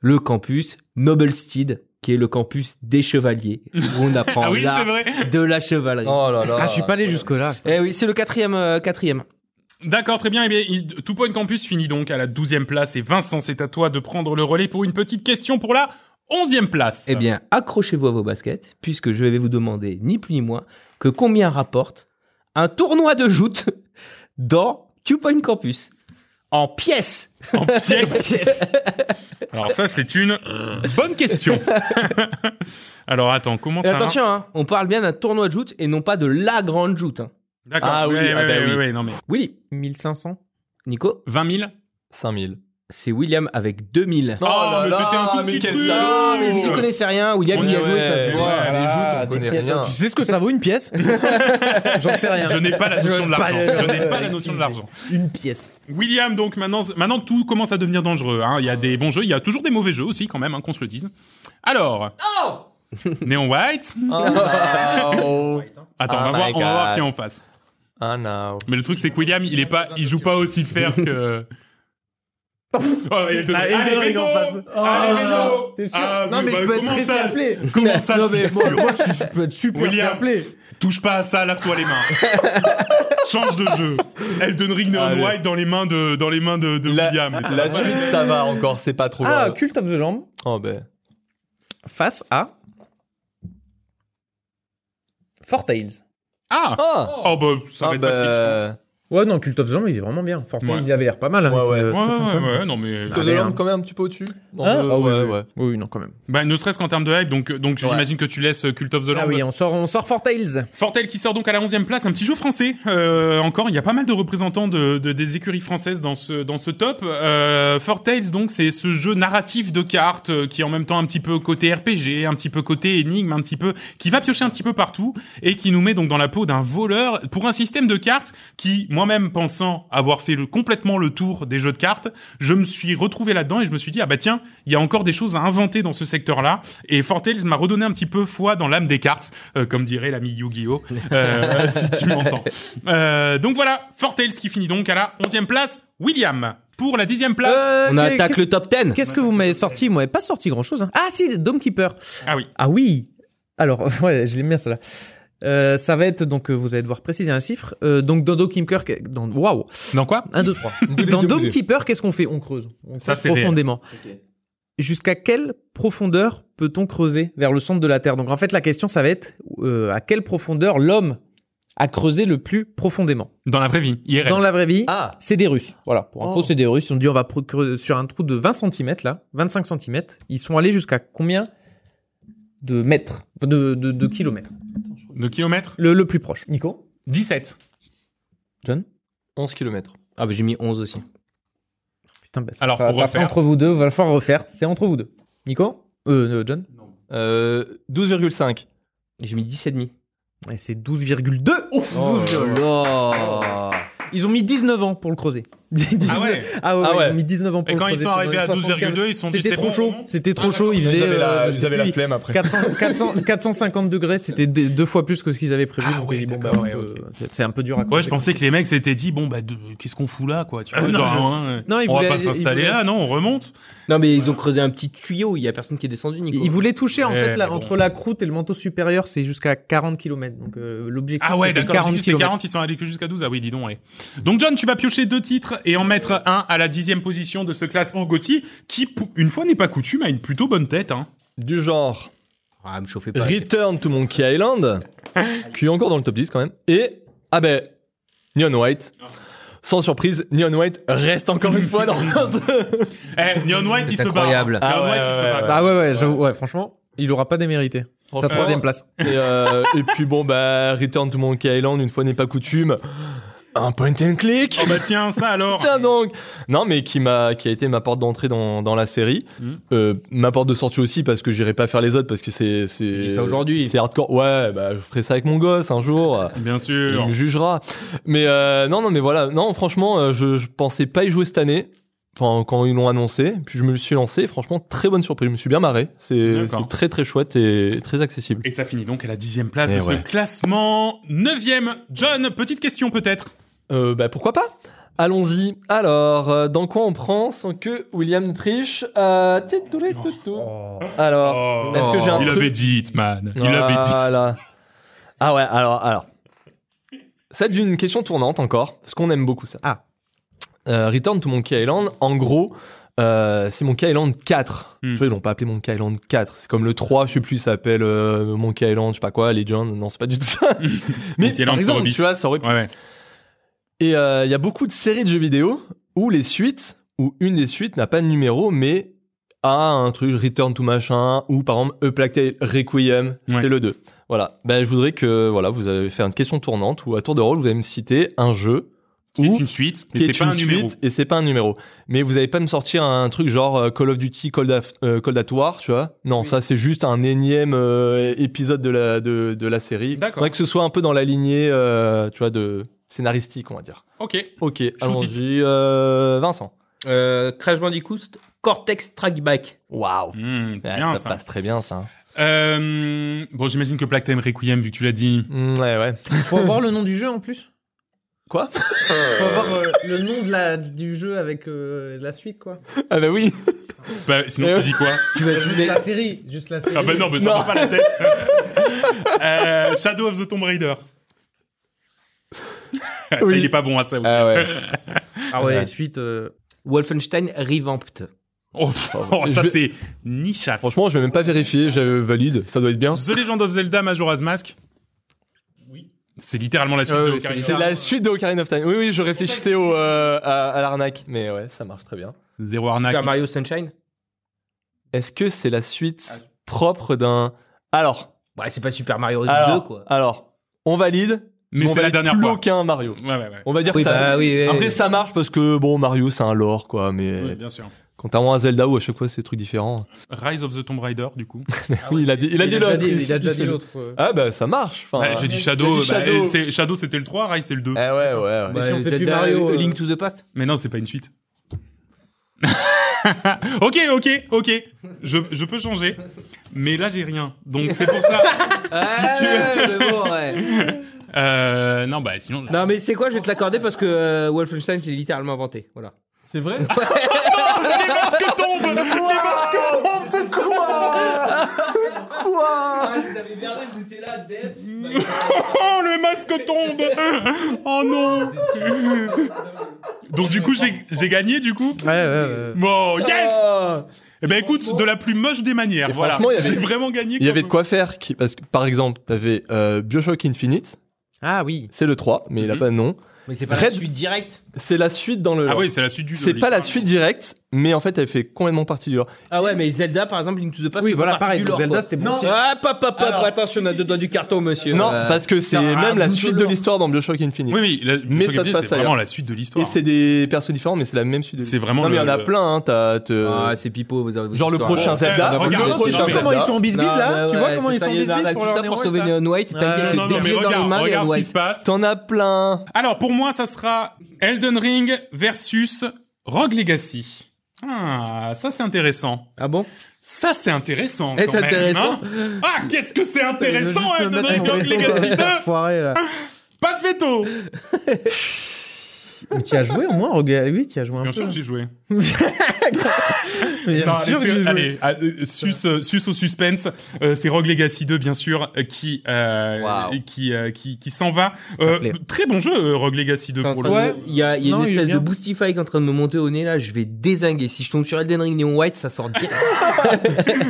Speaker 6: le campus Noblesteed, qui est le campus des chevaliers où on apprend
Speaker 5: Ah oui, c'est
Speaker 6: l'art
Speaker 5: vrai.
Speaker 6: de la chevalerie.
Speaker 7: Oh là là.
Speaker 8: Ah, je suis pas allé jusque-là.
Speaker 6: Eh oui, c'est le quatrième euh, quatrième.
Speaker 5: D'accord, très bien. Eh bien, il- Two Point Campus finit donc à la 12e place. Et Vincent, c'est à toi de prendre le relais pour une petite question pour la 11e place.
Speaker 6: Eh bien, accrochez-vous à vos baskets, puisque je vais vous demander, ni plus ni moins, que combien rapporte un tournoi de joute dans Two Point Campus en pièces.
Speaker 5: En pièces. Alors ça, c'est une bonne question. Alors attends, comment
Speaker 6: Et
Speaker 5: ça marche
Speaker 6: attention, hein, on parle bien d'un tournoi de joute et non pas de la grande joute. hein.
Speaker 5: D'accord.
Speaker 7: Ah oui,
Speaker 5: ouais, ouais,
Speaker 7: ah bah
Speaker 5: ouais,
Speaker 7: oui.
Speaker 5: ouais, ouais, non mais
Speaker 8: 1500
Speaker 6: Nico,
Speaker 5: 20 000.
Speaker 7: 5000.
Speaker 6: c'est William avec 2000.
Speaker 5: Oh
Speaker 7: Ah,
Speaker 5: là là, mais quel salaud.
Speaker 6: Vous y connaissez rien, William
Speaker 5: On
Speaker 6: il y a
Speaker 5: est-
Speaker 6: joué, ça se
Speaker 5: ouais,
Speaker 6: voit.
Speaker 5: ouais,
Speaker 7: les joutes, on
Speaker 6: des
Speaker 7: connaît
Speaker 6: pièces,
Speaker 7: rien.
Speaker 8: Tu sais ce que ça vaut une pièce J'en sais rien.
Speaker 5: Je n'ai pas la notion de
Speaker 8: pas
Speaker 5: l'argent.
Speaker 8: le-
Speaker 5: Je n'ai pas la notion de l'argent.
Speaker 8: Une pièce.
Speaker 5: William, donc maintenant, maintenant tout commence à devenir dangereux. hein. Il y a des bons jeux, il y a toujours des mauvais jeux aussi, quand même, hein, qu'on se le dise. Alors.
Speaker 8: Oh
Speaker 5: Néon White.
Speaker 7: Oh,
Speaker 5: Attends, on,
Speaker 7: Oh
Speaker 5: va voir,
Speaker 7: my
Speaker 5: on va voir
Speaker 7: God.
Speaker 5: qui est en face.
Speaker 7: Ah non.
Speaker 5: Mais le truc, c'est que William, il est pas, il joue pas aussi fer que. Oh, il donne-
Speaker 8: Ah, il
Speaker 5: Allez, Renaud
Speaker 8: donne en face. Oh,
Speaker 5: Allez, Renaud
Speaker 8: T'es sûr
Speaker 5: Ah,
Speaker 8: Non,
Speaker 5: oui,
Speaker 8: mais
Speaker 5: bah,
Speaker 8: je peux être
Speaker 5: comment
Speaker 8: très
Speaker 5: ça
Speaker 8: fair play.
Speaker 5: Comment ça
Speaker 8: Non, mais
Speaker 5: c'est
Speaker 8: moi,
Speaker 5: sûr
Speaker 8: moi, je je peux être super
Speaker 5: William.
Speaker 8: fair play.
Speaker 5: Touche pas à ça, lave-toi les mains. Change de jeu. Elden Ring Neon
Speaker 7: Allez.
Speaker 5: White dans les mains de, dans les mains de, de
Speaker 7: La,
Speaker 5: William. Mais ça
Speaker 7: la
Speaker 5: va.
Speaker 7: suite, ça va encore, c'est pas trop
Speaker 8: Ah,
Speaker 7: grave.
Speaker 8: Cult of the Lamb
Speaker 7: Oh, ben.
Speaker 8: face à Four Tales.
Speaker 5: Ah
Speaker 7: Ah
Speaker 5: Oh bah, ça
Speaker 7: Ah,
Speaker 5: va être
Speaker 7: ben,
Speaker 5: facile, je
Speaker 8: Ouais, non, Cult of the Lamb, il est vraiment bien. Four Tales,
Speaker 5: Ouais.
Speaker 8: il avait l'air pas mal. hein,
Speaker 7: Ouais,
Speaker 8: il était,
Speaker 7: ouais.
Speaker 8: euh,
Speaker 5: pense.
Speaker 8: très
Speaker 5: Ouais,
Speaker 8: sympa.
Speaker 5: ouais, ouais, non mais...
Speaker 7: Code
Speaker 8: Allez,
Speaker 7: Alarm,
Speaker 8: hein.
Speaker 7: quand même un petit peu au-dessus. Dans
Speaker 5: Hein
Speaker 8: Ah,
Speaker 7: le-
Speaker 8: ah oui,
Speaker 7: ouais,
Speaker 8: oui,
Speaker 7: ouais.
Speaker 8: oui. Oui, non, quand même.
Speaker 5: Bah, ne serait-ce qu'en termes de hype, donc, donc
Speaker 7: Ouais.
Speaker 5: j'imagine que tu laisses euh, Cult of the Lamb.
Speaker 8: Ah oui, on sort, on sort Four Tales.
Speaker 5: Fortel qui sort donc à la 11e place, un petit jeu français. Euh, encore, il y a pas mal de représentants de, de- des écuries françaises dans ce, dans ce top. Euh, Fortales, donc, c'est ce jeu narratif de cartes euh, qui est en même temps un petit peu côté RPG, un petit peu côté énigme, un petit peu, qui va piocher un petit peu partout et qui nous met donc dans la peau d'un voleur pour un système de cartes qui, moi-même pensant avoir fait le, complètement le tour des jeux de cartes, je me suis retrouvé là-dedans et je me suis dit ah bah tiens, il y a encore des choses à inventer dans ce secteur-là. Et Fortales m'a redonné un petit peu foi dans l'âme des cartes, euh, comme dirait l'ami Yu-Gi-Oh, euh, si tu m'entends. Euh, donc voilà, Fortales qui finit donc à la 11e place. William pour la 10e place.
Speaker 8: Euh,
Speaker 6: On
Speaker 8: mais
Speaker 6: attaque
Speaker 8: qu'est-ce-
Speaker 6: le top 10.
Speaker 8: Qu'est-ce que vous m'avez sorti Moi, pas sorti grand-chose. hein. Ah si, Dome Keeper.
Speaker 5: Ah oui.
Speaker 8: Ah oui Alors, ouais, je l'aime bien celle-là. Euh, ça va être, donc euh, vous allez devoir préciser un chiffre. Euh, donc dans Dome Keeper, que- dans, waouh,
Speaker 5: Dans quoi
Speaker 8: 1, 2, 3. dans Dome Keeper, qu'est-ce qu'on fait On creuse. On
Speaker 5: Ça,
Speaker 8: creuse
Speaker 5: c'est
Speaker 8: profondément.
Speaker 6: réel.
Speaker 8: Jusqu'à quelle profondeur peut-on creuser vers le centre de la Terre Donc en fait, la question, ça va être euh, à quelle profondeur l'homme a creusé le plus profondément.
Speaker 5: Dans la vraie vie, IRL.
Speaker 8: Dans la vraie vie,
Speaker 7: Ah
Speaker 8: c'est des Russes. Voilà, pour info,
Speaker 7: Oh.
Speaker 8: c'est des Russes. Ils ont dit on va pro- creuser sur un trou de 20 cm, là, 25 cm. Ils sont allés jusqu'à combien de mètres De, de, de kilomètres
Speaker 5: De kilomètres
Speaker 8: le, le plus proche. Nico
Speaker 5: 17.
Speaker 7: 11 km.
Speaker 6: Ah bah j'ai mis 11 aussi.
Speaker 8: Putain, bah, ça
Speaker 5: Alors,
Speaker 8: fera-
Speaker 5: pour
Speaker 8: ça fera
Speaker 5: refaire.
Speaker 8: entre vous deux, va falloir refaire. C'est entre vous deux. Nico euh, euh, John
Speaker 7: Euh, 12,5.
Speaker 6: J'ai mis 10 et demi.
Speaker 8: Et c'est 12,2
Speaker 6: Oh.
Speaker 8: Ils ont mis 19 ans pour le creuser. 19
Speaker 5: Ah ouais
Speaker 8: Ah ouais,
Speaker 7: Ah
Speaker 8: ouais,
Speaker 7: ouais.
Speaker 8: Ils ont mis 19 ans pour
Speaker 5: Et
Speaker 8: le
Speaker 5: quand ils
Speaker 8: creuser.
Speaker 5: sont
Speaker 8: c'est
Speaker 5: arrivés
Speaker 8: dans
Speaker 5: à
Speaker 8: les 75.
Speaker 5: 12,2, ils se sont dit
Speaker 8: C'était
Speaker 5: c'est
Speaker 8: trop
Speaker 5: bon,
Speaker 8: chaud.
Speaker 5: on monte. Ah,
Speaker 8: C'était trop chaud. Ils faisaient.
Speaker 7: avaient
Speaker 8: euh,
Speaker 7: la,
Speaker 8: je sais plus,
Speaker 7: flemme après.
Speaker 8: 400, 400 450 degrés, c'était deux, deux fois plus que ce qu'ils avaient prévu.
Speaker 5: Ah
Speaker 8: Donc,
Speaker 5: ouais,
Speaker 8: ils ont dit,
Speaker 5: d'accord,
Speaker 8: bon,
Speaker 5: ouais,
Speaker 8: euh, C'est un peu dur à
Speaker 5: Ouais,
Speaker 8: comprendre.
Speaker 5: je pensais que les mecs s'étaient dit bon bah de- qu'est-ce qu'on fout là quoi, tu vois,
Speaker 8: non,
Speaker 5: genre,
Speaker 8: je-
Speaker 5: hein,
Speaker 8: non, ils
Speaker 5: on va
Speaker 8: voulaient
Speaker 5: pas
Speaker 8: aller-
Speaker 5: s'installer
Speaker 8: ils voulaient-
Speaker 5: là, non, on remonte.
Speaker 6: Non mais ils ont creusé un petit tuyau, il y a personne qui est descendu Nico.
Speaker 8: Ils voulaient toucher en
Speaker 5: Ouais,
Speaker 8: fait là,
Speaker 5: mais bon.
Speaker 8: entre la croûte et le manteau supérieur, c'est jusqu'à 40 km. Donc euh, l'objectif
Speaker 5: Ah ouais,
Speaker 8: c'était
Speaker 5: d'accord,
Speaker 8: 40
Speaker 5: tu dis c'est
Speaker 8: km.
Speaker 5: 40, ils sont allés que jusqu'à 12. Ah oui, dis donc, ouais. Donc John, tu vas piocher deux titres et en mettre un à la dixième position de ce classement Gauthier, qui pou- une fois n'est pas coutume a une plutôt bonne tête. Hein.
Speaker 7: Du genre
Speaker 6: Ah, me chauffez pas.
Speaker 7: Return to Monkey Island, qui est encore dans le top 10 quand même. Et, ah ben, Neon White. Sans surprise, Neon White reste encore une fois dans le
Speaker 5: Eh, Neon White, il se bat. hein.
Speaker 6: incroyable.
Speaker 5: Neon
Speaker 7: Ah ouais,
Speaker 5: White, il se
Speaker 7: ouais,
Speaker 5: bat.
Speaker 7: ouais.
Speaker 8: Ah ouais, ouais, j'avoue, ouais, franchement, il aura pas démérité. Sa
Speaker 7: Franchement.
Speaker 8: troisième place.
Speaker 7: et, euh, et puis bon, bah, Return to Monkey Island, une fois n'est pas coutume. Un point and click.
Speaker 5: Oh bah tiens, ça alors.
Speaker 7: Tiens donc Non, mais qui m'a, qui a été ma porte d'entrée dans, dans la série,
Speaker 6: Hmm.
Speaker 7: Euh, ma porte de sortie aussi parce que j'irai pas faire les autres parce que c'est
Speaker 6: Il
Speaker 7: c'est
Speaker 6: dit ça aujourd'hui.
Speaker 7: c'est hardcore. Ouais, bah je ferai ça avec mon gosse un jour.
Speaker 5: Bien
Speaker 7: Il
Speaker 5: sûr.
Speaker 7: me jugera. Mais euh, non, non, mais voilà. Non, franchement, euh, je, je pensais pas y jouer cette année. Enfin, quand ils l'ont annoncé, puis je me le suis lancé. Franchement, très bonne surprise. Je me suis bien marré. C'est
Speaker 5: D'accord.
Speaker 7: c'est très très chouette et très accessible.
Speaker 5: Et ça finit donc à la dixième place
Speaker 7: Eh
Speaker 5: de
Speaker 7: ouais.
Speaker 5: ce classement. Neuvième, John, petite question peut-être.
Speaker 7: Euh, bah pourquoi pas Allons-y. Alors, euh, dans quoi on prend sans que William ne triche Euh, titoulé, toutou. Alors, Oh. est-ce que j'ai un
Speaker 5: Oh. il
Speaker 7: truc
Speaker 5: avait dit Hitman. Il avait dit.
Speaker 7: Voilà. Ah ouais, alors, alors. Ça devient une question tournante encore, parce qu'on aime beaucoup ça. Ah. Euh, Return to Monkey Island, en gros, euh, c'est Monkey Island 4.
Speaker 5: Hmm.
Speaker 7: Tu vois, ils l'ont pas appelé Monkey Island 4. C'est comme le 3, je sais plus, ça s'appelle euh, Monkey Island, je sais pas quoi, Legend. Non, c'est pas du tout ça. Mais
Speaker 5: Monkey
Speaker 7: par
Speaker 5: Island,
Speaker 7: exemple,
Speaker 5: Kirby.
Speaker 7: tu vois, ça aurait pu
Speaker 5: Ouais, ouais.
Speaker 7: et euh, il y a beaucoup de séries de jeux vidéo où les suites, où une des suites n'a pas de numéro, mais a un truc Return to machin, ou par exemple A Plague Tale Requiem,
Speaker 5: Ouais.
Speaker 7: c'est le 2. Voilà. Ben, je voudrais que voilà, vous allez faire une question tournante ou à tour de rôle, vous allez me citer un jeu
Speaker 5: Qui
Speaker 7: où-
Speaker 5: est une suite, mais
Speaker 7: qui
Speaker 5: c'est
Speaker 7: est
Speaker 5: pas
Speaker 7: une
Speaker 5: un numéro.
Speaker 7: suite et c'est pas un numéro. Mais vous allez pas me sortir un truc genre euh, Call of Duty Cold, Af- euh, Cold at War, tu vois. Non, ça c'est juste un énième euh, épisode de la, de, de la série.
Speaker 5: D'accord.
Speaker 7: Faudrait que ce soit un peu dans la lignée, euh, tu vois, de scénaristique, on va dire.
Speaker 5: Ok.
Speaker 7: Ok,
Speaker 5: it.
Speaker 7: allons-y. Euh, Vincent.
Speaker 6: Euh, Crash Bandicoot, Cortex Strike Back.
Speaker 7: Waouh. Eh,
Speaker 5: Hmm, bien
Speaker 7: ça,
Speaker 5: ça.
Speaker 7: passe très bien ça. hein.
Speaker 5: Euh, bon, j'imagine que Plague Time Requiem, vu que tu l'as dit.
Speaker 7: Mm, ouais, ouais.
Speaker 8: Faut avoir le nom du jeu en plus.
Speaker 7: Quoi
Speaker 8: Faut avoir euh, le nom de la, du jeu avec euh, la suite quoi.
Speaker 7: Ah bah oui.
Speaker 5: Bah, sinon, tu dis quoi
Speaker 6: Tu vas
Speaker 8: Juste la série, juste la série.
Speaker 5: Ah bah non, mais ça va pas la tête. Euh, Shadow of the Tomb Raider. Ah, ça,
Speaker 7: Oui.
Speaker 5: il est pas bon à ça. oui. Euh,
Speaker 7: Ah ouais.
Speaker 8: Ah ouais,
Speaker 7: Ouais.
Speaker 8: la suite. euh,
Speaker 6: Wolfenstein Revamped.
Speaker 5: Oh, pff, oh, ça,
Speaker 7: Je-
Speaker 5: c'est nichasse.
Speaker 7: Franchement, je vais même pas vérifier. Je valide. Ça doit être bien.
Speaker 5: The Legend of Zelda Majora's Mask. Oui. C'est littéralement la suite
Speaker 7: Ouais,
Speaker 5: de
Speaker 7: ouais,
Speaker 5: Ocarina.
Speaker 7: Euh, c'est la suite de Ocarina of Time. Oui, oui, je réfléchissais au, euh, à, à l'arnaque. Mais ouais, ça marche très bien.
Speaker 5: Zéro arnaque.
Speaker 6: Super Mario Sunshine.
Speaker 7: Est-ce que c'est la
Speaker 8: Ah,
Speaker 7: suite propre d'un. Alors.
Speaker 6: Ouais, c'est pas Super Mario 2
Speaker 7: alors,
Speaker 6: quoi.
Speaker 7: alors, on valide.
Speaker 5: Mais
Speaker 7: on
Speaker 5: c'est la
Speaker 7: valide
Speaker 5: dernière
Speaker 7: plus
Speaker 5: fois.
Speaker 7: aucun Mario.
Speaker 5: Ouais, ouais, ouais.
Speaker 7: On va dire
Speaker 6: Oui,
Speaker 7: que ça.
Speaker 6: bah oui, oui,
Speaker 7: Après,
Speaker 6: oui.
Speaker 7: ça marche parce que bon, Mario, c'est un lore quoi. Mais
Speaker 5: Ouais, bien sûr.
Speaker 7: Quand Contrairement à Zelda où à chaque fois c'est des trucs différents.
Speaker 5: Rise of the Tomb Raider, du coup.
Speaker 7: Oui, il a dit, il a dit
Speaker 8: déjà
Speaker 7: l'autre.
Speaker 8: dit-
Speaker 7: il
Speaker 8: Ah il a déjà
Speaker 7: se
Speaker 8: dit
Speaker 7: fait-
Speaker 8: l'autre. euh.
Speaker 7: Ah bah ça marche. Enfin,
Speaker 5: Ouais, J'ai dit
Speaker 7: il a
Speaker 5: Shadow. bah,
Speaker 7: Shadow.
Speaker 5: et c'est- Shadow, c'était le 3, Rise, c'est le 2.
Speaker 7: Eh ouais, ouais, ouais.
Speaker 8: si on fait plus Mario, euh,
Speaker 6: Link to the Past.
Speaker 5: Mais non, c'est pas une suite. ok, ok, ok. Je, je peux changer. Mais là, j'ai rien. Donc, c'est pour ça.
Speaker 6: Ah, ouais, mais bon, ouais.
Speaker 5: Euh, non, bah, sinon. là-
Speaker 6: Non, mais c'est quoi Je vais te l'accorder parce que euh, Wolfenstein, je l'ai littéralement inventé. Voilà.
Speaker 7: C'est vrai
Speaker 5: Oh, le masque tombe Oh non Donc, du coup, j'ai- j'ai gagné, du coup
Speaker 8: Ouais, ouais, ouais.
Speaker 5: Bon, yes
Speaker 7: Ah.
Speaker 5: Eh ben, écoute, de la plus moche des manières,
Speaker 7: Et
Speaker 5: voilà.
Speaker 7: franchement, il y avait-
Speaker 5: J'ai vraiment gagné.
Speaker 7: Il y avait de
Speaker 5: comme-
Speaker 7: quoi faire. Qui... Parce que par exemple, t'avais euh, Bioshock Infinite.
Speaker 8: Ah oui.
Speaker 7: C'est le 3, mais il a
Speaker 5: Mhm.
Speaker 7: pas de nom.
Speaker 6: Mais c'est pas
Speaker 7: Red-
Speaker 6: la suite directe.
Speaker 7: C'est la suite dans le.
Speaker 5: Ah oui, c'est la suite du jeu.
Speaker 7: c'est pas la
Speaker 5: littéralement.
Speaker 7: suite directe, mais en fait elle fait complètement partie du lore.
Speaker 6: Ah ouais, mais Zelda, par exemple, Link to the Past.
Speaker 8: Oui,
Speaker 6: c'est
Speaker 8: voilà,
Speaker 6: partie
Speaker 8: pareil.
Speaker 6: du lore,
Speaker 8: Zelda,
Speaker 6: quoi.
Speaker 8: c'était
Speaker 6: Non.
Speaker 8: bon.
Speaker 6: Ah, pop, pop, pop, attention, on a deux doigts du carton, monsieur.
Speaker 7: non,
Speaker 6: Euh,
Speaker 7: parce que c'est
Speaker 6: ça
Speaker 7: même
Speaker 6: rajoute
Speaker 7: la
Speaker 6: le
Speaker 7: suite de
Speaker 6: lore.
Speaker 7: l'histoire dans Bioshock Infinite.
Speaker 5: Oui, oui, la- Bioshock
Speaker 7: Mais ça se
Speaker 5: Infinite,
Speaker 7: passe
Speaker 5: c'est vraiment
Speaker 7: ailleurs.
Speaker 5: la suite de l'histoire.
Speaker 7: Et c'est des persos différents, mais c'est la même suite. de-
Speaker 5: C'est vraiment
Speaker 7: Non, mais il y
Speaker 5: le-
Speaker 7: en a
Speaker 5: le-
Speaker 7: plein. Hein, t'as, t'as-
Speaker 6: Ah, c'est pipeau, vous avez.
Speaker 7: Genre le prochain
Speaker 5: Ouais,
Speaker 7: Zelda.
Speaker 6: eh,
Speaker 5: regarde,
Speaker 7: le
Speaker 5: regarde,
Speaker 7: prochain
Speaker 8: Tu
Speaker 5: non,
Speaker 8: vois
Speaker 5: mais-
Speaker 8: comment ils sont en bisbise là Tu vois comment ils sont en
Speaker 6: Il y en
Speaker 8: bisbise
Speaker 6: a
Speaker 8: pour
Speaker 6: tout ça
Speaker 8: leur
Speaker 6: pour
Speaker 8: héros,
Speaker 6: sauver
Speaker 8: là
Speaker 6: Neon White. T'as
Speaker 8: Ah,
Speaker 6: le gars qui
Speaker 5: Non,
Speaker 6: se
Speaker 5: non, mais
Speaker 6: déjette dans les
Speaker 5: regarde,
Speaker 6: mains des
Speaker 5: regarde
Speaker 6: Neon
Speaker 5: ce qui se
Speaker 6: White.
Speaker 5: passe.
Speaker 7: T'en as plein.
Speaker 5: Alors pour moi, ça sera Elden Ring versus Rogue Legacy. Ah, ça c'est intéressant.
Speaker 6: Ah bon
Speaker 5: Ça c'est intéressant.
Speaker 6: Eh,
Speaker 5: quand
Speaker 6: c'est
Speaker 5: même,
Speaker 6: intéressant.
Speaker 5: hein. ah, qu'est-ce que c'est intéressant,
Speaker 8: Juste le
Speaker 5: Elden
Speaker 8: mettre
Speaker 5: Ring
Speaker 8: en
Speaker 5: Rogue
Speaker 8: veto,
Speaker 5: Legacy 2
Speaker 8: cet enfoiré, là.
Speaker 5: Pas de veto
Speaker 8: Mais t'y as joué au moins, regarde. Oui, t'y as joué un
Speaker 5: Bien sûr
Speaker 8: peu.
Speaker 5: que j'ai joué.
Speaker 8: Bien
Speaker 5: Non,
Speaker 8: sûr
Speaker 5: allez,
Speaker 8: que j'ai joué.
Speaker 5: allez, ah, euh, sus, euh, sus au suspense, euh, c'est Rogue Legacy 2 bien sûr euh, qui euh,
Speaker 7: Waouh.
Speaker 5: qui, euh, qui qui s'en va. Euh,
Speaker 8: plaît.
Speaker 5: très bon jeu euh, Rogue Legacy 2
Speaker 6: T'es en
Speaker 5: pour
Speaker 6: train
Speaker 5: le
Speaker 8: Ouais.
Speaker 6: de- Il y a, il y a
Speaker 8: Non,
Speaker 6: une
Speaker 8: il est
Speaker 6: espèce de
Speaker 8: bien.
Speaker 6: boostify qui est en train de me monter au nez là, je vais dézinguer. Si je tombe sur Elden Ring Neon White, ça sort direct.
Speaker 5: coup.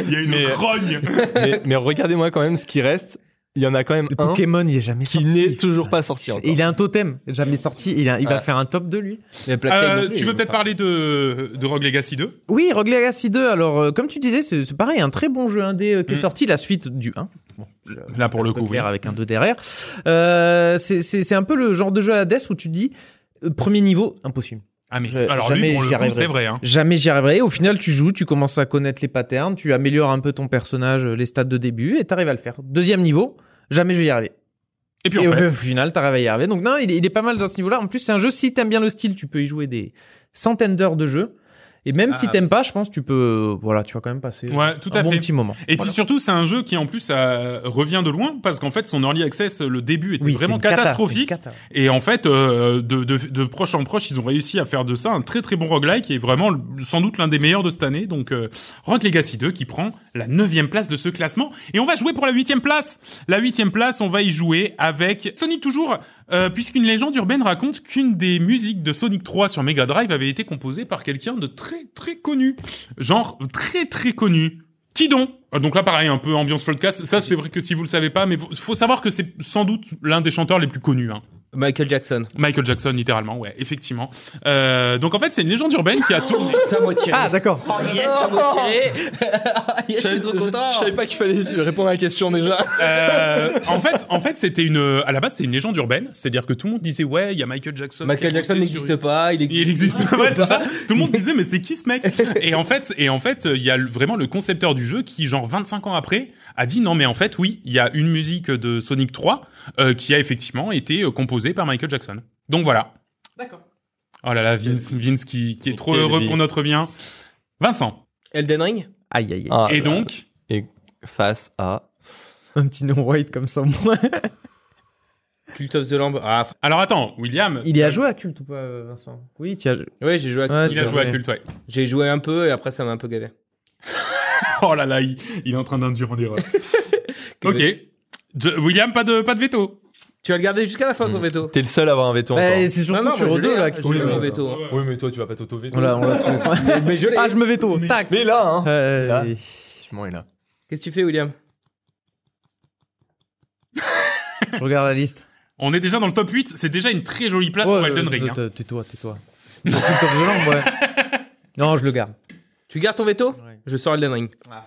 Speaker 5: Il y a une
Speaker 7: Mais-
Speaker 5: grogne.
Speaker 7: mais, mais regardez-moi quand même ce qui reste. Il y en a quand même
Speaker 8: Le
Speaker 7: un
Speaker 8: Pokémon, il est jamais
Speaker 7: qui
Speaker 8: sorti.
Speaker 7: n'est toujours pas sorti. encore.
Speaker 8: Et il a un totem, jamais sorti. Il, a- il
Speaker 7: Ouais.
Speaker 8: va faire un top de lui.
Speaker 5: Euh, tu veux peut-être parler de de Rogue Legacy 2
Speaker 8: Oui, Rogue Legacy 2. Alors, euh, comme tu disais, c'est c'est pareil, un très bon jeu indé euh, qui est
Speaker 5: Mm.
Speaker 8: sorti, la suite du 1.
Speaker 5: Là pour le
Speaker 8: peu
Speaker 5: coup, oui.
Speaker 8: clair avec Euh, un 2 derrière. Euh, c'est- c'est c'est un peu le genre de jeu à la Death où tu te dis euh, premier niveau impossible.
Speaker 5: Ah mais
Speaker 8: Je-
Speaker 5: c'est- alors lui
Speaker 8: jamais
Speaker 5: pour
Speaker 8: j'y
Speaker 5: le coup
Speaker 8: arriverai.
Speaker 5: c'est vrai hein.
Speaker 8: Jamais j'y arriverai. Au final, tu joues, tu commences à connaître les patterns, tu améliores un peu ton personnage, euh, les stats de début, et t'arrives à le faire. Deuxième niveau, jamais je vais y arriver.
Speaker 5: Et puis
Speaker 8: Et
Speaker 5: en
Speaker 8: au
Speaker 5: fait,
Speaker 8: final, t'arrives à y arriver. Donc non, il est, il est pas mal dans ce niveau-là. En plus, c'est un jeu, si t'aimes bien le style, tu peux y jouer des centaines d'heures de jeu. Et même
Speaker 6: Ah,
Speaker 8: si t'aimes pas, je pense, tu peux, euh, voilà, tu vas quand même passer
Speaker 5: ouais, tout
Speaker 8: un
Speaker 5: à
Speaker 8: bon
Speaker 5: fait.
Speaker 8: petit moment.
Speaker 5: Et
Speaker 8: Ah, Voilà.
Speaker 5: puis surtout, c'est un jeu qui en plus euh, revient de loin parce qu'en fait, son early access, le début était
Speaker 8: Oui, c'était
Speaker 5: vraiment
Speaker 8: une cata, c'était une
Speaker 5: catastrophique.
Speaker 8: cata.
Speaker 5: Et en fait, euh, de, de, de proche en proche, ils ont réussi à faire de ça un très très bon roguelike et vraiment le- sans doute l'un des meilleurs de cette année. Donc, euh, Rogue Legacy 2 qui prend la neuvième place de ce classement. Et on va jouer pour la huitième place. La huitième place, on va y jouer avec Sonic toujours, euh, puisqu'une légende urbaine raconte qu'une des musiques de Sonic 3 sur Mega Drive avait été composée par quelqu'un de très très connu. Genre très très connu. Qui donc Euh, Donc là, pareil, un peu ambiance podcast. Ça, c'est vrai que si vous le savez pas, mais faut- faut savoir que c'est sans doute l'un des chanteurs les plus connus. Hein.
Speaker 6: Michael Jackson.
Speaker 5: Michael Jackson, littéralement, ouais, effectivement. Euh, donc en fait, c'est une légende urbaine qui a tourné.
Speaker 6: Ça m'a tiré.
Speaker 8: Ah, d'accord.
Speaker 6: ça m'a tiré. yes, je suis trop content.
Speaker 7: Je savais pas qu'il fallait répondre à la question déjà.
Speaker 5: Euh, en fait, en fait, c'était une. À la base, c'est une légende urbaine, c'est-à-dire que tout le monde disait ouais, il y a Michael Jackson.
Speaker 6: Michael
Speaker 5: qui a
Speaker 6: Jackson
Speaker 5: dansé sur
Speaker 6: n'existe pas, il existe.
Speaker 5: Il existe ouais, c'est ça. Tout le monde disait mais c'est qui ce mec Et en fait, et en fait, il y a le- vraiment le concepteur du jeu qui genre 25 ans après a dit non mais en fait oui, il y a une musique de Sonic 3 euh, qui a effectivement été euh, composée par Michael Jackson. Donc voilà.
Speaker 6: D'accord.
Speaker 5: Oh là là, Vince, Vince qui, qui est trop
Speaker 7: Quelle
Speaker 5: heureux
Speaker 7: vie.
Speaker 5: pour notre bien. Vincent.
Speaker 6: Elden Ring
Speaker 8: Aïe, aïe, aïe.
Speaker 7: Ah,
Speaker 5: et
Speaker 7: là,
Speaker 5: donc
Speaker 7: face à.
Speaker 8: Un petit nom white comme ça, au moins.
Speaker 6: Cult of the Lamb. Ah, f-
Speaker 5: Alors attends, William,
Speaker 8: Il y a joué à culte ou pas, euh, Vincent Oui, tu y as.
Speaker 6: ouais, j'ai joué à
Speaker 8: Ouais,
Speaker 6: Cult
Speaker 5: il
Speaker 6: of
Speaker 5: a
Speaker 6: the
Speaker 5: joué à
Speaker 6: Lamb.
Speaker 5: Cult, ouais.
Speaker 6: J'ai joué un peu et après ça m'a un peu gavé.
Speaker 5: Oh là là, il, il est en train d'induire en erreur. ok. Je- William, pas de, pas de veto.
Speaker 6: Tu vas le garder jusqu'à la fin de ton
Speaker 7: Mm.
Speaker 6: veto.
Speaker 7: T'es le seul à avoir un veto encore.
Speaker 8: Bah, c'est surtout sur
Speaker 6: je
Speaker 8: O2
Speaker 6: l'ai,
Speaker 8: là
Speaker 6: hein,
Speaker 8: que
Speaker 6: j'ai
Speaker 8: tu
Speaker 6: eu
Speaker 8: le
Speaker 6: mon
Speaker 8: mets.
Speaker 6: veto. hein.
Speaker 7: Oui, mais toi, tu vas pas t'auto-veto.
Speaker 8: On l'a- on l'a trouvé.
Speaker 6: Mais je l'ai.
Speaker 8: Ah, je me veto. Tac.
Speaker 7: Mais là, hein.
Speaker 8: Euh,
Speaker 7: Là. Effectivement, il est là.
Speaker 6: Qu'est-ce que tu fais, William
Speaker 8: Je regarde la liste.
Speaker 5: On est déjà dans le top 8, c'est déjà une très jolie place
Speaker 8: Ouais,
Speaker 5: pour Elden
Speaker 8: euh,
Speaker 5: Ring. hein.
Speaker 8: t- Tais-toi, tais-toi. Culte of the Lamb, ouais. Non, je le garde.
Speaker 6: Tu gardes ton veto
Speaker 8: Ouais.
Speaker 6: Je sors Elden Ring. Ah,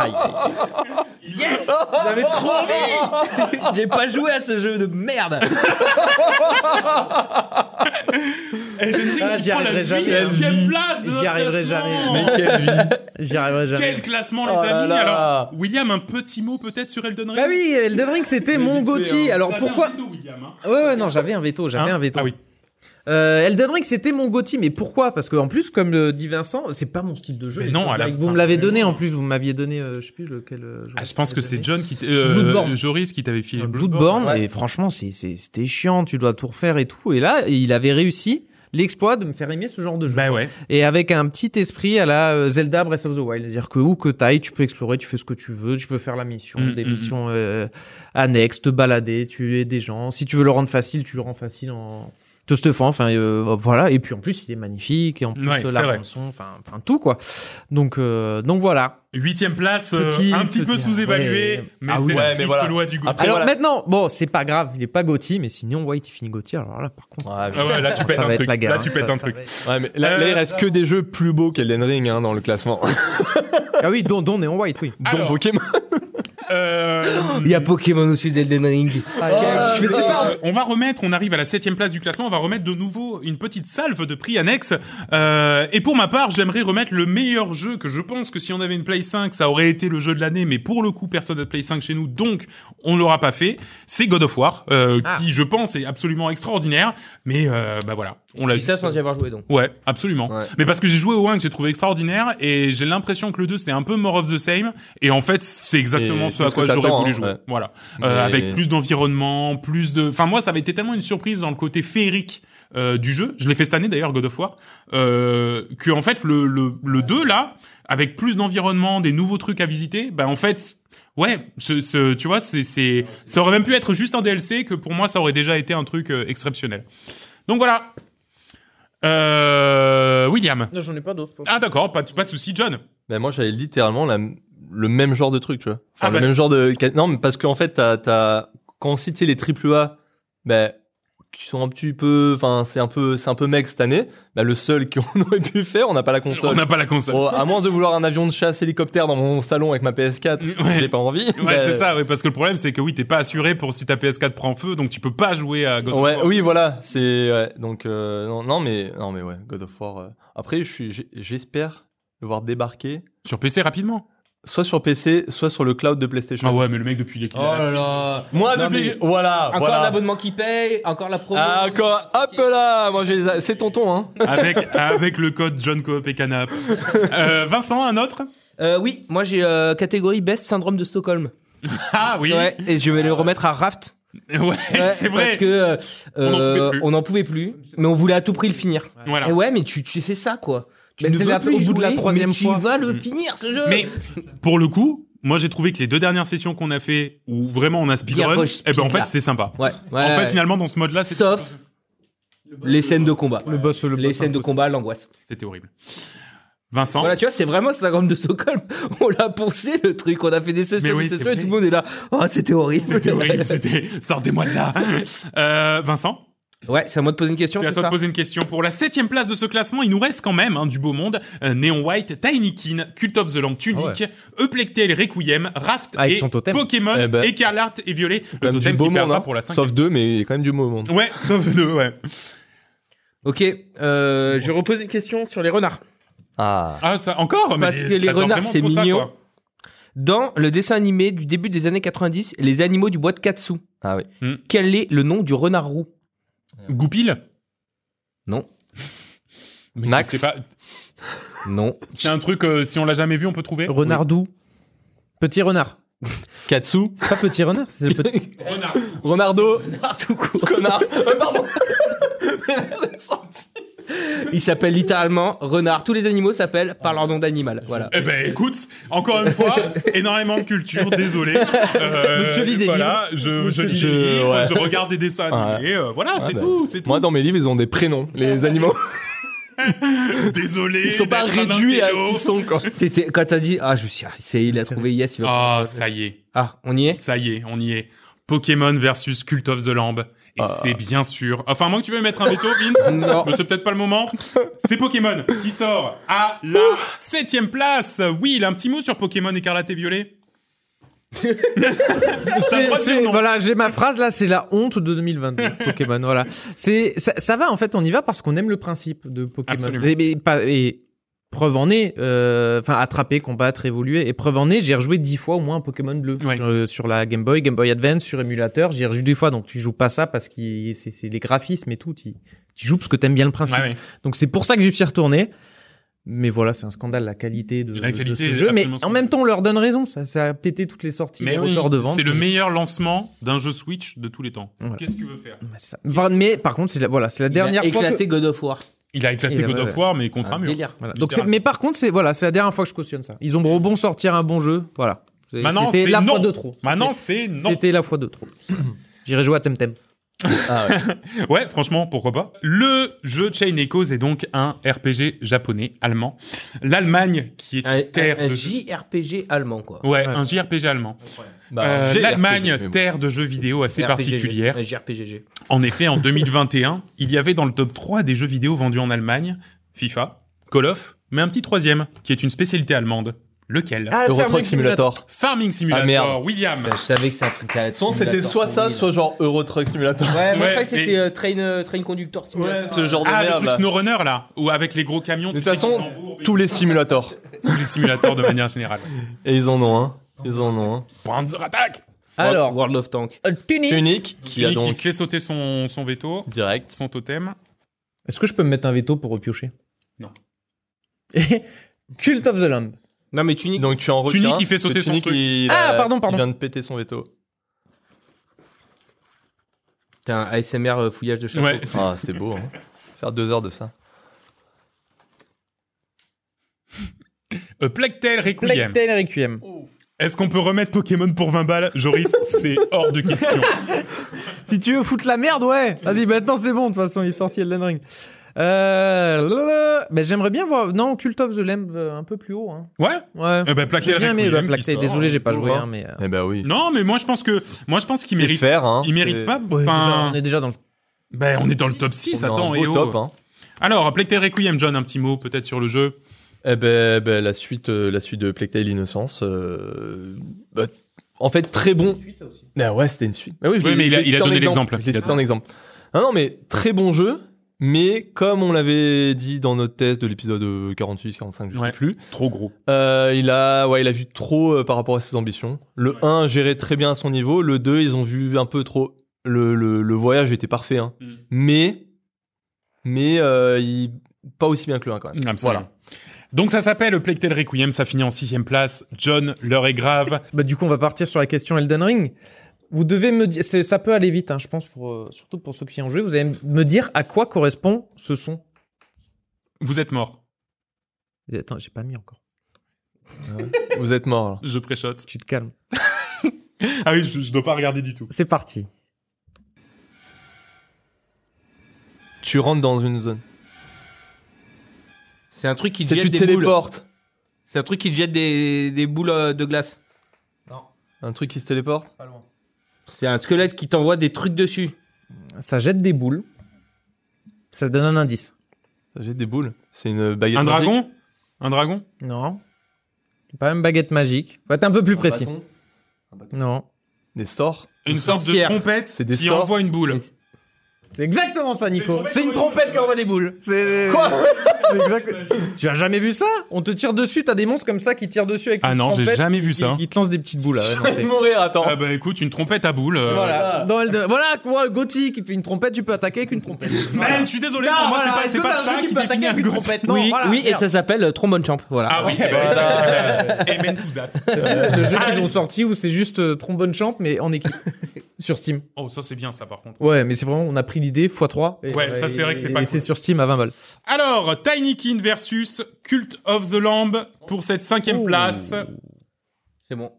Speaker 8: Aïe, aïe.
Speaker 6: Yes J'avais Oh trop envie J'ai pas joué à ce jeu de merde
Speaker 5: Elle donne
Speaker 8: Ah,
Speaker 5: qui
Speaker 8: j'y
Speaker 5: prend la
Speaker 8: arriverai jamais,
Speaker 5: huitième
Speaker 8: hein.
Speaker 5: place de
Speaker 8: J'y
Speaker 5: notre
Speaker 8: arriverai
Speaker 5: classement.
Speaker 8: jamais.
Speaker 7: Mais quelle vie
Speaker 8: J'y arriverai
Speaker 5: Quel
Speaker 8: jamais.
Speaker 5: classement,
Speaker 7: Oh
Speaker 5: les
Speaker 7: là
Speaker 5: amis
Speaker 7: là.
Speaker 5: Alors, William, un petit mot peut-être sur Elden Ring
Speaker 8: Bah oui, Elden Ring, c'était
Speaker 7: Mais
Speaker 8: mon
Speaker 7: vite fait,
Speaker 8: Gotti.
Speaker 7: hein.
Speaker 8: Alors
Speaker 5: T'avais un
Speaker 8: pourquoi
Speaker 5: veto, William, hein.
Speaker 8: Ouais, ouais, non, j'avais un veto, j'avais
Speaker 5: Hein
Speaker 8: un veto.
Speaker 5: Ah oui.
Speaker 8: Euh, Elden Ring, c'était mon Gotti, mais pourquoi Parce que en plus, comme le dit Vincent, c'est pas mon style de jeu.
Speaker 5: Mais
Speaker 8: les
Speaker 5: non,
Speaker 8: Souls
Speaker 5: à la
Speaker 8: Like. vous
Speaker 5: fin,
Speaker 8: me l'avez
Speaker 5: mais
Speaker 8: donné
Speaker 5: non.
Speaker 8: en plus, vous m'aviez donné, euh, je sais plus lequel. euh,
Speaker 5: Ah, je pense que c'est John qui. t- euh,
Speaker 8: Bloodborne.
Speaker 5: Joris qui t'avait filé.
Speaker 8: Bloodborne,
Speaker 7: Ouais.
Speaker 8: et franchement, c'est- c'est- c'était chiant, tu dois tout refaire et tout. Et là, il avait réussi l'exploit de me faire aimer ce genre de jeu.
Speaker 5: Bah ouais.
Speaker 8: Et avec un petit esprit à la euh, Zelda Breath of the Wild. C'est-à-dire que où que t'ailles, tu peux explorer, tu fais ce que tu veux, tu peux faire la mission,
Speaker 5: Mm,
Speaker 8: des
Speaker 5: mm,
Speaker 8: missions euh, annexes, te balader, tuer des gens. Si tu veux le rendre facile, tu le rends facile en te stuffant. Enfin, euh, voilà. Et puis en plus, il est magnifique. Et en plus,
Speaker 5: Ouais,
Speaker 8: euh,
Speaker 5: c'est
Speaker 8: la
Speaker 5: vrai.
Speaker 8: bande-son, enfin, enfin, tout quoi. Donc, euh, donc voilà.
Speaker 5: Huitième place, euh,
Speaker 8: Petit-
Speaker 5: un petit peu
Speaker 8: petit-
Speaker 5: sous-évalué,
Speaker 8: ouais.
Speaker 5: mais
Speaker 7: Ah
Speaker 5: c'est
Speaker 7: oui,
Speaker 5: la
Speaker 7: ouais, mais
Speaker 5: triste
Speaker 7: voilà.
Speaker 5: loi du goût.
Speaker 7: Après,
Speaker 8: alors
Speaker 7: voilà.
Speaker 8: maintenant, bon, c'est pas grave, il est pas Gauthier, mais sinon, White, il finit Gauthier. Alors là, par contre,
Speaker 7: Ouais, mais-
Speaker 5: Ah ouais, là tu pètes
Speaker 8: ça va
Speaker 5: un
Speaker 8: être
Speaker 5: truc.
Speaker 8: la guerre.
Speaker 5: Là
Speaker 8: hein.
Speaker 5: tu pètes
Speaker 8: Ça-
Speaker 5: un
Speaker 8: ça
Speaker 5: truc.
Speaker 8: va être-
Speaker 7: Ouais, mais là,
Speaker 5: Euh,
Speaker 7: là, il reste que des jeux plus beaux qu'Elden Ring hein, dans le classement.
Speaker 8: Ah oui, Don, Don est en White, oui.
Speaker 7: Dont
Speaker 5: Alors.
Speaker 7: Pokémon.
Speaker 5: Euh,
Speaker 6: Il y a Pokémon au-dessus d'Elden Ring.
Speaker 8: Ah,
Speaker 6: Je sais pas.
Speaker 5: Euh, on va remettre, on arrive à la septième place du classement, on va remettre de nouveau une petite salve de prix annexe. Euh, et pour ma part, j'aimerais remettre le meilleur jeu que je pense que si on avait une Play 5, ça aurait été le jeu de l'année, mais pour le coup, personne n'a de Play 5 chez nous, donc on l'aura pas fait. C'est God of War, euh,
Speaker 8: Ah.
Speaker 5: qui je pense est absolument extraordinaire, mais euh, bah voilà, on l'a
Speaker 6: Et ça
Speaker 5: juste-
Speaker 6: sans y avoir joué donc.
Speaker 5: Ouais, absolument.
Speaker 7: Ouais.
Speaker 5: Mais parce que j'ai joué au 1 que j'ai trouvé extraordinaire et j'ai l'impression que le 2 c'est un peu more of the same et en fait c'est exactement
Speaker 7: Et
Speaker 5: ce
Speaker 7: c'est
Speaker 5: à
Speaker 7: ce
Speaker 5: quoi
Speaker 7: que
Speaker 5: j'aurais
Speaker 7: t'attends,
Speaker 5: voulu
Speaker 7: hein,
Speaker 5: jouer.
Speaker 7: ouais.
Speaker 5: Voilà. Euh,
Speaker 7: Mais-
Speaker 5: avec plus d'environnement, plus de enfin moi ça avait été tellement une surprise dans le côté féerique euh, du jeu, je l'ai fait cette année d'ailleurs God of War, euh, que en fait le, le le 2 là avec plus d'environnement, des nouveaux trucs à visiter, bah en fait Ouais, ce, ce- tu vois, c'est, c'est, ça aurait même pu être juste un DLC que pour moi, ça aurait déjà été un truc euh, exceptionnel. Donc voilà. Euh, William.
Speaker 8: Non, j'en ai pas d'autres.
Speaker 5: Ah d'accord, pas, de- pas de souci, John.
Speaker 7: Bah, moi, j'avais littéralement la- le même genre de truc, tu vois. Enfin,
Speaker 5: Ah,
Speaker 7: le
Speaker 5: bah.
Speaker 7: même genre de. Non, mais parce qu'en fait, t'as, t'as... quand on citait les AAA, bah, qui sont un petit peu. Enfin, c'est un peu, c'est un peu mec cette année. Bah, le seul qu'on aurait pu faire, on n'a pas la
Speaker 5: On
Speaker 7: console.
Speaker 5: n'a pas la console.
Speaker 7: Bon, à moins de vouloir un avion de chasse hélicoptère dans mon salon avec ma PS4,
Speaker 5: Mm, Ouais.
Speaker 7: j'ai pas envie.
Speaker 5: Ouais,
Speaker 7: Bah,
Speaker 5: c'est ça, ouais, parce que le problème, c'est que oui, t'es pas assuré pour si ta PS4 prend feu, donc tu peux pas jouer à God of
Speaker 7: Ouais,
Speaker 5: War.
Speaker 7: oui, voilà, c'est ouais. donc euh, non, non, mais non, mais ouais, God of War. euh. Après, je suis, j'ai- j'espère le voir débarquer,
Speaker 5: Sur PC rapidement.
Speaker 7: soit sur PC, soit sur le cloud de PlayStation.
Speaker 5: Ah ouais, mais le mec depuis les
Speaker 6: Oh là.
Speaker 7: Moi,
Speaker 6: Non,
Speaker 7: depuis,
Speaker 6: mais-
Speaker 7: voilà,
Speaker 6: Encore
Speaker 7: voilà.
Speaker 6: l'abonnement qui paye, encore la promo.
Speaker 7: Ah, encore, hop là, moi j'ai, les a- c'est tonton, hein.
Speaker 5: avec, avec le code John Coop et Canap. Euh, Vincent, un autre
Speaker 6: Euh, oui, moi j'ai euh, catégorie best syndrome de Stockholm.
Speaker 5: Ah oui,
Speaker 6: Ouais,
Speaker 5: ouais,
Speaker 6: et je vais le remettre à Raft. Ouais,
Speaker 5: c'est
Speaker 6: Parce
Speaker 5: vrai.
Speaker 6: que euh,
Speaker 5: On en pouvait plus.
Speaker 6: euh, on n'en pouvait, plus, mais on voulait à tout prix le finir.
Speaker 5: Voilà.
Speaker 6: Et Eh ouais, mais tu, tu sais ça quoi. Tu
Speaker 8: Mais
Speaker 6: ne
Speaker 8: c'est
Speaker 6: veux
Speaker 8: la-
Speaker 6: plus
Speaker 8: au
Speaker 6: y
Speaker 8: bout de la
Speaker 6: jouer,
Speaker 8: troisième
Speaker 6: mais
Speaker 8: fois.
Speaker 6: Tu vas le finir ce jeu.
Speaker 5: Mm. Mais pour le coup, moi j'ai trouvé que les deux dernières sessions qu'on a fait où vraiment on a speedrun,
Speaker 6: poche,
Speaker 5: eh ben en fait
Speaker 6: speed,
Speaker 5: c'était sympa.
Speaker 6: ouais, ouais,
Speaker 5: en fait
Speaker 6: ouais.
Speaker 5: finalement dans ce mode là c'était
Speaker 6: sauf les scènes de combat.
Speaker 8: Le boss, le
Speaker 6: les
Speaker 8: boss
Speaker 6: scènes de
Speaker 8: impossible.
Speaker 6: combat, l'angoisse.
Speaker 5: c'était horrible. Vincent,
Speaker 6: Voilà, tu vois, c'est vraiment syndrome de Stockholm. On l'a poncé le truc, on a fait des
Speaker 5: Mais
Speaker 6: sessions,
Speaker 5: oui,
Speaker 6: des
Speaker 5: c'est
Speaker 6: sessions, et
Speaker 5: vrai.
Speaker 6: tout le monde est là. Oh, c'était horrible.
Speaker 5: c'était horrible, c'était sortez-moi de là. Euh, Vincent,
Speaker 6: Ouais, c'est à moi de poser une question.
Speaker 5: c'est à
Speaker 6: C'est
Speaker 5: toi de
Speaker 6: ça
Speaker 5: poser une question. Pour la septième place de ce classement, il nous reste quand même hein, du beau monde Euh, Neon White, Tiny Kin, Cult of the Lamb Tunic, Euplectel Requiem, Raft
Speaker 8: Ah, ils
Speaker 5: et
Speaker 8: sont totems.
Speaker 5: Pokémon,
Speaker 7: Eh ben.
Speaker 5: Écarlate et Violet.
Speaker 7: Quand même du
Speaker 5: totem
Speaker 7: beau
Speaker 5: qui
Speaker 7: monde,
Speaker 5: perdra
Speaker 7: hein.
Speaker 5: pour la cinquième.
Speaker 7: Sauf deux, mais quand même du beau monde.
Speaker 5: Ouais, sauf deux, ouais.
Speaker 6: Ok, euh, je repose une question sur les renards.
Speaker 7: Ah,
Speaker 5: Ah, ça, encore Mais
Speaker 6: Parce que les
Speaker 5: t'adores
Speaker 6: renards,
Speaker 5: vraiment
Speaker 6: c'est
Speaker 5: trop ça,
Speaker 6: mignon.
Speaker 5: quoi.
Speaker 6: Dans le dessin animé du début des années 90, les animaux du bois de Katsu,
Speaker 7: ah oui.
Speaker 6: quel est le nom du renard roux
Speaker 5: Goupil
Speaker 6: Non.
Speaker 5: Mais
Speaker 7: Max.
Speaker 5: c'est pas-
Speaker 6: Non.
Speaker 5: C'est un truc, euh, si on l'a jamais vu, on peut trouver
Speaker 8: Renard doux. Petit renard.
Speaker 7: Katsu,
Speaker 8: C'est pas petit renard, c'est le petit.
Speaker 5: Renard.
Speaker 7: Renardo, connard.
Speaker 6: Il s'appelle littéralement renard. Tous les animaux s'appellent par leur nom d'animal. Voilà.
Speaker 5: Eh ben écoute, encore une fois, énormément de culture, désolé. Euh,
Speaker 8: Monsieur Lidé
Speaker 5: Voilà, je, je,
Speaker 8: Monsieur
Speaker 5: lis des
Speaker 7: Lidé.
Speaker 5: livres,
Speaker 7: Ouais.
Speaker 5: je regarde des dessins
Speaker 7: Ah ouais.
Speaker 5: animés, euh, voilà,
Speaker 7: Ah
Speaker 5: c'est
Speaker 7: bah.
Speaker 5: tout, c'est tout. Ah, bah.
Speaker 7: Moi, dans mes livres, ils ont des prénoms, les animaux.
Speaker 5: Désolé.
Speaker 7: Ils sont pas
Speaker 5: d'être un
Speaker 7: réduits à ce
Speaker 5: intello.
Speaker 7: qu'ils sont, quoi.
Speaker 5: Euh,
Speaker 6: T'étais- Quand t'as dit, ah, je me suis dit, ah, c'est il a trouvé Yes, il va.
Speaker 5: Ah, ça y est,
Speaker 6: Ah, on y est
Speaker 5: ça y est, on y est. Pokémon versus Cult of the Lamb. Et
Speaker 7: Ah.
Speaker 5: c'est bien sûr. Enfin, moi que tu veux mettre un veto, Vince,
Speaker 6: Non.
Speaker 5: mais c'est peut-être pas le moment. C'est Pokémon qui sort à la septième place. Oui, il a un petit mot sur Pokémon Écarlate et Violet. me
Speaker 8: C'est-
Speaker 5: revient,
Speaker 8: c'est-
Speaker 5: non
Speaker 8: voilà, j'ai ma phrase là, c'est la honte de 2022 Pokémon. Voilà, c'est ça, ça va en fait, on y va parce qu'on aime le principe de Pokémon.
Speaker 5: Absolument.
Speaker 8: Et, mais pas- et preuve en est, euh, enfin attraper, combattre, évoluer. Et preuve en est, j'ai rejoué dix fois au moins un Pokémon bleu
Speaker 5: Ouais.
Speaker 8: Euh, sur la Game Boy, Game Boy Advance, sur émulateur. J'ai rejoué dix fois, donc tu joues pas ça parce que c'est c'est des graphismes et tout. Tu, tu joues parce que t'aimes bien le principe.
Speaker 5: Ouais, ouais.
Speaker 8: Donc c'est pour ça que j'y suis retourné. Mais voilà, c'est un scandale la qualité de,
Speaker 5: La
Speaker 8: de
Speaker 5: qualité est
Speaker 8: ce jeu. Mais
Speaker 5: absolument
Speaker 8: en
Speaker 5: scandaleuse.
Speaker 8: même temps, on leur donne raison. Ça, ça a pété toutes les sorties,
Speaker 5: Mais
Speaker 8: les
Speaker 5: oui,
Speaker 8: records de vente.
Speaker 5: c'est le
Speaker 8: Mais-
Speaker 5: meilleur lancement d'un jeu Switch de tous les temps.
Speaker 8: Voilà.
Speaker 5: Qu'est-ce que tu veux faire
Speaker 8: mais ça- par- Mais par contre, c'est la, voilà, c'est la dernière fois. que-
Speaker 6: éclaté God of War.
Speaker 5: Il a éclaté
Speaker 8: Il a-
Speaker 5: God of
Speaker 8: ouais.
Speaker 5: War, Ah, mais contre un,
Speaker 6: Un
Speaker 5: mur.
Speaker 6: délire.
Speaker 8: voilà. Donc, c'est-
Speaker 5: Littéralement.
Speaker 8: mais par contre, c'est voilà, c'est la dernière fois que je cautionne ça. Ils ont bon bon sortir un bon jeu, voilà. C'est-
Speaker 5: Maintenant,
Speaker 8: C'était
Speaker 5: c'est
Speaker 8: la
Speaker 5: Bah non.
Speaker 8: fois de trop.
Speaker 5: Maintenant, c'est non.
Speaker 8: C'était la fois de trop. J'irai jouer à Temtem.
Speaker 5: Ouais, franchement, pourquoi pas. Le jeu Chain Echoes est donc un RPG japonais, allemand. L'Allemagne, qui est
Speaker 6: Un,
Speaker 5: terre
Speaker 6: un- un
Speaker 5: de jeux-
Speaker 6: JRPG allemand, quoi.
Speaker 5: Ouais,
Speaker 8: Ouais.
Speaker 5: un JRPG allemand.
Speaker 7: Bah,
Speaker 5: Euh,
Speaker 7: j'ai
Speaker 5: L'Allemagne,
Speaker 7: RPG, mais bon.
Speaker 5: terre de jeux vidéo assez
Speaker 6: RPGG,
Speaker 5: particulière.
Speaker 6: Un JRPG.
Speaker 5: En effet, en 2021, il y avait dans le top 3 des jeux vidéo vendus en Allemagne FIFA, Call of, mais un petit troisième, qui est une spécialité allemande. Lequel
Speaker 7: Euro Truck Ah, Simulator.
Speaker 5: Farming Simulator,
Speaker 7: Ah, merde.
Speaker 5: William.
Speaker 6: Bah, je savais que c'est un truc à la
Speaker 7: Soit c'était
Speaker 6: simulator
Speaker 7: soit
Speaker 6: pour
Speaker 7: ça,
Speaker 6: mille.
Speaker 7: soit genre Euro Truck Simulator.
Speaker 6: Ouais, moi
Speaker 5: Ouais,
Speaker 6: je croyais que
Speaker 5: mais-
Speaker 6: c'était euh, train, euh, train Conductor Simulator.
Speaker 7: Ce genre de
Speaker 5: Ah, le
Speaker 7: merde.
Speaker 5: truc
Speaker 7: là.
Speaker 5: SnowRunner, là, ou avec les gros camions,
Speaker 7: De
Speaker 5: tu
Speaker 7: toute
Speaker 5: sais, qui
Speaker 7: façon,
Speaker 5: s'embourbent et
Speaker 7: tous les simulateurs.
Speaker 5: tous les simulateurs de manière générale.
Speaker 7: Et ils en ont un. Ils en ont un.
Speaker 5: Panzer Attack
Speaker 8: Alors,
Speaker 6: World of Tank.
Speaker 8: euh, Tunic.
Speaker 7: Tunic, qui
Speaker 5: Qui,
Speaker 7: a
Speaker 5: qui
Speaker 7: donc
Speaker 5: fait sauter son, son veto,
Speaker 7: direct.
Speaker 5: son totem.
Speaker 8: Est-ce que je peux me mettre un veto pour repiocher
Speaker 5: Non.
Speaker 8: Cult of the Lamb.
Speaker 6: Non, mais Tunic.
Speaker 7: Donc tu en retiens.
Speaker 5: Tunic, il fait
Speaker 7: parce que
Speaker 5: sauter son
Speaker 7: Tunic,
Speaker 5: truc.
Speaker 7: il
Speaker 8: Ah,
Speaker 7: a-
Speaker 8: pardon, pardon.
Speaker 7: Il vient de péter son veto.
Speaker 6: T'as un ASMR euh, fouillage de chapeau.
Speaker 5: Ouais.
Speaker 7: Ah, c'est beau. hein. Faire deux heures de ça.
Speaker 5: Euh, Plague Tale Requiem.
Speaker 8: Plague Tale Requiem.
Speaker 5: Est-ce qu'on peut remettre Pokémon pour 20 balles Joris, c'est hors de question.
Speaker 8: Si tu veux foutre la merde, ouais. Vas-y, maintenant c'est bon. De toute façon, il est sorti Elden Ring. Euh, lalala. ben, j'aimerais bien voir. Non, Cult of the Lamb euh, un peu plus haut. Hein.
Speaker 5: Ouais
Speaker 8: Ouais.
Speaker 5: Eh ben, Plague
Speaker 8: J'ai
Speaker 5: Tale
Speaker 8: bien aimé
Speaker 5: Requiem
Speaker 8: bah,
Speaker 5: qui
Speaker 8: Black Tide.
Speaker 5: sort.
Speaker 8: Désolé, j'ai pas joué.
Speaker 7: voir.
Speaker 8: hein, mais euh,
Speaker 7: Eh ben oui.
Speaker 5: Non, mais moi je pense que moi je pense qu'il
Speaker 7: C'est
Speaker 5: mérite
Speaker 7: faire, hein.
Speaker 5: il mérite
Speaker 7: C'est-
Speaker 5: pas.
Speaker 8: ouais,
Speaker 5: enfin,
Speaker 8: déjà, on est déjà dans le.
Speaker 5: ben, on est dans le top 6,
Speaker 7: On a un
Speaker 5: attends.
Speaker 7: beau
Speaker 5: et oh.
Speaker 7: top, hein.
Speaker 5: Alors, Plague Tale Requiem, John, un petit mot peut-être sur le jeu.
Speaker 7: Eh ben, ben, la suite, euh, la suite de Plague Tale Innocence. euh, bah, en fait, très bon. Bah ouais, c'était une suite. Bah oui, je
Speaker 5: Oui,
Speaker 7: l'ai-
Speaker 5: mais il a-
Speaker 7: je l'ai
Speaker 5: il a
Speaker 7: cité en
Speaker 5: donné
Speaker 7: exemple.
Speaker 5: l'exemple.
Speaker 7: Je l'ai cité en exemple. Non, non, mais très bon jeu. Mais comme on l'avait dit dans notre test de l'épisode euh, 46, 45, je
Speaker 5: Ouais.
Speaker 7: sais plus,
Speaker 5: Trop gros.
Speaker 7: euh, il a, ouais, il a vu trop euh, par rapport à ses ambitions. Le 1 gérait très bien à son niveau. Le 2, ils ont vu un peu trop. Le, le, le voyage était parfait, hein.
Speaker 5: Mm.
Speaker 7: Mais, mais euh, il, pas aussi bien que le 1 quand même.
Speaker 5: Absolument.
Speaker 7: Voilà.
Speaker 5: Donc ça s'appelle Plague Tale Requiem, ça finit en sixième place. John, l'heure est grave.
Speaker 8: Bah, du coup, on va partir sur la question Elden Ring. Vous devez me dire, c'est- ça peut aller vite, hein, je pense, pour, euh, surtout pour ceux qui ont joué. Vous allez me dire à quoi correspond ce son.
Speaker 5: Vous êtes mort.
Speaker 8: Et Attends, j'ai pas mis encore.
Speaker 7: Vous êtes mort. là.
Speaker 5: Je préchote.
Speaker 8: Tu te calmes.
Speaker 5: Ah oui, je, je dois pas regarder du tout.
Speaker 8: C'est parti.
Speaker 7: Tu rentres dans une zone.
Speaker 6: C'est un truc qui te
Speaker 7: C'est tu
Speaker 6: jette
Speaker 7: te
Speaker 6: des boules.
Speaker 7: téléportes.
Speaker 6: C'est un truc qui te jette des, des boules euh, de glace.
Speaker 7: Un truc qui se téléporte.
Speaker 6: C'est un squelette qui t'envoie des trucs dessus.
Speaker 8: Ça jette des boules. Ça donne un indice.
Speaker 7: Ça jette des boules. C'est une baguette.
Speaker 5: Un
Speaker 7: magique.
Speaker 5: dragon Un dragon
Speaker 8: Non. Pas une baguette magique. Faut être un peu plus
Speaker 7: Un
Speaker 8: précis.
Speaker 7: bâton.
Speaker 8: Non.
Speaker 7: Des sorts.
Speaker 5: Une sorte de
Speaker 6: sorcière.
Speaker 5: trompette
Speaker 7: C'est des
Speaker 5: qui
Speaker 7: sorts.
Speaker 5: envoie une boule.
Speaker 8: C'est exactement ça, Nico.
Speaker 5: C'est une trompette
Speaker 8: qui envoie des boules. C'est quoi C'est exact- Tu as jamais vu ça On te tire dessus, t'as des monstres comme ça qui tirent dessus avec
Speaker 5: Ah
Speaker 8: une
Speaker 5: non, j'ai
Speaker 8: trompette
Speaker 5: jamais vu
Speaker 8: qui-
Speaker 5: ça.
Speaker 8: Qui te lancent des petites boules. là. Ouais, non, c'est-
Speaker 7: mourir, attends.
Speaker 5: Ah bah écoute, une trompette à boule. euh,
Speaker 8: voilà. Dans Elden- Voilà, quoi, le Gothic qui fait une trompette, tu peux attaquer avec une trompette.
Speaker 5: Mais je suis désolé, pour moi
Speaker 8: voilà,
Speaker 5: c'est
Speaker 8: est-ce que
Speaker 5: pas,
Speaker 8: t'as
Speaker 5: c'est
Speaker 8: un
Speaker 5: pas
Speaker 8: jeu
Speaker 5: ça
Speaker 8: qui
Speaker 5: qui
Speaker 8: peut
Speaker 5: définit
Speaker 8: attaquer
Speaker 5: un
Speaker 8: avec une
Speaker 5: goth.
Speaker 8: trompette Non,
Speaker 6: oui,
Speaker 8: voilà,
Speaker 6: oui et
Speaker 8: merde.
Speaker 6: ça s'appelle euh, Trombone Champ. Voilà.
Speaker 5: Ah oui, eh ben, amen to that. Euh, Ah,
Speaker 8: Le jeu qu'ils ont sorti où c'est juste euh, trombone champ mais en équipe sur Steam.
Speaker 5: Oh, ça c'est bien ça par contre.
Speaker 8: Ouais, mais c'est vraiment on a pris l'idée x3. et-
Speaker 5: Ouais, ça, c'est vrai que c'est
Speaker 8: et-
Speaker 5: pas
Speaker 8: et
Speaker 5: cool.
Speaker 8: c'est sur Steam à 20 balles.
Speaker 5: Alors, Tinykin versus Cult of the Lamb pour cette cinquième place.
Speaker 6: C'est bon,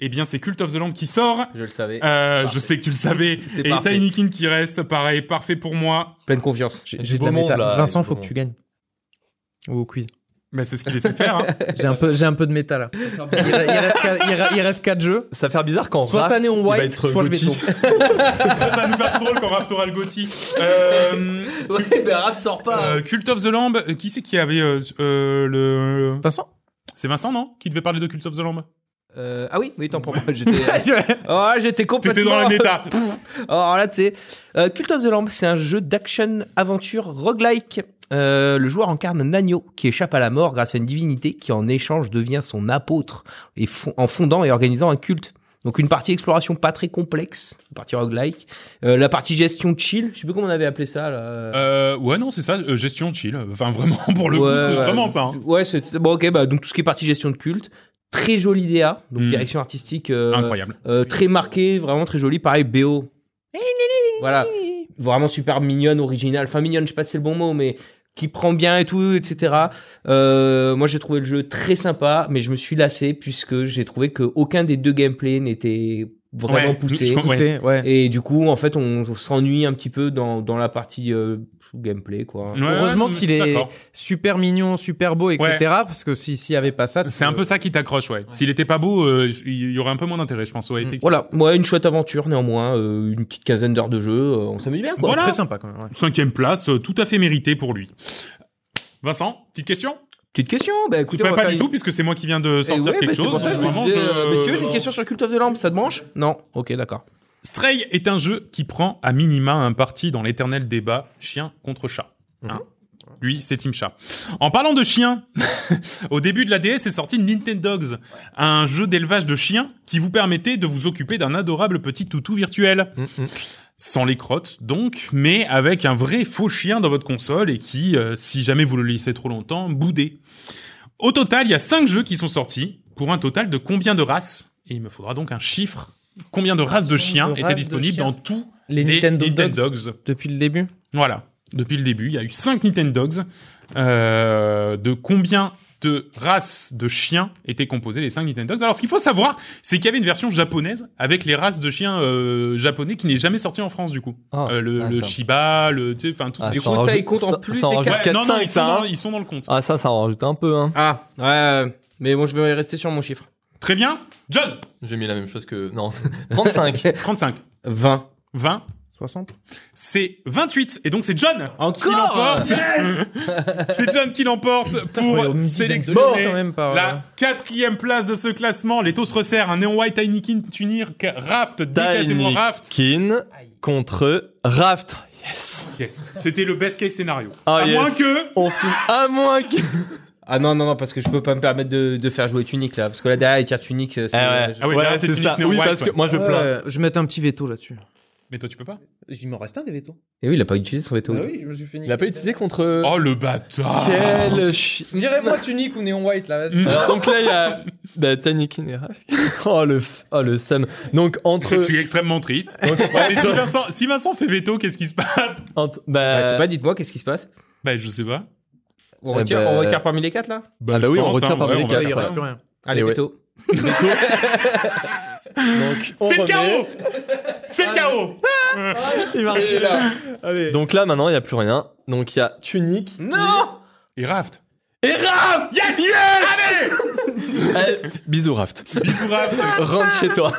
Speaker 5: Eh bien, c'est Cult of the Lamb qui sort.
Speaker 6: je le savais.
Speaker 5: Euh,
Speaker 6: Parfait.
Speaker 5: je sais que tu le savais.
Speaker 6: C'est
Speaker 5: Et
Speaker 6: parfait.
Speaker 5: Tinykin qui reste, pareil, parfait pour moi.
Speaker 6: Pleine confiance.
Speaker 8: J'ai
Speaker 7: Et
Speaker 8: j'ai
Speaker 7: du
Speaker 8: de la
Speaker 7: beau monde,
Speaker 8: méta.
Speaker 7: là,
Speaker 8: Vincent,
Speaker 7: et du
Speaker 8: faut
Speaker 7: beau
Speaker 8: que tu gagnes. Au quiz.
Speaker 5: Mais c'est ce qu'il essaie de faire. hein.
Speaker 8: J'ai un peu, j'ai un peu de méta là. Il, reste, il reste- il reste 4 jeux.
Speaker 7: Ça va faire bizarre quand
Speaker 8: Soit
Speaker 7: Rust,
Speaker 8: t'as néon
Speaker 7: il va
Speaker 8: white,
Speaker 7: être
Speaker 8: soit le
Speaker 7: Gauthier.
Speaker 8: veto.
Speaker 5: ça va nous faire trop drôle quand Raph aura le Gotti. Euh,
Speaker 6: Ouais, ben Raph sort
Speaker 5: euh, Cult of the Lamb, euh, qui c'est qui avait euh, euh, le...
Speaker 8: Vincent
Speaker 5: C'est Vincent, non Qui devait parler de Cult of the Lamb
Speaker 6: Euh, ah oui, oui, tant pour moi. J'étais, oh, j'étais complètement.
Speaker 5: T'étais dans la méta.
Speaker 6: Alors là, tu sais, euh, Cult of the Lamb, c'est un jeu d'action aventure roguelike. Euh, le joueur incarne un agneau qui échappe à la mort grâce à une divinité qui en échange devient son apôtre et fon- en fondant et organisant un culte. Donc une partie exploration pas très complexe, une partie roguelike, Euh, la partie gestion chill, je sais plus comment on avait appelé ça là.
Speaker 5: Euh, ouais, non, c'est ça, euh, gestion chill. Enfin, vraiment, pour le coup,
Speaker 6: Ouais,
Speaker 5: c'est
Speaker 6: ouais.
Speaker 5: vraiment ça. hein.
Speaker 6: Ouais, c'est c'est- bon ok bah donc tout ce qui est partie gestion de culte, très jolie DA, donc
Speaker 5: Mm.
Speaker 6: direction artistique euh,
Speaker 5: Incroyable.
Speaker 6: euh, très marquée, vraiment très jolie, pareil BO. Voilà, vraiment super mignonne, originale. Enfin mignonne, je sais pas si c'est le bon mot, mais qui prend bien et tout, etc. Euh, moi j'ai trouvé le jeu très sympa, mais je me suis lassé puisque j'ai trouvé que aucun des deux gameplays n'était vraiment
Speaker 5: Ouais, je-
Speaker 6: poussé.
Speaker 5: je comprends, ouais.
Speaker 8: C'est- ouais.
Speaker 6: Et du coup, en fait, on, on s'ennuie un petit peu dans, dans la partie euh, gameplay, quoi.
Speaker 5: Ouais,
Speaker 8: Heureusement
Speaker 5: non, mais
Speaker 8: qu'il
Speaker 5: je suis
Speaker 8: est-
Speaker 5: d'accord.
Speaker 8: Super mignon, super beau, etc.
Speaker 5: Ouais.
Speaker 8: Parce que si- s'il n'y avait pas ça, tu-
Speaker 5: C'est un peu ça qui t'accroche, ouais. S'il était pas beau, euh, j- il y aurait un peu moins d'intérêt, je pense, ouais,
Speaker 8: Mm.
Speaker 5: effectivement.
Speaker 6: Voilà, moi une chouette aventure néanmoins, euh, une petite quinzaine d'heures de jeu, euh, on s'amuse bien quoi.
Speaker 5: Voilà.
Speaker 8: très sympa quand même. ouais.
Speaker 5: Cinquième place, euh, tout à fait méritée pour lui. Vincent, petite question
Speaker 6: Petite question, bah écoutez,
Speaker 5: Bah,
Speaker 6: on va
Speaker 5: Pas
Speaker 6: faire
Speaker 5: du
Speaker 6: une-
Speaker 5: tout, puisque c'est moi qui viens de
Speaker 6: Eh
Speaker 5: sortir
Speaker 6: ouais,
Speaker 5: quelque
Speaker 6: bah, c'est
Speaker 5: chose. hein,
Speaker 6: pour ça, je me
Speaker 5: Vraiment,
Speaker 6: disais, euh,
Speaker 5: je-
Speaker 6: Messieurs, j'ai une question sur Cult of the Lamb, ça te branche Non, ok, d'accord.
Speaker 5: Stray est un jeu qui prend à minima un parti dans l'éternel débat chien contre chat. Hein Lui, c'est Team Chat. En parlant de chiens, au début de la DS est sorti Nintendogs, un jeu d'élevage de chiens qui vous permettait de vous occuper d'un adorable petit toutou virtuel.
Speaker 7: Mm,
Speaker 5: Sans les crottes, donc, mais avec un vrai faux chien dans votre console et qui, euh, si jamais vous le laissez trop longtemps, boudait. Au total, il y a cinq jeux qui sont sortis pour un total de combien de races Et il me faudra donc un chiffre. Combien de races de chiens
Speaker 8: de
Speaker 5: étaient
Speaker 8: races de
Speaker 5: disponibles
Speaker 8: chiens
Speaker 5: dans tous
Speaker 8: Les,
Speaker 5: les
Speaker 8: Nintendo,
Speaker 5: Nintendo
Speaker 8: Dogs,
Speaker 5: Dogs
Speaker 8: depuis le début.
Speaker 5: voilà. Depuis le début, il y a eu 5 Nintendogs. Euh, de combien de races de chiens étaient composées les 5 Nintendogs Alors, ce qu'il faut savoir, c'est qu'il y avait une version japonaise avec les races de chiens euh, japonais qui n'est jamais sortie en France, du coup.
Speaker 7: Ah,
Speaker 5: Euh, le, le
Speaker 7: attends.
Speaker 5: Shiba, le. tu sais, Enfin, tout
Speaker 7: Ah,
Speaker 5: ces
Speaker 6: du
Speaker 7: ça
Speaker 6: coup,
Speaker 7: en
Speaker 6: ça,
Speaker 7: rajoute-
Speaker 6: il compte en
Speaker 7: ça-
Speaker 6: plus
Speaker 7: ça en
Speaker 6: des
Speaker 7: rajoute
Speaker 6: quatre.
Speaker 7: 4,
Speaker 5: non, non,
Speaker 7: 5,
Speaker 5: ils sont,
Speaker 7: ça.
Speaker 5: dans,
Speaker 7: hein.
Speaker 5: ils sont dans le compte.
Speaker 7: Ah, ça, ça en rajoute un peu, hein.
Speaker 6: Ah, ouais, mais bon, je vais rester sur mon chiffre.
Speaker 5: Très bien. John
Speaker 7: J'ai mis la même chose que. Non. 35.
Speaker 5: 35.
Speaker 6: 20.
Speaker 5: 20.
Speaker 8: 60
Speaker 5: C'est 28. Et donc, c'est John qui
Speaker 6: Encore
Speaker 5: l'emporte. c'est John qui l'emporte pour sélectionner.
Speaker 8: quand même par.
Speaker 5: La quatrième place de ce classement, les taux se resserrent. Un Neon White Tiny King Tunir K- Raft, décasez-moi Raft.
Speaker 7: Kin contre Raft. Yes.
Speaker 5: Yes, c'était le best case scénario.
Speaker 7: Ah,
Speaker 5: à
Speaker 7: yes.
Speaker 5: moins que.
Speaker 7: On finit à moins que.
Speaker 6: Ah non, non, non, parce que je peux pas me permettre de, de faire jouer Tunic là, parce que là derrière, il tire Tunic, euh, c'est...
Speaker 7: Ah ouais,
Speaker 5: Ah oui, là, c'est
Speaker 7: c'est
Speaker 5: une
Speaker 7: ça.
Speaker 5: ethno
Speaker 7: Oui,
Speaker 5: white,
Speaker 7: parce que
Speaker 5: ouais.
Speaker 7: moi je plains.
Speaker 8: je vais mettre un petit veto là-dessus.
Speaker 5: Mais toi, tu peux pas.
Speaker 8: Il m'en reste un des veto.
Speaker 6: Et Eh Ah oui, il a pas utilisé son veto.
Speaker 8: oui, je me suis fini.
Speaker 7: Il a pas utilisé contre.
Speaker 5: Oh le bâtard. Hmm.
Speaker 7: Quel chi...
Speaker 8: moi tunique ou néon white là, vas-y.
Speaker 7: Alors donc là il y a bah, Tiny Kin et Raft. Oh le f- oh le seum. Donc entre
Speaker 5: Je suis extrêmement triste.
Speaker 7: donc,
Speaker 5: Mais si, Vincent, si Vincent fait veto, qu'est-ce qui se passe
Speaker 7: entre-
Speaker 6: Bah, je
Speaker 7: bah,
Speaker 6: sais pas, dites-moi, qu'est-ce qui se passe
Speaker 5: Bah, je sais pas.
Speaker 6: on
Speaker 7: Eh
Speaker 6: retire,
Speaker 7: ben-
Speaker 6: on retire parmi les quatre là
Speaker 7: Ah bah
Speaker 5: je
Speaker 7: oui, on
Speaker 5: pense,
Speaker 7: retire
Speaker 5: hein,
Speaker 7: parmi
Speaker 5: ouais,
Speaker 7: les
Speaker 5: on va
Speaker 7: quatre,
Speaker 5: faire
Speaker 7: après.
Speaker 5: ça.
Speaker 8: plus rien.
Speaker 6: Allez,
Speaker 7: Et ouais.
Speaker 6: veto.
Speaker 7: donc on
Speaker 5: C'est le
Speaker 7: remet.
Speaker 5: chaos. C'est le chaos.
Speaker 8: Il marche là. Allez.
Speaker 7: Donc là maintenant il y a plus rien. Donc il y a Tunic
Speaker 5: Hmm.
Speaker 6: Non
Speaker 5: Et Raft.
Speaker 7: et Raft. Yes, Allez Eh, Bisous Raft.
Speaker 5: Bisous Raft.
Speaker 7: Rentre chez toi.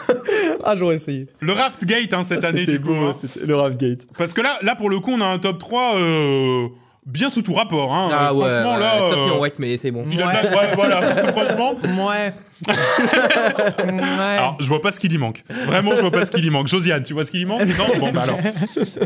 Speaker 8: Ah, j'aurais essayé.
Speaker 5: Le Raft Gate hein, cette année
Speaker 7: Ah, C'était
Speaker 5: du coup.
Speaker 7: beau,
Speaker 5: hein.
Speaker 7: c'était le Raft Gate.
Speaker 5: Parce que là, là pour le coup, on a un top 3 euh, bien sous tout rapport. Hein.
Speaker 6: Ah
Speaker 5: Euh,
Speaker 6: ouais,
Speaker 5: franchement
Speaker 6: ouais,
Speaker 5: là.
Speaker 6: sauf
Speaker 5: euh,
Speaker 6: Neon White, mais c'est bon.
Speaker 5: il a de la- ouais, voilà. franchement.
Speaker 8: Ouais. ouais.
Speaker 5: Alors, je vois pas ce qu'il y manque. Vraiment, je vois pas ce qu'il y manque. Josiane, tu vois ce qu'il y manque Non Bon, bah alors.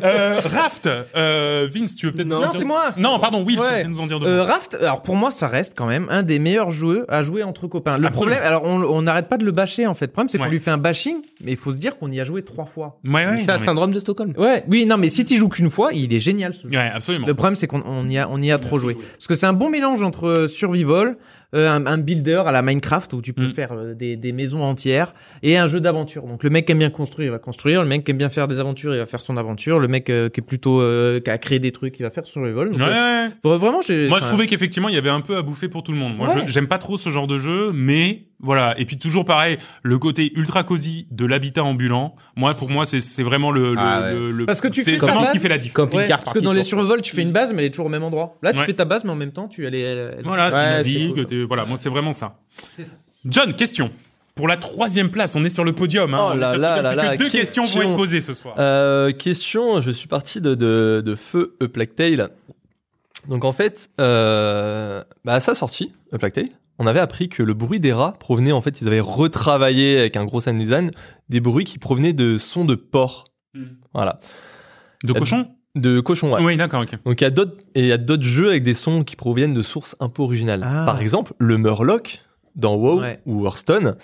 Speaker 5: Euh, Raft, euh, Vince, tu veux peut-être. nous
Speaker 8: Non,
Speaker 5: dire-
Speaker 8: c'est moi.
Speaker 5: Non, pardon, Will, tu
Speaker 8: Ouais.
Speaker 5: viens nous en dire deux.
Speaker 8: Euh,
Speaker 5: mots.
Speaker 8: Raft, alors pour moi, ça reste quand même un des meilleurs jeux à jouer entre copains. Le
Speaker 5: Absolument.
Speaker 8: problème, alors on on n'arrête pas de le bâcher en fait. Le problème, c'est qu'on
Speaker 5: Ouais.
Speaker 8: lui fait un bashing, mais il faut se dire qu'on y a joué trois fois.
Speaker 5: ouais, ouais,
Speaker 6: C'est un
Speaker 5: non,
Speaker 6: syndrome de Stockholm.
Speaker 8: Ouais, oui, non, mais si tu joues qu'une fois, il est génial ce jeu.
Speaker 5: mais- ouais, absolument.
Speaker 8: Le problème, c'est qu'on on y a, on y a trop joué. Parce que c'est un bon mélange entre euh, survival, euh, un, un builder à la Minecraft où tu peux
Speaker 5: Mm.
Speaker 8: faire euh, des, des maisons entières et un jeu d'aventure. Donc le mec qui aime bien construire, il va construire. Le mec qui aime bien faire des aventures, il va faire son aventure. Le mec euh, qui est plutôt euh, qui a créé des trucs, il va faire survival. Donc,
Speaker 5: Ouais,
Speaker 8: euh,
Speaker 5: ouais.
Speaker 8: faut- vraiment, j'ai-
Speaker 5: Moi, je
Speaker 8: enfin,
Speaker 5: trouvais qu'effectivement, il y avait un peu à bouffer pour tout le monde. Moi,
Speaker 8: Ouais.
Speaker 5: je- j'aime pas trop ce genre de jeu, mais voilà. Et puis toujours pareil, le côté ultra cosy de l'habitat ambulant. Moi, pour moi, c'est c'est vraiment le, le-
Speaker 6: Ah ouais.
Speaker 5: le- le-
Speaker 8: Parce que tu
Speaker 5: c'est
Speaker 8: fais ta
Speaker 5: vraiment ce qui
Speaker 8: base.
Speaker 5: fait la diff.
Speaker 8: Ouais,
Speaker 6: Camping-car
Speaker 8: parce que dans les survols, tu fais une base, mais elle est toujours au même endroit. Là, tu
Speaker 5: Ouais.
Speaker 8: fais ta base, mais en même temps, tu elle est- elle- elle-
Speaker 5: Voilà,
Speaker 6: Ouais,
Speaker 5: tu navigues,
Speaker 6: c'est cool.
Speaker 5: t'es- voilà, moi c'est vraiment ça.
Speaker 8: C'est ça.
Speaker 5: John, question. Pour la troisième place, on est sur le podium. Hein,
Speaker 7: Oh
Speaker 5: on est
Speaker 7: là
Speaker 5: sur le
Speaker 7: là
Speaker 5: podium,
Speaker 7: là
Speaker 5: plus
Speaker 7: là,
Speaker 5: que deux
Speaker 7: question.
Speaker 5: questions vont être posées ce soir.
Speaker 7: Euh, question, je suis parti de, de, de Feu A Plague Tale. Donc en fait, euh, bah, à sa sortie, A Plague Tale, on avait appris que le bruit des rats provenait, en fait, ils avaient retravaillé avec un gros sound design des bruits qui provenaient de sons de porc.
Speaker 5: Hmm.
Speaker 7: Voilà.
Speaker 5: De cochon
Speaker 7: De cochon, ouais.
Speaker 5: Oui, d'accord, ok.
Speaker 7: Donc il y a d'autres et il y a d'autres jeux avec des sons qui proviennent de sources un peu originales.
Speaker 8: Ah.
Speaker 7: Par exemple, le Murloc dans WoW
Speaker 8: Ouais.
Speaker 7: ou Hearthstone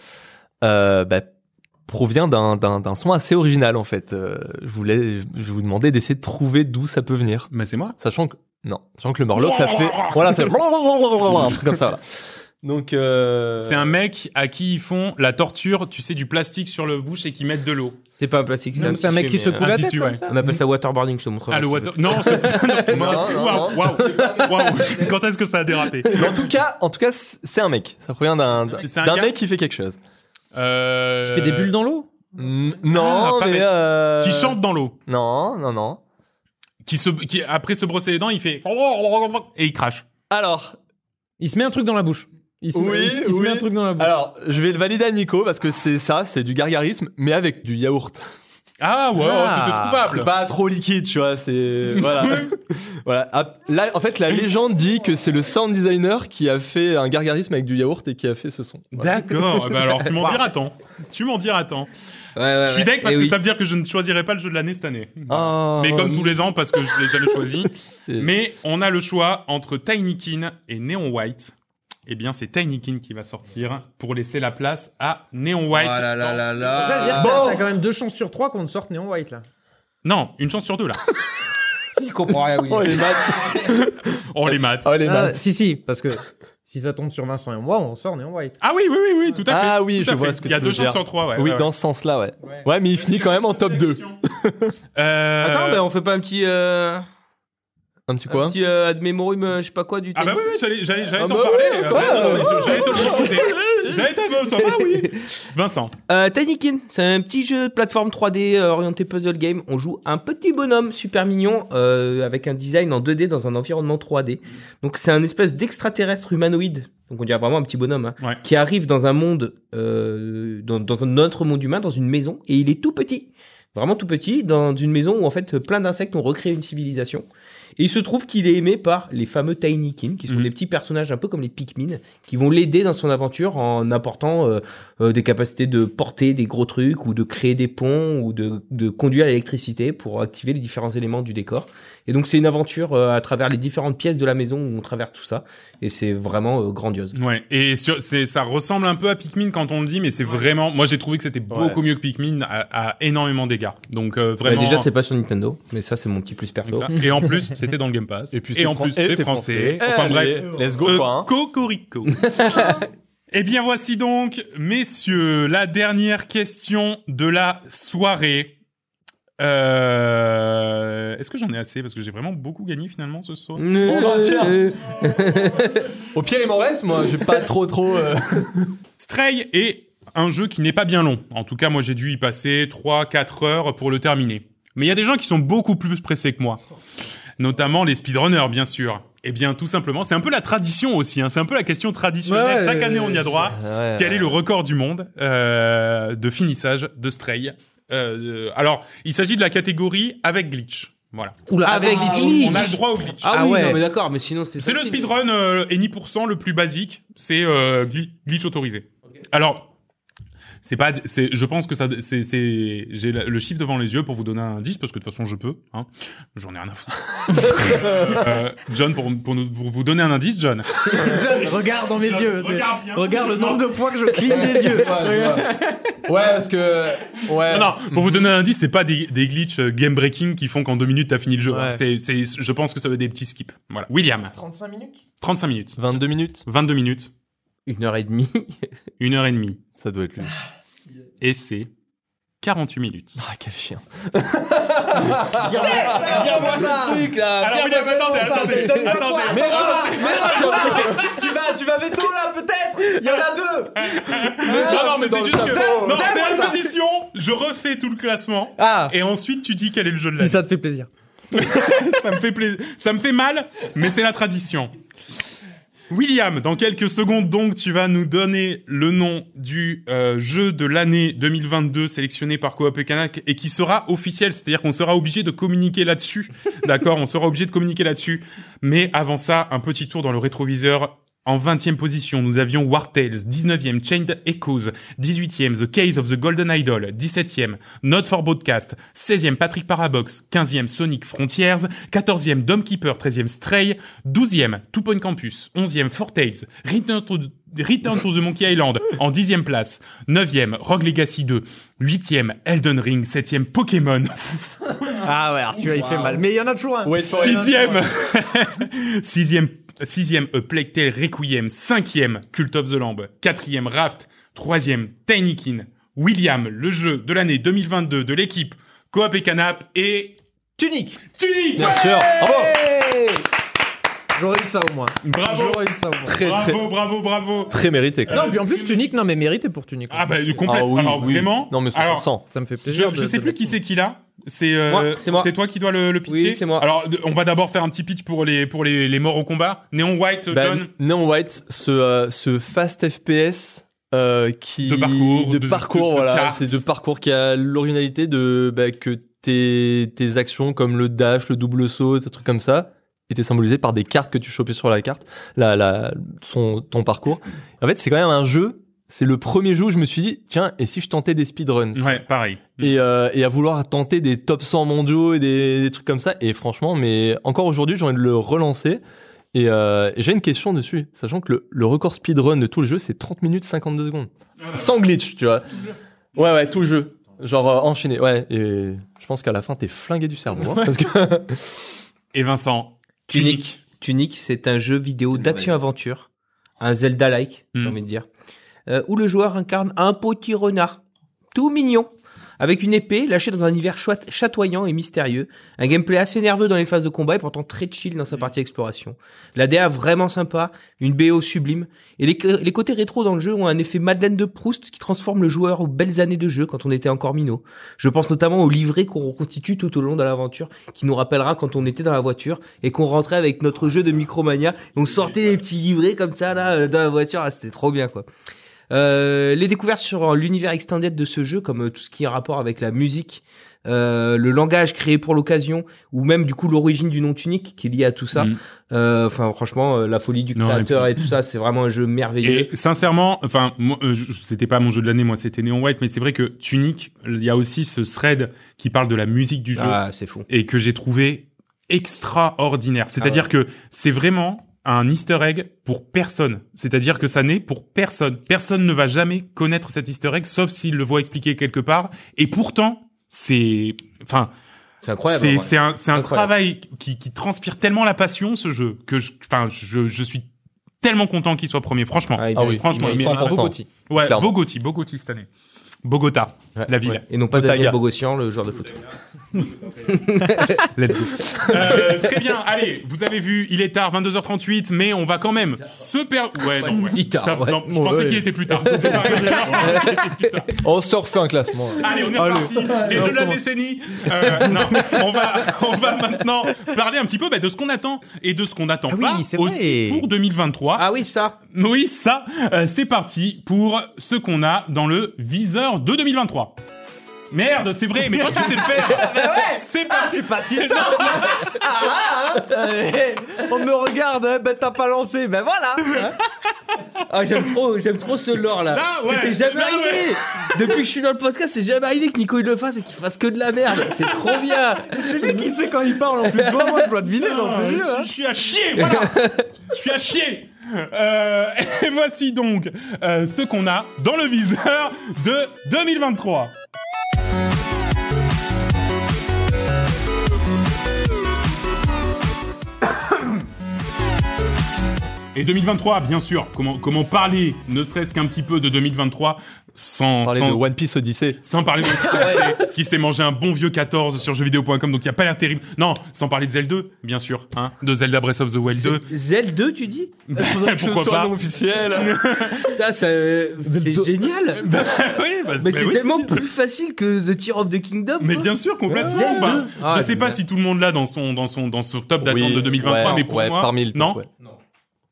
Speaker 7: euh, bah, provient d'un, d'un, d'un son assez original en fait. Euh, je voulais je vous demandais d'essayer de trouver d'où ça peut venir,
Speaker 5: Mais Bah, c'est moi.
Speaker 7: sachant que non, sachant que le Murloc ça fait voilà, ça fait un truc comme ça. voilà. Donc euh,
Speaker 5: C'est un mec à qui ils font la torture, tu sais, du plastique sur le bouche et qu'ils mettent de l'eau.
Speaker 6: C'est pas un plastique, c'est
Speaker 8: Non,
Speaker 6: un
Speaker 8: c'est un
Speaker 6: tissu, Euh, mais,
Speaker 8: mec qui secoue
Speaker 5: un
Speaker 8: la tête
Speaker 5: tissu,
Speaker 8: comme
Speaker 5: ouais.
Speaker 8: ça.
Speaker 6: On appelle ça waterboarding, je te montre.
Speaker 5: Ah, le water. Non, c'est. non,
Speaker 7: Non, non,
Speaker 5: Waouh,
Speaker 7: non.
Speaker 5: waouh, waouh. Quand est-ce que ça a dérapé
Speaker 7: mais en tout cas, en tout cas, c'est un mec. Ça provient d'un,
Speaker 5: C'est un
Speaker 7: d'un
Speaker 5: gars-
Speaker 7: mec qui fait quelque chose.
Speaker 5: euh...
Speaker 8: Qui fait des bulles dans l'eau
Speaker 7: Mm, Non,
Speaker 5: Ah, pas
Speaker 7: mais
Speaker 5: bête.
Speaker 7: euh,
Speaker 5: Qui chante dans l'eau.
Speaker 7: Non, non, non.
Speaker 5: Qui, se... qui, après se brosser les dents, il fait. Et il crache.
Speaker 7: Alors,
Speaker 8: Il se met un truc dans la bouche. Il se,
Speaker 7: Oui,
Speaker 8: il se- il se
Speaker 7: oui.
Speaker 8: met un truc dans la bouche.
Speaker 7: alors, je vais le valider à Nico parce que c'est ça, c'est du gargarisme, mais avec du yaourt.
Speaker 5: Ah, ouais,
Speaker 7: Ah,
Speaker 5: c'est
Speaker 7: c'est
Speaker 5: trouvable.
Speaker 7: pas trop liquide, tu vois. C'est voilà. voilà. Ah, Là, en fait, la légende dit que c'est le sound designer qui a fait un gargarisme avec du yaourt et qui a fait ce son. Voilà.
Speaker 5: D'accord, bah alors tu m'en diras tant. Tu m'en diras tant.
Speaker 6: Ouais, ouais,
Speaker 5: Je suis
Speaker 6: ouais.
Speaker 5: deg parce
Speaker 6: Eh
Speaker 5: que
Speaker 6: oui. Oh,
Speaker 5: ça veut dire que je ne choisirai pas le jeu de l'année cette année.
Speaker 7: Ah,
Speaker 5: Mais comme tous les ans, parce que je l'ai jamais choisi.
Speaker 7: c'est-
Speaker 5: Mais on a le choix entre Tinykin et Neon White. Eh bien, c'est Tinykin qui va sortir pour laisser la place à Neon White.
Speaker 6: Ah là là
Speaker 5: dans-
Speaker 6: là
Speaker 8: Donc là,
Speaker 6: là.
Speaker 8: Zirka,
Speaker 7: Bon.
Speaker 8: t'as quand même deux chances sur trois qu'on te sorte Néon White là.
Speaker 5: Non, une chance sur deux là.
Speaker 6: Il comprend rien,
Speaker 7: Oh
Speaker 6: Willy.
Speaker 7: les maths.
Speaker 5: On les mate.
Speaker 7: Oh les
Speaker 8: Ah,
Speaker 7: maths.
Speaker 8: si, si, parce que si ça tombe sur Vincent et moi, on sort Néon White.
Speaker 5: Ah oui, oui, oui, oui, tout à fait.
Speaker 7: Ah oui,
Speaker 5: tout
Speaker 7: je
Speaker 5: à
Speaker 7: vois
Speaker 5: fait.
Speaker 7: ce que
Speaker 5: Il y a
Speaker 7: tu
Speaker 5: deux
Speaker 7: veux dire.
Speaker 5: chances sur trois, ouais.
Speaker 7: Oui,
Speaker 5: ouais,
Speaker 7: dans
Speaker 5: ouais.
Speaker 7: ce sens-là, ouais. Ouais, mais il finit quand même en top 2.
Speaker 5: Euh,
Speaker 6: Attends, mais on fait pas un petit. euh,
Speaker 7: Un petit quoi
Speaker 6: Un petit euh, ad memoriam, euh, je sais pas quoi, du
Speaker 5: Ah bah
Speaker 6: Tinykin.
Speaker 5: oui, oui, j'allais, j'allais, j'allais
Speaker 7: Ah
Speaker 5: t'en
Speaker 7: bah
Speaker 5: parler.
Speaker 7: oui,
Speaker 5: euh,
Speaker 7: quoi.
Speaker 5: bah non, mais je- j'allais te le proposer. J'allais t'en ça va, oui. Vincent.
Speaker 6: Euh, Tinykin, c'est un petit jeu de plateforme 3D euh, orienté puzzle game. On joue un petit bonhomme super mignon euh, avec un design en 2D dans un environnement 3D. Donc c'est un espèce d'extraterrestre humanoïde. Donc on dirait vraiment un petit bonhomme hein,
Speaker 5: Ouais.
Speaker 6: qui arrive dans un monde, euh, dans, dans un autre monde humain, dans une maison et il est tout petit, vraiment tout petit, dans une maison où en fait plein d'insectes ont recréé une civilisation. Et il se trouve qu'il est aimé par les fameux Tinykin, qui sont
Speaker 5: Mhm.
Speaker 6: des petits personnages un peu comme les Pikmin, qui vont l'aider dans son aventure en apportant euh, euh, des capacités de porter des gros trucs ou de créer des ponts ou de, de conduire l'électricité pour activer les différents éléments du décor. Et donc c'est une aventure euh, à travers les différentes pièces de la maison où on traverse tout ça et c'est vraiment euh, grandiose.
Speaker 5: Ouais, et sur, c'est, ça ressemble un peu à Pikmin quand on le dit, mais c'est vraiment. Moi, j'ai trouvé que c'était beaucoup mieux que Pikmin à, à énormément d'égards. Donc euh,
Speaker 7: Bah,
Speaker 6: Ouais,
Speaker 5: vraiment.
Speaker 6: Bah, déjà c'est pas sur Nintendo, mais ça c'est mon petit plus
Speaker 5: comme
Speaker 6: perso.
Speaker 5: ça. Et en plus, c'était dans le Game Pass. Et,
Speaker 7: puis c'est
Speaker 5: en
Speaker 7: fran-
Speaker 5: plus,
Speaker 7: et
Speaker 5: c'est
Speaker 7: c'est
Speaker 5: français.
Speaker 7: français. Eh,
Speaker 5: Enfin
Speaker 7: Allez,
Speaker 5: bref, Euh,
Speaker 7: let's go, quoi, hein.
Speaker 5: Cocorico. Eh bien voici donc, messieurs, la dernière question de la soirée. Euh, Est-ce que j'en ai assez parce que j'ai vraiment beaucoup gagné finalement ce soir.
Speaker 6: Euh,
Speaker 7: bah, tiens.
Speaker 6: euh,
Speaker 7: Au pire, il m'en reste, moi. J'ai pas trop, trop. euh,
Speaker 5: Stray est un jeu qui n'est pas bien long. En tout cas, moi, j'ai dû y passer 3-4 heures pour le terminer. Mais il y a des gens qui sont beaucoup plus pressés que moi. Notamment les speedrunners, bien sûr. Eh bien, tout simplement, c'est un peu la tradition aussi. hein. C'est un peu la question traditionnelle.
Speaker 8: Ouais,
Speaker 5: Chaque année,
Speaker 8: ouais,
Speaker 5: on y a droit.
Speaker 7: euh, ouais,
Speaker 5: Quel est
Speaker 7: ouais.
Speaker 5: le record du monde euh, de finissage de Stray Euh, euh, Alors, il s'agit de la catégorie avec glitch. Voilà.
Speaker 6: Oula, Ah, avec
Speaker 5: Ah, On a le droit au glitch.
Speaker 6: Ah,
Speaker 8: Ah
Speaker 6: oui,
Speaker 8: ouais.
Speaker 6: non, mais d'accord, mais sinon c'est
Speaker 5: C'est le
Speaker 6: facile.
Speaker 5: speedrun euh, et 10% le plus basique, c'est euh, gli- glitch autorisé. Alors, c'est pas, c'est, je pense que ça, c'est, c'est, j'ai la- le chiffre devant les yeux pour vous donner un indice parce que de toute façon je peux, hein. J'en ai rien à foutre. Euh, John, pour, pour, nous, pour vous donner un indice, John.
Speaker 8: regarde dans mes yeux.
Speaker 5: bien.
Speaker 8: Regarde le nombre de fois que je cligne des yeux.
Speaker 7: Ouais, ouais. Ouais, parce que. Ouais.
Speaker 5: Non, non, pour vous donner un indice, c'est pas des, des glitches euh, game breaking qui font qu'en deux minutes t'as fini le jeu.
Speaker 8: Ouais.
Speaker 5: hein. C'est, c'est, je pense que ça va être des petits skips. Voilà. William,
Speaker 8: 35 minutes
Speaker 5: 35 minutes,
Speaker 7: 22 minutes
Speaker 5: 22 minutes,
Speaker 6: une heure et demie.
Speaker 5: 1 heure et demie,
Speaker 7: Ça doit être lui.
Speaker 5: et c'est 48 minutes.
Speaker 7: Ah, quel chien.
Speaker 5: Alors, William, attendez, attendez, attendez. ah,
Speaker 6: tu vas tu vas veto là peut-être. Il y en a deux.
Speaker 5: Non, non, mais
Speaker 7: dans
Speaker 5: c'est
Speaker 7: le
Speaker 5: juste que.
Speaker 7: chapeau.
Speaker 5: Non, c'est la tradition. Je refais tout le classement.
Speaker 8: Ah
Speaker 5: Et ensuite, tu dis quel est le jeu de
Speaker 8: Si
Speaker 5: l'année.
Speaker 8: ça te fait plaisir.
Speaker 5: ça me fait plaisir. Ça me fait mal, mais c'est la tradition. William, dans quelques secondes, donc, tu vas nous donner le nom du euh, jeu de l'année 2022 sélectionné par Coop et Canac et qui sera officiel. C'est-à-dire qu'on sera obligé de communiquer là-dessus. D'accord On sera obligé de communiquer là-dessus. Mais avant ça, un petit tour dans le rétroviseur En 20e position, nous avions War Tales, 19e Chained Echoes, 18e The Case of the Golden Idol, 17e Not for Broadcast, 16e Patrick Parabox, 15e Sonic Frontiers, 14e Dome Keeper, 13e Stray, 12e Two Point Campus, 11e Four Tales, Return to the- Return to the Monkey Island en 10e place, 9e Rogue Legacy 2, 8e Elden Ring, 7e Pokémon,
Speaker 9: Ah ouais, alors celui-là il fait mal. Mais il y en a toujours un.
Speaker 7: Wait for it.
Speaker 5: Sixième Sixième, sixième E A Plague Tale Requiem. Cinquième Cult of the Lamb. Quatrième Raft. Troisième Tinykin. William, le jeu de l'année 2022 de l'équipe Coop et Canap et...
Speaker 9: Tunique.
Speaker 5: Tunic
Speaker 7: Bien sûr. Bravo.
Speaker 8: J'aurais eu ça au moins.
Speaker 5: Bravo
Speaker 8: J'aurais eu ça au moins.
Speaker 7: Très, très,
Speaker 5: Bravo, bravo, bravo
Speaker 7: très mérité. quoi.
Speaker 8: Non, puis en plus, Tunic, non, mais mérité pour Tunic.
Speaker 5: Ah bah, complète.
Speaker 7: Ah oui,
Speaker 5: Alors,
Speaker 7: oui.
Speaker 5: vraiment
Speaker 7: Non, mais 100%.
Speaker 5: Alors,
Speaker 8: Ça me fait
Speaker 5: Je,
Speaker 8: plaisir.
Speaker 5: je
Speaker 8: de-
Speaker 5: sais
Speaker 8: de
Speaker 5: plus
Speaker 8: la-
Speaker 5: qui c'est qui l'a. C'est euh,
Speaker 6: Moi, c'est moi.
Speaker 5: toi qui dois le, le pitcher.
Speaker 6: Oui, c'est moi.
Speaker 5: Alors, de- on va d'abord faire un petit pitch pour les pour les, les morts au combat. Néon White,
Speaker 7: Bah,
Speaker 5: John.
Speaker 7: Neon White, ce, euh, ce fast FPS euh, qui
Speaker 5: De parcours,
Speaker 7: de
Speaker 5: de-
Speaker 7: parcours,
Speaker 5: de- de
Speaker 7: voilà,
Speaker 5: cartes.
Speaker 7: c'est de parcours qui a l'originalité de bah, que tes, tes actions comme le dash, le double saut, des trucs comme ça, étaient symbolisés par des cartes que tu chopais sur la carte, la, la, son, ton parcours. En fait, c'est quand même un jeu. C'est le premier jeu où je me suis dit, tiens, et si je tentais des speedruns
Speaker 5: Ouais, pareil.
Speaker 7: et, euh, et à vouloir tenter des top 100 mondiaux et des, des trucs comme ça. Et franchement, mais encore aujourd'hui, j'ai envie de le relancer. Et, euh, et j'ai une question dessus, sachant que le, le record speedrun de tout le jeu, c'est 30 minutes 52 secondes.
Speaker 5: Ah
Speaker 7: Sans glitch, tu vois. Ouais, ouais, tout le jeu. Genre euh, enchaîné, ouais. Et je pense qu'à la fin, t'es flingué du cerveau. hein, parce que...
Speaker 5: Et Vincent, Tunic.
Speaker 6: Tunic. Tunic, c'est un jeu vidéo d'action-aventure, un Zelda-like,
Speaker 5: Hmm.
Speaker 6: j'ai envie de dire, euh, où le joueur incarne un petit renard, tout mignon, avec une épée lâchée dans un univers chouat- chatoyant et mystérieux, un gameplay assez nerveux dans les phases de combat et pourtant très chill dans
Speaker 5: Hmm.
Speaker 6: sa partie exploration. La DA vraiment sympa, une BO sublime, et les, co- les côtés rétro dans le jeu ont un effet Madeleine de Proust qui transforme le joueur aux belles années de jeu quand on était encore minot. Je pense notamment au livret qu'on reconstitue tout au long de l'aventure, qui nous rappellera quand on était dans la voiture et qu'on rentrait avec notre jeu de Micromania. On sortait les petits livrets comme ça là euh, dans la voiture, Ah, c'était trop bien quoi. Euh, les découvertes sur euh, l'univers extended de ce jeu, comme euh, tout ce qui est rapport avec la musique, euh, le langage créé pour l'occasion, ou même du coup l'origine du nom tunique qui est lié à tout ça.
Speaker 5: Mhm.
Speaker 6: Euh, Enfin franchement, euh, la folie du
Speaker 5: Non, et
Speaker 6: créateur et, tout ça, c'est vraiment un jeu merveilleux.
Speaker 5: Et sincèrement, enfin, moi, euh, je- c'était pas mon jeu de l'année, moi, c'était Neon White, mais c'est vrai que Tunic, il y a aussi ce thread qui parle de la musique du jeu
Speaker 6: Ah, c'est fou.
Speaker 5: et que j'ai trouvé extraordinaire. C'est-à-dire
Speaker 6: Ah
Speaker 5: que c'est vraiment un easter egg pour personne. C'est-à-dire que ça n'est pour personne. Personne ne va jamais connaître cet easter egg, sauf s'il le voit expliqué quelque part. Et pourtant, c'est, enfin,
Speaker 6: C'est incroyable.
Speaker 5: c'est
Speaker 6: en vrai.
Speaker 5: c'est un, c'est un
Speaker 6: Incroyable.
Speaker 5: travail qui, qui transpire tellement la passion, ce jeu, que je, enfin, je, je suis tellement content qu'il soit premier. Franchement.
Speaker 6: Ah, il
Speaker 7: Ah oui,
Speaker 5: Franchement, il
Speaker 7: mérite.
Speaker 5: mérite.
Speaker 7: 100%.
Speaker 5: Ouais,
Speaker 7: Clairement.
Speaker 5: Bogoti, Bogoti cette année. Bogota, la ville.
Speaker 6: Et non pas
Speaker 7: Otaga.
Speaker 6: Daniel Bogossian, le joueur de foot.
Speaker 5: Let's go. Euh, très bien, allez, vous avez vu, il est tard, 22h38, mais on va quand même se perdre. Ouais, non, ouais.
Speaker 6: Si tard,
Speaker 5: Ça-
Speaker 6: ouais.
Speaker 5: non, je
Speaker 6: Ouais.
Speaker 5: pensais qu'il était plus tard. Donc, c'est pas grave.
Speaker 7: On se refait un classement.
Speaker 5: allez, on est parti. Les jeux de la décennie. Euh, non, on va, on va maintenant parler un petit peu bah, de ce qu'on attend et de ce qu'on n'attend
Speaker 9: Ah oui,
Speaker 5: pas
Speaker 9: c'est
Speaker 5: aussi
Speaker 9: vrai.
Speaker 5: pour 2023.
Speaker 6: Ah oui, ça.
Speaker 5: Oui, ça, euh, c'est parti pour ce qu'on a dans le viseur de 2023. Merde, c'est vrai, mais toi tu sais le faire. C'est
Speaker 9: Ah,
Speaker 5: parti.
Speaker 9: c'est pas si simple hein. Ah, ah, hein. Eh, On me regarde, hein. ben t'as pas lancé, ben voilà hein.
Speaker 6: Ah, j'aime trop, j'aime trop ce lore là.
Speaker 5: Là, ouais.
Speaker 6: C'était jamais
Speaker 5: Là,
Speaker 6: arrivé. Depuis que je suis dans le podcast, c'est jamais arrivé que Nico il le fasse et qu'il fasse que de la merde. C'est trop bien.
Speaker 9: C'est lui qui sait quand il parle en plus, moi moi, je dois deviner dans
Speaker 5: Ah,
Speaker 9: ce jeu hein.
Speaker 5: je, suis- je suis à chier, voilà. je suis à chier. Euh, et voici donc euh, ce qu'on a dans le viseur de 2023. Et 2023, bien sûr. Comment, comment parler, ne serait-ce qu'un petit peu de 2023 sans,
Speaker 7: Parler de
Speaker 5: sans,
Speaker 7: One Piece Odyssey.
Speaker 5: sans parler de Odyssey, qui s'est mangé un bon vieux 14 sur jeuxvideo.com, donc il a pas l'air terrible. Non, sans parler de Zelda 2, bien sûr, hein, de Zelda Breath of the Wild 2.
Speaker 6: Zel 2, tu dis
Speaker 5: Pourquoi
Speaker 7: Soit
Speaker 5: pas
Speaker 7: non officiel.
Speaker 6: Putain, ça, euh, c'est
Speaker 5: Oui,
Speaker 6: génial.
Speaker 5: bah, bah
Speaker 6: Mais c'est
Speaker 5: oui,
Speaker 6: tellement plus facile que The Tear of the Kingdom.
Speaker 5: Mais
Speaker 6: quoi.
Speaker 5: bien sûr, complètement.
Speaker 6: Zelda.
Speaker 5: Enfin,
Speaker 6: Ah,
Speaker 5: je sais pas
Speaker 6: génial.
Speaker 5: si tout le monde l'a dans son dans son dans son top d'attente
Speaker 7: Oui,
Speaker 5: de 2023,
Speaker 7: ouais,
Speaker 5: mais pour
Speaker 7: ouais,
Speaker 5: moi,
Speaker 7: parmi le top,
Speaker 5: non.
Speaker 7: ouais.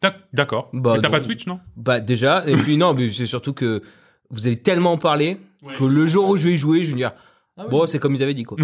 Speaker 5: Tac, D'accord.
Speaker 6: Bah,
Speaker 5: mais t'as
Speaker 6: non.
Speaker 5: pas de Switch, non
Speaker 6: Bah déjà, et puis non, mais c'est surtout que vous allez tellement en parler
Speaker 5: Ouais. Ah
Speaker 6: que le jour où je vais y jouer, je vais me dire Bon, c'est comme ils avaient dit, quoi.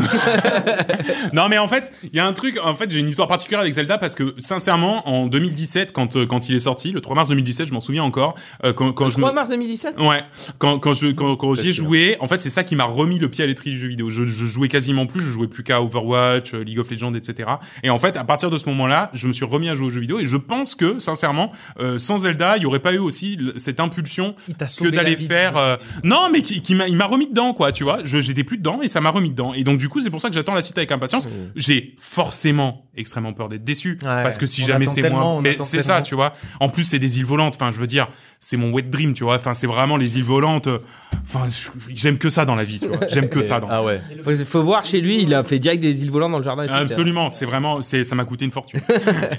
Speaker 5: Non, mais en fait, il y a un truc. En fait, j'ai une histoire particulière avec Zelda parce que, sincèrement, en 2017, quand euh, quand il est sorti, le 3 mars 2017, je m'en souviens encore. euh, quand quand je me
Speaker 6: 3 mars 2017
Speaker 5: Ouais, quand quand je quand, quand j'y ai joué, en fait c'est ça qui m'a remis le pied à l'étrier du jeu vidéo. Je, je jouais quasiment plus, je jouais plus qu'à Overwatch, euh, League of Legends, etc. Et en fait à partir de ce moment-là, je me suis remis à jouer aux jeux vidéo et je pense que sincèrement, euh, sans Zelda, il y aurait pas eu aussi l- cette impulsion
Speaker 9: Il t'a
Speaker 5: que
Speaker 9: sauvé la
Speaker 5: d'aller
Speaker 9: vie.
Speaker 5: faire euh, non mais qui, qui m'a il m'a remis dedans quoi tu vois je j'étais plus dedans et ça m'a remis dedans et donc du coup c'est pour ça que j'attends la suite avec impatience j'ai forcément extrêmement peur d'être déçu
Speaker 9: Mmh. Ouais,
Speaker 5: parce que si
Speaker 9: on
Speaker 5: jamais
Speaker 9: attend
Speaker 5: c'est
Speaker 9: tellement,
Speaker 5: moins
Speaker 9: on
Speaker 5: mais
Speaker 9: attend
Speaker 5: c'est ça
Speaker 9: tellement.
Speaker 5: tu vois en plus c'est des îles volantes enfin je veux dire c'est mon wet dream tu vois enfin c'est vraiment les îles volantes euh, enfin je- j'aime que ça dans la vie tu vois j'aime que ça dans
Speaker 7: Ah ouais.
Speaker 6: faut, faut voir chez lui, il a fait direct des îles volantes dans le jardin. etc.
Speaker 5: Absolument, c'est vraiment, c'est, ça m'a coûté une fortune.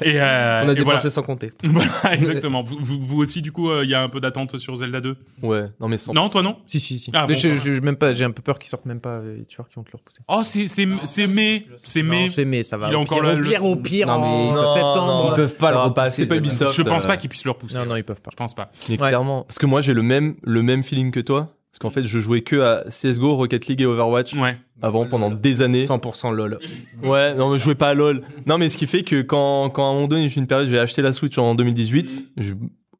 Speaker 5: et euh,
Speaker 6: On a
Speaker 5: et
Speaker 6: dépensé
Speaker 5: voilà,
Speaker 6: sans compter.
Speaker 5: Voilà, exactement. Vous, vous, vous aussi, du coup, euh, il y a un peu d'attente sur Zelda 2.
Speaker 7: Ouais. Non, mais sans.
Speaker 5: Non, toi non
Speaker 8: Si, si, si.
Speaker 5: Ah,
Speaker 8: Mais
Speaker 5: bon,
Speaker 8: je-
Speaker 5: bah.
Speaker 8: je- je- même pas, j'ai un peu peur qu'ils sortent même pas euh, les tueurs qui vont te le repousser.
Speaker 5: Oh, c'est, c'est, c'est mai, c'est mai.
Speaker 8: Non, c'est mais ça va.
Speaker 5: Il a
Speaker 8: au
Speaker 5: encore
Speaker 8: pire,
Speaker 5: le-
Speaker 8: au pire, au pire,
Speaker 6: Non, mais-
Speaker 8: en
Speaker 7: Non,
Speaker 8: septembre.
Speaker 7: non.
Speaker 6: Ils peuvent pas
Speaker 7: Non,
Speaker 6: le
Speaker 7: pas-
Speaker 6: repousser.
Speaker 7: c'est pas
Speaker 6: Zelda.
Speaker 7: Ubisoft.
Speaker 5: Je pense
Speaker 7: euh,
Speaker 5: pas qu'ils puissent leur pousser.
Speaker 8: Non, non, ils peuvent pas.
Speaker 5: Je pense pas.
Speaker 7: Mais
Speaker 8: Ouais.
Speaker 7: clairement. Parce que moi, j'ai le même, le même feeling que toi. Parce qu'en fait, je jouais que à CSGO, Rocket League et Overwatch.
Speaker 5: Ouais. Ah
Speaker 7: Avant, pendant des années.
Speaker 6: 100% lol.
Speaker 7: Ouais, non, mais je jouais pas à LoL. Non, mais ce qui fait que quand, quand à un moment donné, j'ai eu une période, j'ai acheté la Switch en 2018. je-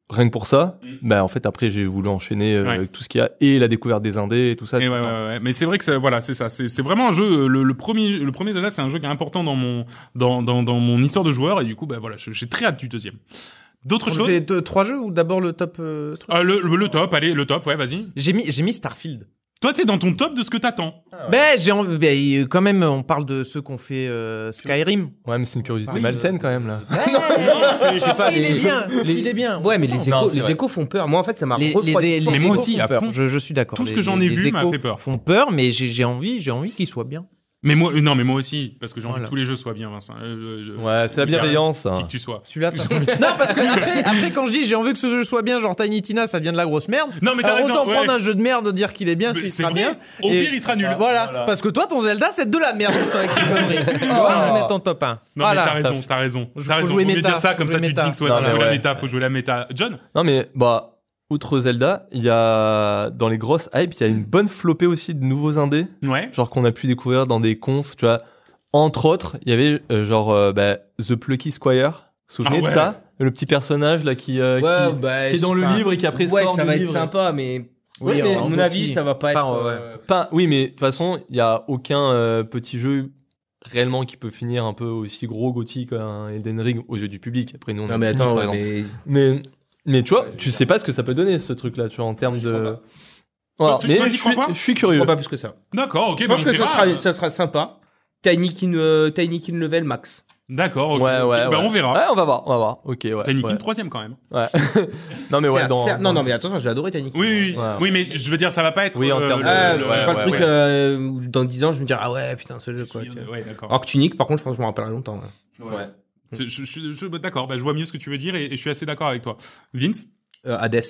Speaker 7: rien que pour ça. Bah, en fait, après, j'ai voulu enchaîner euh,
Speaker 5: Mm. Ouais.
Speaker 7: avec tout ce qu'il y a et la découverte des indés et tout ça.
Speaker 5: Et ouais, ouais, ouais, ouais. Mais c'est vrai que ça, voilà, c'est ça. C'est, c'est vraiment un jeu. euh, Le, le premier, le premier Zelda, c'est un jeu qui est important dans mon, dans, dans, dans mon histoire de joueur. Et du coup, bah voilà, je- j'ai très hâte du deuxième. D'autres
Speaker 8: On
Speaker 5: choses
Speaker 8: fait deux- trois jeux ou d'abord le top euh, truc
Speaker 5: Euh, le, le- le top, allez, le top, ouais, vas-y.
Speaker 8: J'ai mis, j'ai mis Starfield.
Speaker 5: Toi, t'es dans ton top de ce que t'attends.
Speaker 8: Ben, j'ai envie- ben, il- quand même, on parle de ceux qu'on fait euh, Skyrim.
Speaker 7: Ouais, mais c'est une
Speaker 5: Ah
Speaker 7: curiosité
Speaker 5: euh,
Speaker 7: malsaine quand même, là.
Speaker 8: S'il est bien, s'il est bien.
Speaker 6: Ouais, mais les échos,
Speaker 7: c'est
Speaker 6: les
Speaker 7: vrai.
Speaker 6: échos font peur. Moi, en fait, ça m'a
Speaker 8: Les,
Speaker 6: refroidi.
Speaker 8: les- les
Speaker 5: Mais moi
Speaker 8: échos
Speaker 5: aussi,
Speaker 8: font
Speaker 5: à
Speaker 8: peur.
Speaker 5: fond.
Speaker 8: Je, je suis d'accord.
Speaker 5: Tout ce
Speaker 8: Les-
Speaker 5: que j'en ai
Speaker 8: les
Speaker 5: vu m'a
Speaker 8: échos
Speaker 5: fait peur.
Speaker 8: Font peur, mais j'ai j'ai envie, j'ai envie qu'ils soient bien.
Speaker 5: Mais moi, euh, non, mais moi aussi, parce que j'ai envie
Speaker 8: Voilà.
Speaker 5: que tous les jeux soient bien, Vincent. Euh, je- je-
Speaker 7: Ouais, c'est la bienveillance.
Speaker 5: Qui
Speaker 7: hein.
Speaker 5: que tu sois.
Speaker 8: Celui-là, ça sent bien. Non, parce que après, après, quand je dis j'ai envie que ce jeu soit bien, genre Tiny Tina, ça vient de la grosse merde.
Speaker 5: Non, mais t'as
Speaker 8: Alors,
Speaker 5: raison.
Speaker 8: autant
Speaker 5: ouais.
Speaker 8: prendre un jeu de merde, dire qu'il est bien,
Speaker 5: Mais
Speaker 8: s'il
Speaker 5: c'est
Speaker 8: sera
Speaker 5: vrai.
Speaker 8: bien.
Speaker 5: Au
Speaker 8: Et- bah,
Speaker 5: pire, il sera nul.
Speaker 8: Voilà. Parce que toi, ton Zelda, c'est de la merde. toi, avec tes conneries. Tu vois, on va mettre en top 1.
Speaker 5: Oh. Non,
Speaker 8: voilà.
Speaker 5: mais t'as raison, t'as raison.
Speaker 8: Faut
Speaker 5: T'as raison.
Speaker 8: jouer
Speaker 5: Faut mieux
Speaker 8: méta,
Speaker 5: dire ça,
Speaker 8: faut
Speaker 5: comme
Speaker 8: jouer
Speaker 5: ça, tu
Speaker 8: méta.
Speaker 5: jinx, ouais,
Speaker 7: Non,
Speaker 5: faut
Speaker 7: mais
Speaker 5: jouer la
Speaker 7: ouais.
Speaker 5: méta, faut jouer la méta. John?
Speaker 7: Non mais bah outre Zelda, il y a dans les grosses hypes, il y a une bonne flopée aussi de nouveaux indés,
Speaker 5: Ouais.
Speaker 7: genre qu'on a pu découvrir dans des confs, tu vois. Entre autres, il y avait euh, genre euh, bah, The Plucky Squire. Vous vous souvenez
Speaker 5: Ah ouais.
Speaker 7: de ça Le petit personnage là qui, euh,
Speaker 6: Ouais,
Speaker 7: qui-
Speaker 6: bah,
Speaker 7: qui est dans le
Speaker 6: enfin,
Speaker 7: livre et qui après
Speaker 6: Ouais,
Speaker 7: sort
Speaker 6: ça
Speaker 7: du
Speaker 6: va être
Speaker 7: livre.
Speaker 6: sympa, mais.
Speaker 8: Oui,
Speaker 6: Ouais, mais
Speaker 8: en
Speaker 6: à mon
Speaker 8: petit.
Speaker 6: avis, ça va pas être.
Speaker 8: Pas, ouais.
Speaker 6: euh,
Speaker 7: Pas- oui, mais de toute façon, il y a aucun euh, petit jeu réellement qui peut finir un peu aussi gros gothique qu'un Elden Ring aux yeux du public. Après nous on a
Speaker 6: Non, mais
Speaker 7: par
Speaker 6: attends,
Speaker 7: exemple.
Speaker 6: mais-
Speaker 7: Mais, mais tu vois, tu sais pas ce que ça peut donner ce truc-là, tu vois, en termes de. Voilà,
Speaker 5: tu-
Speaker 7: mais
Speaker 5: toi,
Speaker 7: je
Speaker 5: tu crois
Speaker 7: suis,
Speaker 5: pas
Speaker 7: je suis
Speaker 6: je
Speaker 7: curieux.
Speaker 6: crois pas plus que ça.
Speaker 5: D'accord, ok.
Speaker 6: Je pense
Speaker 5: bah, on
Speaker 6: que ça
Speaker 5: verra.
Speaker 6: sera, ça sera sympa. Tiny Kin, euh, Tiny Kin Level Max.
Speaker 5: D'accord, ok.
Speaker 7: Ouais, ouais,
Speaker 5: Bah,
Speaker 7: ouais. Ah,
Speaker 5: on verra.
Speaker 7: Ouais, on va voir, on va voir. Ok, ouais.
Speaker 5: T'as niqué
Speaker 7: ouais.
Speaker 5: une troisième quand même.
Speaker 7: Ouais. non, mais ouais,
Speaker 6: C'est-
Speaker 7: dans.
Speaker 6: c'est- Non, non, mais attention, j'ai adoré Tiny Kin.
Speaker 5: Oui, oui, oui.
Speaker 7: Ouais.
Speaker 5: Oui, mais je veux dire, ça va pas être.
Speaker 7: Oui, en
Speaker 5: euh,
Speaker 7: termes de-
Speaker 6: Ah,
Speaker 5: le- le-
Speaker 6: c'est pas
Speaker 7: ouais,
Speaker 6: le
Speaker 7: ouais, euh,
Speaker 6: truc
Speaker 7: ouais.
Speaker 6: euh, où dans 10 ans, je me dirais, ah ouais, putain, ce jeu, quoi. tu vois.
Speaker 5: euh, Ouais, d'accord.
Speaker 6: Alors que Tunic, par contre, je pense que je m'en rappellerai longtemps. ouais.
Speaker 7: Ouais.
Speaker 5: C'est- Je, je- je- bah, d'accord, bah, je vois mieux ce que tu veux dire et, et je suis assez d'accord avec toi. Vince
Speaker 6: Euh, Hades.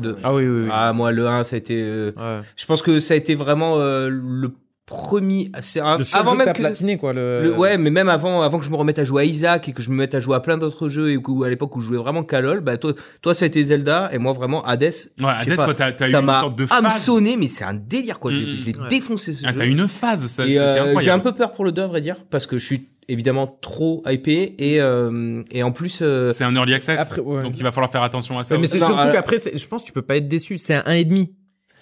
Speaker 6: de-
Speaker 8: Ah oui, oui, oui.
Speaker 6: Ah, moi, le 1, ça a été. euh,
Speaker 8: Ouais.
Speaker 6: Je pense que ça a été vraiment euh, le premier. C'est un-
Speaker 8: Le seul
Speaker 6: avant
Speaker 8: jeu que
Speaker 6: même
Speaker 8: t'as Euh,
Speaker 6: que.
Speaker 8: platiné, quoi. Le...
Speaker 6: le- ouais, mais même avant, avant que je me remette à jouer à Isaac et que je me mette à jouer à plein d'autres jeux et que- à l'époque où je jouais vraiment qu'à LoL, bah toi, toi ça a été Zelda et moi vraiment Hades.
Speaker 5: Ouais,
Speaker 6: Je sais
Speaker 5: Hades,
Speaker 6: pas,
Speaker 5: toi, t'as t'as eu
Speaker 6: ça
Speaker 5: une
Speaker 6: m'a
Speaker 5: sorte de phase.
Speaker 6: hameçonné, mais c'est un délire quoi. J'ai-
Speaker 5: Mm,
Speaker 6: Je l'ai
Speaker 8: ouais.
Speaker 6: défoncé ce
Speaker 5: Ah,
Speaker 6: jeu.
Speaker 5: t'as une phase, ça,
Speaker 6: Et
Speaker 5: c'était
Speaker 6: euh, j'ai un
Speaker 5: incroyable.
Speaker 6: peu peur pour le 2 à vrai dire parce que je suis évidemment trop hypé et euh, et en plus euh,
Speaker 5: C'est un early access.
Speaker 8: Après, ouais.
Speaker 5: Donc il va falloir faire attention à ça.
Speaker 8: Ouais, mais
Speaker 5: aussi.
Speaker 8: c'est
Speaker 6: Non,
Speaker 8: surtout
Speaker 6: alors-
Speaker 8: qu'après, c'est- je pense que tu peux pas être déçu. C'est un 1,5.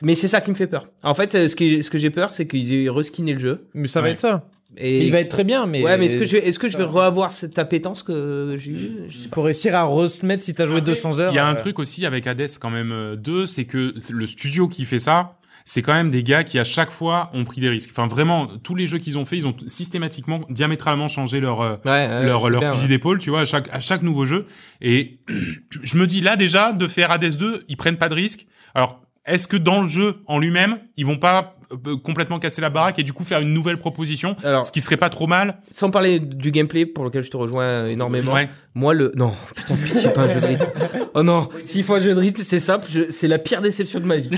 Speaker 6: mais c'est ça qui me fait peur. En fait, euh, ce qui ce que j'ai peur, c'est qu'ils aient reskiné le jeu
Speaker 8: Mais ça va
Speaker 5: Ouais.
Speaker 8: être ça.
Speaker 6: et
Speaker 8: Il va être très bien, mais.
Speaker 6: Ouais, mais est-ce que je vais, est-ce que je vais reavoir cette appétence que j'ai eue Je sais
Speaker 8: Faut réussir à remettre si t'as joué 200 heures.
Speaker 5: Il y a un
Speaker 8: euh,
Speaker 5: truc aussi avec Hades quand même euh, 2, c'est que c'est- le studio qui fait ça, c'est quand même des gars qui à chaque fois ont pris des risques. Enfin vraiment, tous les jeux qu'ils ont fait, ils ont systématiquement diamétralement changé leur euh,
Speaker 6: pas. Ouais, ouais,
Speaker 5: leur,
Speaker 6: je sais
Speaker 5: leur
Speaker 6: bien,
Speaker 5: fusil
Speaker 6: ouais.
Speaker 5: d'épaule, tu vois, à chaque, à chaque nouveau jeu. Et je me dis, là, déjà, de faire Hades 2, ils prennent pas de risque. Alors, est-ce que dans le jeu en lui-même, ils vont pas euh, complètement casser la baraque et du coup faire une nouvelle proposition
Speaker 6: Alors-
Speaker 5: Ce qui serait pas trop mal.
Speaker 6: Sans parler du gameplay pour lequel je te rejoins énormément.
Speaker 5: Ouais.
Speaker 6: Moi le non putain pitié pas un jeu de rythme. Oh non s'il faut un jeu de rythme c'est simple je- c'est la pire déception de ma vie.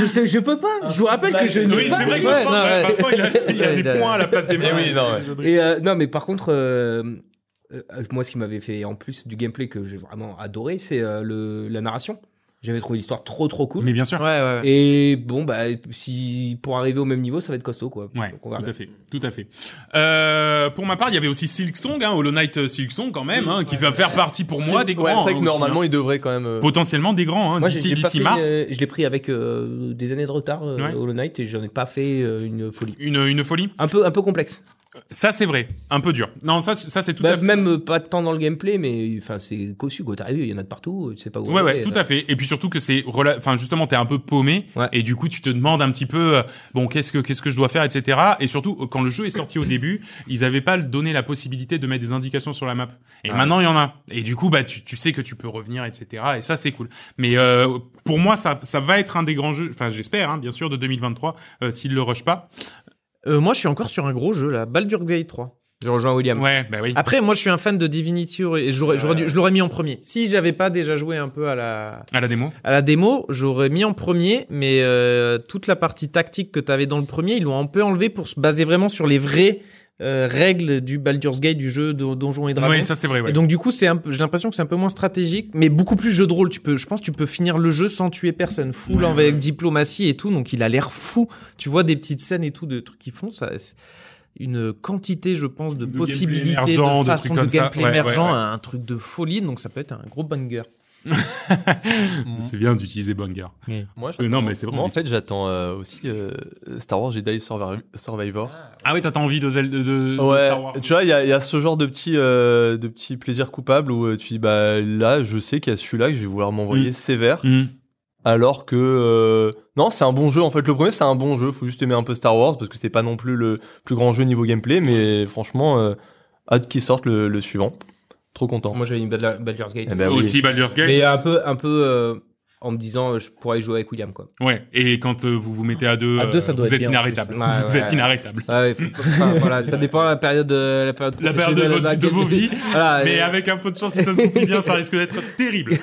Speaker 6: je sais je peux pas. Je vous rappelle que je
Speaker 5: Oui,
Speaker 6: n'ai pas.
Speaker 5: c'est vrai que
Speaker 6: Ouais,
Speaker 5: Vincent,
Speaker 6: non, ouais.
Speaker 5: Vincent, il a, il a
Speaker 6: Ouais,
Speaker 5: des points à la place des miens.
Speaker 7: Eh oui, non, ouais.
Speaker 6: Et euh, non, mais par contre, euh, euh, moi, ce qui m'avait fait en plus du gameplay que j'ai vraiment adoré, c'est euh, le la narration. J'avais trouvé l'histoire trop trop cool.
Speaker 5: Mais bien sûr.
Speaker 8: Ouais, ouais, ouais.
Speaker 6: Et bon, bah, si pour arriver au même niveau, ça va être costaud, quoi.
Speaker 5: Ouais,
Speaker 6: Donc,
Speaker 5: tout
Speaker 6: on va
Speaker 5: à fait, tout à fait. Euh, pour ma part, il y avait aussi Silk Song, hein, Hollow Knight euh, Silk Song quand même, hein, qui va faire partie pour moi des grands.
Speaker 7: Ouais, c'est vrai
Speaker 5: hein,
Speaker 7: que
Speaker 5: aussi,
Speaker 7: normalement,
Speaker 5: hein.
Speaker 7: il devrait quand même. euh,
Speaker 5: potentiellement des grands. Hein,
Speaker 6: Moi, j'ai
Speaker 5: d'ici
Speaker 6: j'ai pas
Speaker 5: d'ici
Speaker 6: fait,
Speaker 5: mars,
Speaker 6: euh, je l'ai pris avec euh, des années de retard, euh,
Speaker 5: Ouais.
Speaker 6: Hollow Knight, et j'en ai pas fait euh, une folie.
Speaker 5: une une folie.
Speaker 6: Un peu, un peu complexe.
Speaker 5: Ça c'est vrai, un peu dur. Non, ça ça c'est tout
Speaker 6: Bah,
Speaker 5: à fait.
Speaker 6: Même euh, pas de temps dans le gameplay, mais enfin, c'est cossu, quoi. T'arrives, il y en a de partout, tu sais pas où.
Speaker 5: Ouais,
Speaker 6: aller,
Speaker 5: ouais, tout
Speaker 6: euh.
Speaker 5: à fait. Et puis surtout que c'est, rela- enfin justement, t'es un peu paumé
Speaker 6: Ouais.
Speaker 5: et du coup tu te demandes un petit peu, euh, bon, qu'est-ce que qu'est-ce que je dois faire, etc. Et surtout euh, quand le jeu est sorti au début, ils avaient pas donné la possibilité de mettre des indications sur la map. Et maintenant il y en a. Et du coup bah tu, tu sais que tu peux revenir, etc. Et ça c'est cool. Mais euh, pour moi ça ça va être un des grands jeux, enfin j'espère, hein, bien sûr, de 2023 euh, s'ils le rushent pas.
Speaker 8: Euh, moi, je suis encore sur un gros jeu, là. Baldur's Gate 3.
Speaker 6: Je rejoins William.
Speaker 5: Ouais, bah oui.
Speaker 8: Après, moi, je suis un fan de Divinity Ori- et j'aurais, j'aurais dû- je l'aurais mis en premier. Si j'avais pas déjà joué un peu à la,
Speaker 5: À la démo.
Speaker 8: à la démo, j'aurais mis en premier, mais euh, toute la partie tactique que t'avais dans le premier, ils l'ont un peu enlevé pour se baser vraiment sur les vraies euh, règles du Baldur's Gate, du jeu de Donjons et Dragons.
Speaker 5: Oui, ça c'est vrai. Ouais.
Speaker 8: Et donc du coup, c'est un peu- j'ai l'impression que c'est un peu moins stratégique, mais beaucoup plus jeu de rôle. Tu peux, je pense, que tu peux finir le jeu sans tuer personne, full
Speaker 5: Ouais,
Speaker 8: avec
Speaker 5: ouais.
Speaker 8: diplomatie et tout. Donc il a l'air fou. Tu vois des petites scènes et tout de trucs qu'ils font. Ça, c'est une quantité, je pense, de,
Speaker 5: De gameplay
Speaker 8: possibilités,
Speaker 5: émergent,
Speaker 8: de
Speaker 5: de
Speaker 8: façons
Speaker 5: trucs
Speaker 8: de,
Speaker 5: comme ça.
Speaker 8: gameplay
Speaker 5: Ouais, ouais,
Speaker 8: émergent,
Speaker 5: ouais.
Speaker 8: un truc de folie. Donc ça peut être un gros banger.
Speaker 5: c'est bien d'utiliser Banger.
Speaker 7: Moi,
Speaker 5: Euh, non, mais c'est vrai,
Speaker 7: Moi, en
Speaker 5: mais-
Speaker 7: fait, j'attends euh, aussi euh, Star Wars Jedi Survi- Survivor.
Speaker 5: Ah oui, t'as t'as envie de, Zelda- de, de
Speaker 7: ouais,
Speaker 5: Star Wars.
Speaker 7: tu vois, il y a, il y a ce genre de petit, euh, de petit plaisir coupable où euh, tu dis, bah là, je sais qu'il y a celui-là que je vais vouloir m'envoyer
Speaker 5: Mm.
Speaker 7: sévère.
Speaker 5: Hmm.
Speaker 7: Alors que. euh, non, c'est un bon jeu. En fait, le premier, c'est un bon jeu. Faut juste aimer un peu Star Wars parce que c'est pas non plus le plus grand jeu niveau gameplay. Mais franchement, euh, hâte qu'il sorte le, le suivant. Trop content.
Speaker 6: Moi, j'avais une Baldur's Baldur's Gate.
Speaker 7: Eh ben oui.
Speaker 5: Aussi Baldur's Gate.
Speaker 6: Mais un peu, un peu, euh, en me disant, euh, je pourrais y jouer avec William, quoi.
Speaker 5: Ouais, et quand euh, vous vous mettez à deux,
Speaker 8: À deux,
Speaker 5: euh,
Speaker 8: ça doit
Speaker 5: vous
Speaker 8: être
Speaker 5: êtes
Speaker 8: bien, en
Speaker 5: inarrêtable.
Speaker 6: plus. Ouais,
Speaker 5: vous
Speaker 6: ouais.
Speaker 5: êtes inarrêtable.
Speaker 6: Ouais, faut- enfin, voilà, ça dépend de la période, euh, la période,
Speaker 5: La période de,
Speaker 6: professionnelle dans
Speaker 5: votre- de
Speaker 6: laquelle-
Speaker 5: vos vies,
Speaker 6: Voilà,
Speaker 5: mais
Speaker 6: euh,
Speaker 5: avec un peu de chance, si ça se goupille bien, ça risque d'être terrible.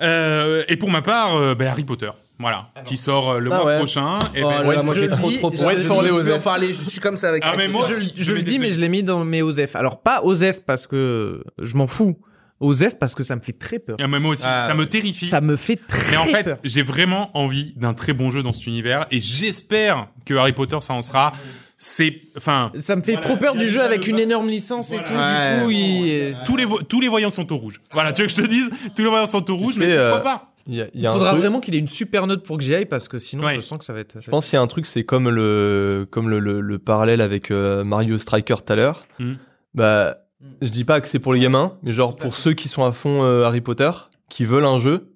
Speaker 5: Euh, et pour ma part, euh, bah, Harry Potter, voilà, qui sort euh, le
Speaker 7: Ah
Speaker 5: mois
Speaker 7: ouais.
Speaker 5: prochain. Et
Speaker 6: oh
Speaker 5: ben,
Speaker 6: là là, moi j'ai
Speaker 8: je
Speaker 6: trop
Speaker 8: dis-
Speaker 6: trop
Speaker 8: je
Speaker 6: peur. Je
Speaker 8: dis-
Speaker 7: Forleo,
Speaker 6: peux en
Speaker 7: Zef.
Speaker 6: parler, je suis comme ça avec.
Speaker 5: Ah, mais moi,
Speaker 8: je,
Speaker 5: aussi,
Speaker 8: je le
Speaker 5: mets
Speaker 8: dis,
Speaker 5: des-
Speaker 8: mais je l'ai mis dans mes OZEF. Alors pas OZEF parce que je m'en fous. OZEF parce que ça me fait très peur.
Speaker 5: Ah, mais moi aussi,
Speaker 6: Ah,
Speaker 5: ça me terrifie.
Speaker 8: Ça me fait très
Speaker 5: Mais en fait,
Speaker 8: peur.
Speaker 5: j'ai vraiment envie d'un très bon jeu dans cet univers, et j'espère que Harry Potter, ça en sera. C'est, enfin,
Speaker 8: Ça me fait trop peur du jeu avec une énorme licence et tout.
Speaker 6: Ouais.
Speaker 8: Du coup, il...
Speaker 5: tous les vo- tous les voyants sont au rouge. Voilà, tu veux que je te dise, tous les voyants sont au rouge,
Speaker 7: sais,
Speaker 5: mais pourquoi
Speaker 7: euh,
Speaker 5: pas
Speaker 7: Il y a, il
Speaker 8: Il
Speaker 7: y a un
Speaker 8: faudra
Speaker 7: truc-
Speaker 8: vraiment qu'il ait une super note pour que j'y aille parce que sinon
Speaker 5: Ouais.
Speaker 8: je sens que ça va être.
Speaker 7: Je pense qu'il y a un truc, c'est comme le, comme le, le, le parallèle avec euh, Mario Striker tout à l'heure.
Speaker 6: Hmm.
Speaker 5: Mhm.
Speaker 7: Bah, je dis pas que c'est pour les gamins, mais genre pour ceux qui sont à fond euh, Harry Potter, qui veulent un jeu,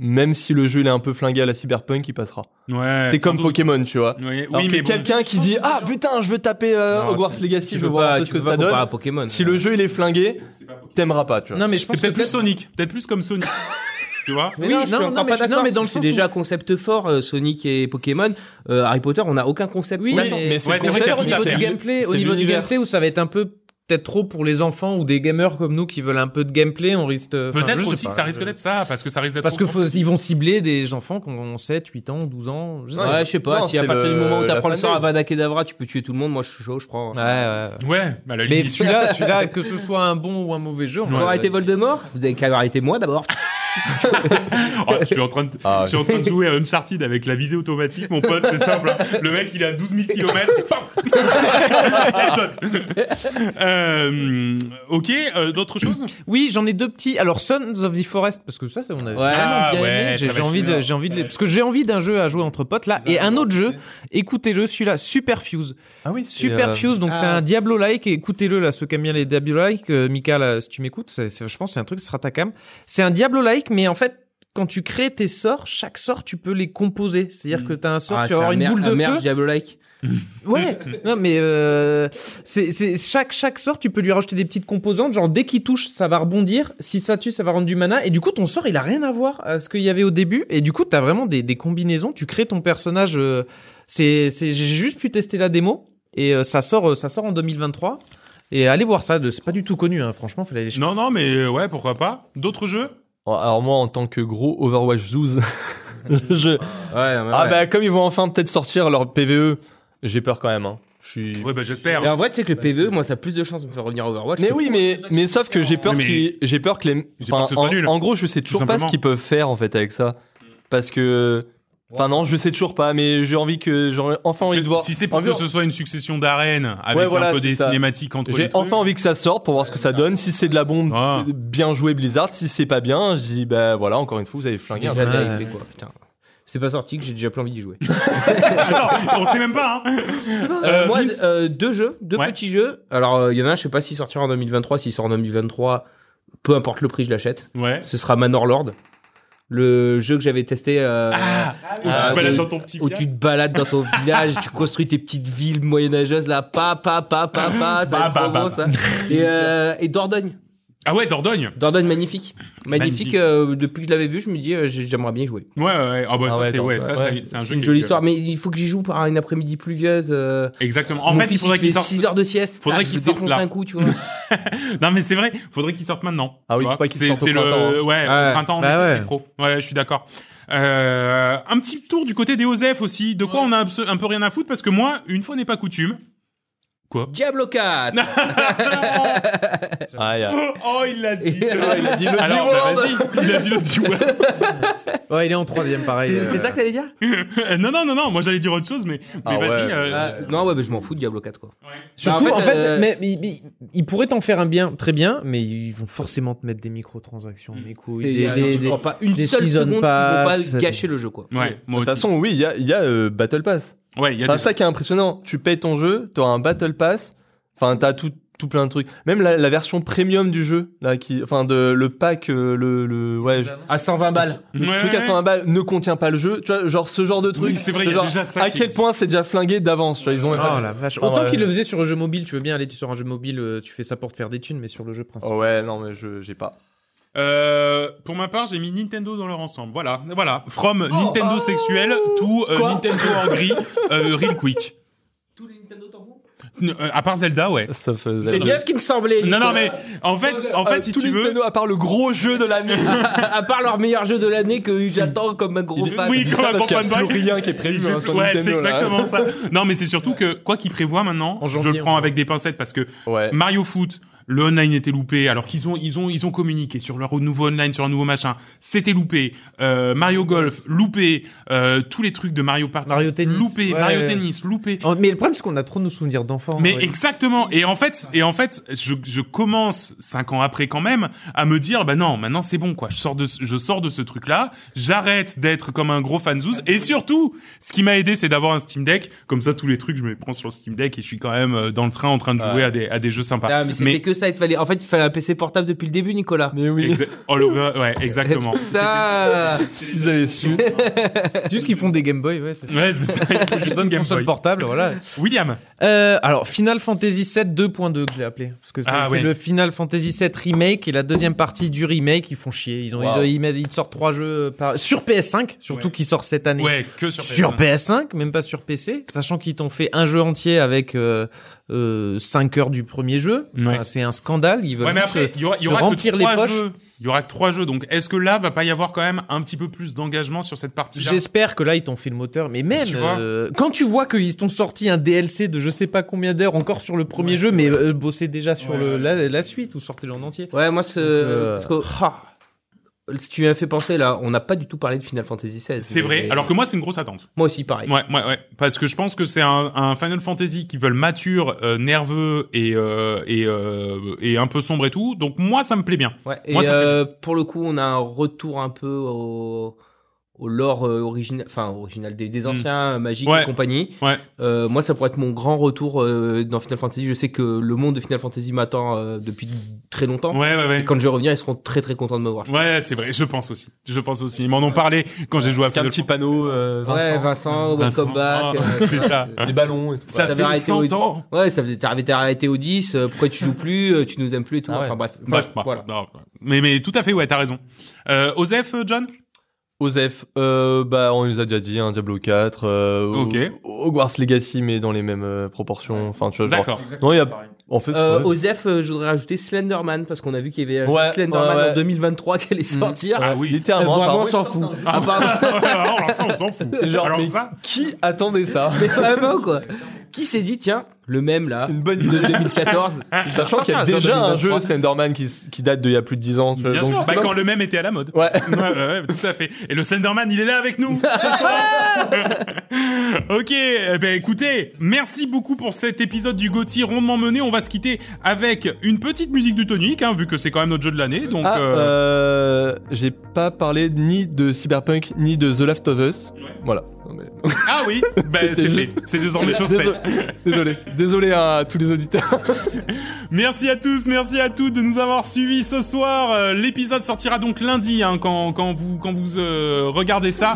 Speaker 7: même si le jeu il est un peu flingué à la cyberpunk, il passera.
Speaker 5: Ouais,
Speaker 7: c'est
Speaker 5: sans
Speaker 7: comme
Speaker 5: doute.
Speaker 7: Pokémon, tu vois.
Speaker 5: Ouais,
Speaker 7: Alors
Speaker 5: oui,
Speaker 7: que
Speaker 5: mais bon.
Speaker 7: quelqu'un qui dit ah putain, je veux taper euh,
Speaker 6: Non,
Speaker 7: Hogwarts
Speaker 6: tu-
Speaker 7: Legacy,
Speaker 6: tu
Speaker 7: je veux
Speaker 6: peux
Speaker 7: voir
Speaker 6: pas-
Speaker 7: un peu
Speaker 6: tu
Speaker 7: ce que
Speaker 6: peux pas
Speaker 7: ça
Speaker 6: comparer à
Speaker 7: donne.
Speaker 6: Pokémon.
Speaker 7: Si le jeu il est flingué, t'aimeras pas, tu vois.
Speaker 8: Non mais je pense
Speaker 5: C'est peut-être
Speaker 8: que
Speaker 5: plus Sonic, peut-être plus comme Sonic, tu vois.
Speaker 6: Mais
Speaker 8: Oui,
Speaker 6: non, je suis
Speaker 8: non,
Speaker 6: encore
Speaker 8: non, mais
Speaker 6: pas
Speaker 8: je- non,
Speaker 6: d'accord,
Speaker 8: mais dans
Speaker 6: si
Speaker 8: le
Speaker 6: c'est
Speaker 8: sens
Speaker 6: déjà un concept fort, euh, Sonic et Pokémon. euh, Harry Potter, on n'a aucun concept.
Speaker 8: Oui,
Speaker 6: pour
Speaker 8: mais,
Speaker 6: l'instant.
Speaker 7: mais
Speaker 8: c'est
Speaker 7: c'est
Speaker 8: qu'on
Speaker 7: vrai qu'il y a
Speaker 8: fait au
Speaker 7: tout
Speaker 8: niveau
Speaker 7: à
Speaker 8: du
Speaker 7: faire.
Speaker 8: gameplay, au
Speaker 7: C'est
Speaker 8: niveau du
Speaker 7: l'univers.
Speaker 8: gameplay où ça va être un peu peut-être trop pour les enfants ou des gamers comme nous qui veulent un peu de gameplay, on risque. enfin,
Speaker 5: Peut-être
Speaker 8: je sais
Speaker 5: aussi
Speaker 8: pas.
Speaker 5: que ça risque d'être ça, parce que ça risque d'être.
Speaker 8: Parce que
Speaker 5: trop-
Speaker 8: faut- ils vont cibler des enfants qui ont 7, 8 ans, 12 ans. Je sais
Speaker 7: Ouais.
Speaker 8: pas.
Speaker 6: Ouais, je sais pas.
Speaker 7: Non,
Speaker 6: si à
Speaker 7: c'est
Speaker 6: partir du
Speaker 7: le-
Speaker 6: moment où t'apprends
Speaker 7: la
Speaker 6: le sort à
Speaker 7: fanbase.
Speaker 6: Vada Kedavra, tu peux tuer tout le monde. Moi, je suis chaud, je prends.
Speaker 8: Ouais, ouais.
Speaker 5: Ouais, bah, la
Speaker 8: Mais
Speaker 5: limite,
Speaker 8: celui-là, celui-là, que ce soit un bon ou un mauvais jeu, on
Speaker 6: Vous
Speaker 8: va-
Speaker 6: arrêtez Voldemort Vous avez qu'à arrêter moi d'abord.
Speaker 5: oh, je suis en train de,
Speaker 7: Ah,
Speaker 5: je suis en train de jouer à Uncharted avec la visée automatique, mon pote, c'est simple. hein. Le mec, il est à 12 000 km. euh, ok, euh, d'autres choses
Speaker 8: Oui, j'en ai deux petits. Alors Sons of the Forest parce que ça, ça on avait.
Speaker 6: Ouais.
Speaker 5: Ah,
Speaker 8: vraiment bien
Speaker 5: ouais,
Speaker 8: aimé.
Speaker 5: ça
Speaker 8: j'ai
Speaker 5: va
Speaker 8: j'ai
Speaker 5: être
Speaker 8: envie de,
Speaker 5: bien.
Speaker 8: j'ai envie de, les- parce que j'ai envie d'un jeu à jouer entre potes là et un autre jeu. Écoutez-le, celui-là, Superfuse.
Speaker 7: Ah oui,
Speaker 8: Superfuse, donc c'est
Speaker 6: ah.
Speaker 8: un Diablo-like. et Écoutez-le là, ceux qui aiment bien les Diablo-like, euh, Mika, là, si tu m'écoutes, c'est- c'est- je pense que c'est un truc, ce sera ta cam. C'est un Diablo-like, mais en fait. Quand tu crées tes sorts, chaque sort tu peux les composer. C'est-à-dire
Speaker 5: Mm.
Speaker 8: que t'as Ah, un sort, tu vas avoir une boule de feu.
Speaker 6: Diablo-like.
Speaker 8: Ouais, non mais euh, c'est c'est- chaque chaque sort, tu peux lui rajouter des petites composantes, genre dès qu'il touche, ça va rebondir, si ça tue, ça va rendre du mana et du coup ton sort, il a rien à voir à ce qu'il y avait au début et du coup, t'as vraiment des des combinaisons, tu crées ton personnage euh, c'est c'est j'ai juste pu tester la démo et euh, ça sort euh, ça sort en 2023 et allez voir ça, de- c'est pas du tout connu hein, franchement, fallait aller chercher.
Speaker 5: Non, non, mais euh, ouais, pourquoi pas. D'autres jeux
Speaker 7: Alors moi, en tant que gros Overwatch Zouz, je,
Speaker 6: Ouais, ouais,
Speaker 7: Ah
Speaker 6: ouais.
Speaker 7: bah comme ils vont enfin peut-être sortir leur PVE, E, j'ai peur quand même. Hein. Je Je suis.
Speaker 5: Ouais, bah j'espère.
Speaker 6: Mais en vrai, tu sais que le PVE, moi, ça a plus de chances de me faire revenir Overwatch.
Speaker 7: Mais
Speaker 6: que-
Speaker 7: oui, mais, mais sauf que j'ai peur,
Speaker 5: Mais-
Speaker 7: qu'ils- j'ai peur que les.
Speaker 5: J'ai peur que ce soit
Speaker 7: en,
Speaker 5: nul.
Speaker 7: en gros, je sais toujours pas ce
Speaker 5: simplement.
Speaker 7: qu'ils peuvent faire en fait avec ça. Parce que. Enfin, non, je sais toujours pas, mais j'ai envie que. J'aurais enfin envie de voir.
Speaker 5: Si c'est pour
Speaker 7: envie-
Speaker 5: que ce soit une succession d'arènes avec
Speaker 7: Ouais, voilà,
Speaker 5: un peu
Speaker 7: c'est
Speaker 5: des
Speaker 7: ça.
Speaker 5: cinématiques entre
Speaker 7: J'ai
Speaker 5: les trucs.
Speaker 7: enfin envie que ça sorte pour voir ce que ça donne. Si c'est de la bombe,
Speaker 5: Ah.
Speaker 7: bien joué Blizzard. Si c'est pas bien, je dis bah voilà, encore une fois, vous avez flingué. un
Speaker 6: Déjà
Speaker 7: truc.
Speaker 8: Ouais.
Speaker 6: dérivé, quoi, putain. C'est pas sorti que j'ai déjà plus envie d'y jouer.
Speaker 5: Attends, on sait même pas. Hein.
Speaker 6: Euh,
Speaker 5: Euh,
Speaker 6: moi,
Speaker 5: Vince-
Speaker 6: euh, deux jeux, deux
Speaker 5: Ouais.
Speaker 6: petits jeux. Alors, euh, il y en a un, je sais pas s'il sortira en 2023. S'il sort en 2023, peu importe le prix, je l'achète.
Speaker 5: Ouais.
Speaker 6: Ce sera Manor Lord, le jeu que j'avais testé. euh,
Speaker 5: Ah, où tu
Speaker 6: euh,
Speaker 5: te balades
Speaker 6: de-
Speaker 5: dans ton petit
Speaker 6: Où
Speaker 5: village.
Speaker 6: tu te balades dans ton village, tu construis tes petites villes moyenâgeuses là, pa pa pa pa pa, ça va être
Speaker 5: Bah,
Speaker 6: trop
Speaker 5: bah,
Speaker 6: beau,
Speaker 5: bah,
Speaker 6: ça. Et, euh, et Dordogne,
Speaker 5: Ah ouais, Dordogne.
Speaker 6: Dordogne magnifique, magnifique.
Speaker 5: Magnifique.
Speaker 6: euh, depuis que je l'avais vu, je me dis euh, j'ai- j'aimerais bien y jouer.
Speaker 5: Ouais, ouais. Ah bah
Speaker 7: Ah
Speaker 5: ça,
Speaker 7: ouais,
Speaker 5: c'est
Speaker 7: attends,
Speaker 5: ouais, ça,
Speaker 7: ouais.
Speaker 5: c'est- c'est un jeu.
Speaker 6: C'est une
Speaker 5: que-
Speaker 6: jolie histoire, mais il faut que j'y joue par une après-midi pluvieuse. euh,
Speaker 5: Exactement. En
Speaker 6: mon
Speaker 5: fait,
Speaker 6: fils,
Speaker 5: il faudrait
Speaker 6: fait
Speaker 5: qu'il sorte.
Speaker 6: 6 heures de sieste.
Speaker 5: faudrait
Speaker 6: Ah, je
Speaker 5: qu'il
Speaker 6: le
Speaker 5: sorte
Speaker 6: défonce
Speaker 5: là.
Speaker 6: d'un coup, tu vois.
Speaker 5: Non mais c'est vrai, faudrait qu'il sorte maintenant.
Speaker 7: Ah oui,
Speaker 5: Tu vois,
Speaker 7: faut pas qu'il
Speaker 5: c'est-
Speaker 7: sorte au
Speaker 5: c'est le-
Speaker 7: printemps, hein.
Speaker 5: Ouais,
Speaker 6: Ouais.
Speaker 5: au printemps, en
Speaker 8: Bah
Speaker 5: été,
Speaker 8: ouais.
Speaker 5: c'est trop. Ouais, je suis d'accord. Euh, un petit tour du côté des OZEF aussi, de quoi on a abso- un peu rien à foutre parce que moi, une fois n'est pas coutume. Quoi
Speaker 6: Diablo 4
Speaker 7: Ah, y a-
Speaker 5: Oh, il l'a dit.
Speaker 7: il a dit le
Speaker 5: Alors, bah, vas-y, il a dit le dit word.
Speaker 8: Ouais, il est en troisième, pareil.
Speaker 6: C'est
Speaker 8: euh.
Speaker 6: c'est ça que t'allais dire
Speaker 5: Euh, non, non, non, non, moi j'allais dire autre chose, mais, mais
Speaker 7: Ah
Speaker 5: vas-y.
Speaker 7: ouais.
Speaker 5: euh,
Speaker 6: Euh, Non, ouais, mais je m'en fous de Diablo 4, quoi.
Speaker 8: Surtout,
Speaker 6: Bah, en
Speaker 8: en
Speaker 6: fait,
Speaker 8: fait,
Speaker 6: euh,
Speaker 8: mais, mais- mais- ils pourraient t'en faire un bien, très bien, mais ils vont forcément te mettre des microtransactions, les couilles,
Speaker 6: C'est-
Speaker 8: des,
Speaker 6: euh,
Speaker 8: des-
Speaker 6: je
Speaker 8: des-
Speaker 6: crois pas une
Speaker 8: des
Speaker 6: seule
Speaker 8: season
Speaker 6: seconde qui vont pas
Speaker 8: pass.
Speaker 6: gâcher le jeu, quoi.
Speaker 5: Ouais, moi
Speaker 7: De toute
Speaker 5: aussi.
Speaker 7: façon, oui, il y a, il y a, euh, Battle Pass.
Speaker 5: Ouais, il y a
Speaker 7: Enfin,
Speaker 5: des.
Speaker 7: Bah, ça qui est impressionnant. Tu payes ton jeu, t'auras un Battle Pass. Enfin, t'as tout, tout plein de trucs. Même la, la version premium du jeu, là, qui, enfin, de le pack, euh, le, le, ouais, je-
Speaker 6: À 120 balles.
Speaker 7: le
Speaker 5: Ouais,
Speaker 7: truc
Speaker 5: ouais.
Speaker 7: à 120 balles ne contient pas le jeu. Tu vois, genre ce genre de truc.
Speaker 5: Oui, c'est vrai, il
Speaker 7: Ce
Speaker 5: y a
Speaker 7: genre,
Speaker 5: déjà ça qui Ah.
Speaker 7: À quel
Speaker 5: existe.
Speaker 7: point c'est déjà flingué d'avance, tu vois, ils ont.
Speaker 8: Oh la vache.
Speaker 7: Enfin,
Speaker 8: Autant
Speaker 5: euh,
Speaker 7: ouais.
Speaker 8: qu'ils le faisaient sur un jeu mobile, tu veux bien aller sur un jeu mobile, euh, tu fais ça pour te faire des thunes, mais sur le jeu principal.
Speaker 7: Oh ouais, non, mais je, j'ai pas.
Speaker 5: Euh, pour ma part, j'ai mis Nintendo dans leur ensemble. Voilà, voilà. From
Speaker 7: Oh,
Speaker 5: Nintendo sexuel to euh, Nintendo en gris, euh, real quick. Tous les Nintendo t'en À part Zelda, ouais.
Speaker 7: Sauf, euh,
Speaker 6: C'est
Speaker 7: Zelda.
Speaker 6: bien ce qui me semblait.
Speaker 5: Non, non, mais en fait, en fait,
Speaker 7: Euh,
Speaker 5: si
Speaker 7: tous
Speaker 5: tu
Speaker 7: les
Speaker 5: veux,
Speaker 7: Nintendo, à part le gros jeu de l'année.
Speaker 6: À part leur meilleur jeu de l'année que j'attends comme un gros
Speaker 7: Il est-
Speaker 6: fan.
Speaker 5: oui,
Speaker 7: Dis
Speaker 5: comme
Speaker 7: ça
Speaker 5: un
Speaker 7: parce qu'il y a
Speaker 5: campagne
Speaker 7: plus
Speaker 5: back.
Speaker 7: rien qui est prévu.
Speaker 5: Je vais
Speaker 7: hein,
Speaker 5: plus-
Speaker 7: sur
Speaker 5: ouais, c'est
Speaker 7: Nintendo, là.
Speaker 5: exactement ça. Non, mais c'est surtout que quoi qu'ils prévoient maintenant,
Speaker 8: En
Speaker 5: je
Speaker 8: janvier,
Speaker 5: le prends
Speaker 8: on
Speaker 5: avec des pincettes parce que
Speaker 7: Ouais.
Speaker 5: Mario Foot, le online était loupé. Alors qu'ils ont, ils ont, ils ont communiqué sur leur nouveau online, sur leur nouveau machin. C'était loupé. Euh, Mario Golf, loupé. Euh, tous les trucs de Mario Party,
Speaker 8: Mario Tennis.
Speaker 5: loupé.
Speaker 8: Ouais,
Speaker 5: Mario
Speaker 8: ouais.
Speaker 5: Tennis, loupé.
Speaker 8: Oh, Mais le problème, c'est qu'on a trop de nos souvenirs d'enfants.
Speaker 5: Mais
Speaker 8: ouais.
Speaker 5: exactement. Et en fait, et en fait, je, je commence cinq ans après quand même à me dire, bah non, maintenant c'est bon quoi. Je sors de, ce- je sors de ce truc-là. J'arrête d'être comme un gros fanzouz. Et surtout, ce qui m'a aidé, c'est d'avoir un Steam Deck. Comme ça, tous les trucs, je me les prends sur le Steam Deck et je suis quand même euh, dans le train en train de jouer
Speaker 7: Ouais.
Speaker 5: à des à des jeux sympas.
Speaker 6: Ah, mais c'était que ça. Il te fallait... En fait, il fallait un PC portable depuis le début, Nicolas.
Speaker 7: Mais oui.
Speaker 5: exa- all over, ouais, exactement.
Speaker 6: Putain
Speaker 7: S'ils avaient su.
Speaker 8: C'est juste qu'ils font des Game Boy, ouais, c'est ça.
Speaker 5: Ouais, c'est ça. Il faut que je donne Game
Speaker 8: Console
Speaker 5: Boy.
Speaker 8: portable, voilà.
Speaker 5: William.
Speaker 8: Euh, alors, Final Fantasy VII 2.2 que je l'ai appelé. Parce que c'est
Speaker 5: Ah
Speaker 8: c'est
Speaker 5: ouais.
Speaker 8: le Final Fantasy VII Remake et la deuxième partie du remake, ils font chier. Ils, ont,
Speaker 7: Wow.
Speaker 8: ils, ont- ils mettent- ils sortent trois jeux par- sur PS5, surtout
Speaker 5: Ouais.
Speaker 8: qui sort cette année.
Speaker 5: Ouais, que sur.
Speaker 8: Sur
Speaker 5: PS1.
Speaker 8: PS5, même pas sur PC, sachant qu'ils t'ont fait un jeu entier avec euh, 5 heures du premier jeu. Enfin,
Speaker 5: Ouais.
Speaker 8: c'est un scandale. Ils veulent
Speaker 5: Ouais, mais après,
Speaker 8: se-
Speaker 5: il y aura, il y
Speaker 8: se
Speaker 5: aura que
Speaker 8: remplir les
Speaker 5: trois
Speaker 8: poches.
Speaker 5: jeux. Il y aura que trois jeux. Donc, est-ce que là, va pas y avoir quand même un petit peu plus d'engagement sur cette partie-là
Speaker 8: J'espère que là ils t'ont fait le moteur, mais même
Speaker 5: Oh, Tu vois
Speaker 8: euh, quand tu vois qu'ils t'ont sorti un DLC de je sais pas combien d'heures encore sur le premier jeu, mais euh, bosser déjà sur le, la, la suite ou sortez-le en entier.
Speaker 6: Ouais, moi, ce...
Speaker 8: euh,
Speaker 6: parce que... ah, ce que tu m'as fait penser, là, on n'a pas du tout parlé de Final Fantasy XVI.
Speaker 5: C'est vrai.
Speaker 6: Mais-
Speaker 5: Alors que moi, c'est une grosse attente.
Speaker 6: Moi aussi, pareil.
Speaker 5: Ouais, ouais, ouais. Parce que je pense que c'est un, un Final Fantasy qui veulent mature, euh, nerveux et euh, et euh, et un peu sombre et tout. Donc moi, ça me plaît bien.
Speaker 6: Ouais, et
Speaker 5: Moi, ça me
Speaker 6: euh, pour le coup, on a un retour un peu au, au lore euh, original, enfin original des, des anciens euh, magiques
Speaker 5: Hmm. Ouais.
Speaker 6: et compagnie.
Speaker 5: Ouais.
Speaker 6: Euh, moi, ça pourrait être mon grand retour euh, dans Final Fantasy. Je sais que le monde de Final Fantasy m'attend euh, depuis très longtemps.
Speaker 5: Ouais, ouais,
Speaker 6: Et
Speaker 5: ouais.
Speaker 6: quand je vais revenir, ils seront très très contents de me voir.
Speaker 5: Ouais, c'est vrai. Je pense aussi. Je pense aussi. Ils m'en ont parlé quand j'ai joué à
Speaker 7: Qu'un
Speaker 5: Final
Speaker 7: petit panneau, euh, Vincent,
Speaker 6: Ouais, Vincent,
Speaker 5: Vincent.
Speaker 6: welcome back.
Speaker 5: Ah,
Speaker 6: euh,
Speaker 5: c'est ça.
Speaker 7: des ballons et tout.
Speaker 5: Ça
Speaker 6: t'avais
Speaker 5: fait
Speaker 6: arrêté au-
Speaker 5: 100 ans.
Speaker 6: Ouais, ça faisait- t'avais t'avais arrêté au 10, euh, pourquoi tu joues plus, euh, tu nous aimes plus et tout.
Speaker 7: Ah ouais.
Speaker 6: Enfin bref,
Speaker 5: Bref,
Speaker 6: Enfin,
Speaker 5: bah,
Speaker 6: voilà.
Speaker 5: bah, bah. Mais mais tout à fait. Ouais, t'as raison. Euh, Osef, euh, John.
Speaker 7: Osef, euh, bah on nous a déjà dit, un Diablo 4, euh,
Speaker 5: Ok.
Speaker 7: Hogwarts Legacy, mais dans les mêmes euh, proportions. Enfin, tu vois, genre-
Speaker 5: D'accord.
Speaker 7: Non, il y a. En fait.
Speaker 6: Euh,
Speaker 7: ouais.
Speaker 6: Osef, euh, je voudrais rajouter Slenderman parce qu'on a vu qu'il y avait un
Speaker 7: Ouais,
Speaker 6: jeu Slenderman
Speaker 7: ouais, ouais.
Speaker 6: en 2023 qui allait
Speaker 7: Hmm.
Speaker 6: sortir.
Speaker 5: Ah oui.
Speaker 6: Euh,
Speaker 7: Littéralement,
Speaker 6: vraiment, on
Speaker 7: apparemment,
Speaker 6: s'en
Speaker 7: ils
Speaker 6: fout.
Speaker 7: sortent un jeu.
Speaker 6: Ah, pardon.
Speaker 5: Alors ça, on s'en fout.
Speaker 7: Genre,
Speaker 5: Alors
Speaker 7: mais
Speaker 5: ça.
Speaker 7: Qui attendait ça
Speaker 6: Mais vraiment, quoi. Qui s'est dit, tiens, le même là
Speaker 7: C'est une bonne
Speaker 6: de 2014.
Speaker 7: Sachant qu'il y a
Speaker 6: Sortir,
Speaker 7: déjà un jeu
Speaker 6: 2023.
Speaker 7: Slenderman qui, s- qui date d'il y a plus de 10 ans. tu vois,
Speaker 5: Bien
Speaker 7: euh, donc
Speaker 5: sûr,
Speaker 7: je sais
Speaker 5: bah,
Speaker 7: pas.
Speaker 5: quand le même était à la mode.
Speaker 7: Ouais.
Speaker 5: ouais, ouais, ouais, tout à fait. Et le Slenderman, il est là avec nous. ce soir. ok, eh ben écoutez, merci beaucoup pour cet épisode du Gauthier rondement mené. On va se quitter avec une petite musique du tonique, hein, vu que c'est quand même notre jeu de l'année. Donc,
Speaker 7: Ah,
Speaker 5: euh,
Speaker 7: euh, j'ai pas parlé ni de Cyberpunk ni de The Last of Us. Voilà. Non, mais-
Speaker 5: ah oui, ben,
Speaker 7: c'était
Speaker 5: c'est fait.
Speaker 7: juste-
Speaker 5: C'est désormais chose
Speaker 7: Désolé.
Speaker 5: faite.
Speaker 7: Désolé. Désolé à tous les auditeurs.
Speaker 5: Merci à tous, merci à toutes de nous avoir suivis ce soir. Euh, L'épisode sortira donc lundi hein, quand, quand vous, quand vous euh, regardez ça.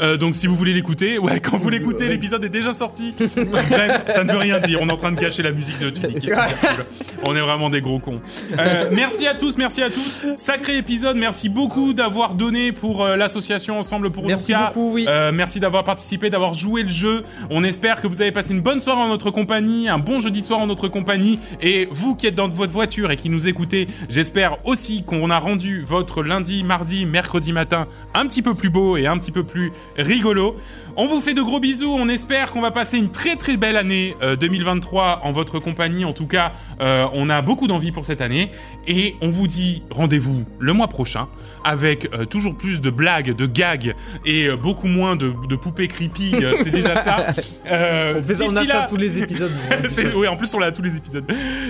Speaker 5: Euh, donc si vous voulez l'écouter, ouais, quand vous l'écoutez, l'épisode est déjà sorti. Bref, ça ne veut rien dire. On est en train de gâcher la musique de Tunic. qui est super cool. On est vraiment des gros cons. Euh, merci à tous, merci à tous. Sacré épisode. Merci beaucoup d'avoir donné pour euh, l'association Ensemble pour
Speaker 8: Merci
Speaker 5: Lucas.
Speaker 8: beaucoup, oui.
Speaker 5: Euh, merci d'avoir participé, d'avoir joué le jeu. On espère que vous avez passé une bonne soirée en notre compagnie, un bon jeudi soir en notre compagnie. Et vous qui êtes dans votre voiture et qui nous écoutez, j'espère aussi qu'on a rendu votre lundi, mardi, mercredi matin un petit peu plus beau et un petit peu plus rigolo. On vous fait de gros bisous. On espère qu'on va passer une très très belle année euh, 2023 en votre compagnie. En tout cas, euh, on a beaucoup d'envie pour cette année. Et on vous dit rendez-vous le mois prochain avec euh, toujours plus de blagues, de gags et euh, beaucoup moins de, de poupées creepy. euh, c'est déjà ça. Euh,
Speaker 9: On, fait ça, on a
Speaker 5: d'ici
Speaker 9: ça
Speaker 5: là-
Speaker 9: tous les épisodes.
Speaker 5: C'est- oui, en plus on l'a à tous les épisodes.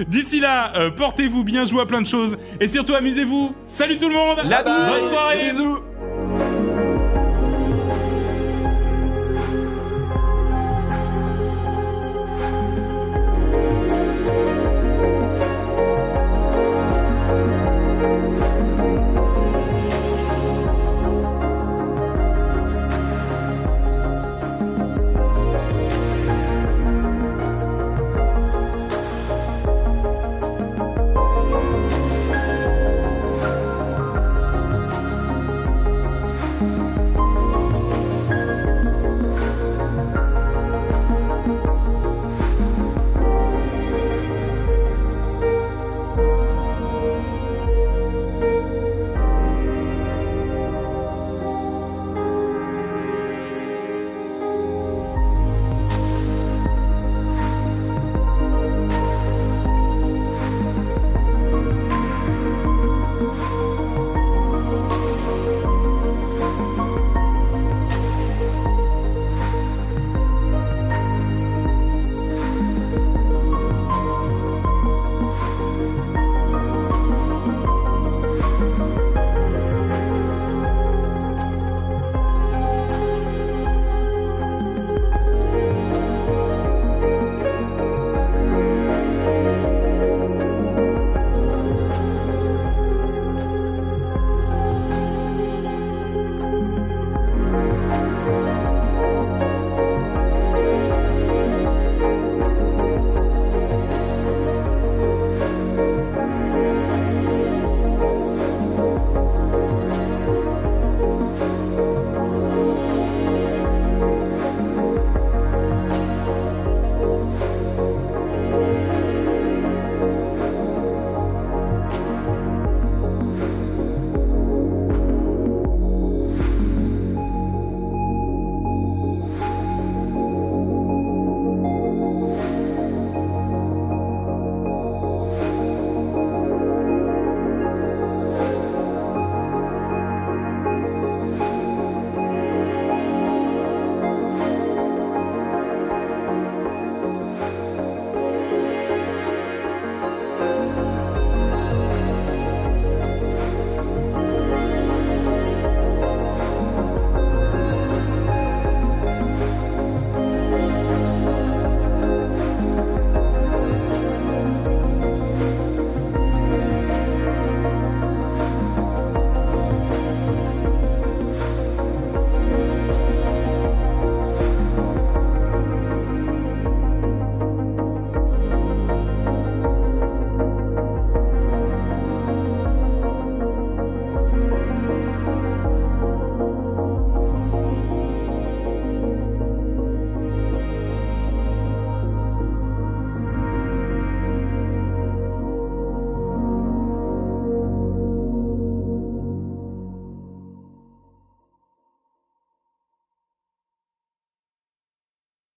Speaker 5: D'ici là, euh, portez-vous bien, jouez à plein de choses et surtout amusez-vous. Salut tout le monde.
Speaker 6: La
Speaker 5: Bonne
Speaker 6: bise.
Speaker 5: soirée.
Speaker 7: Bisous.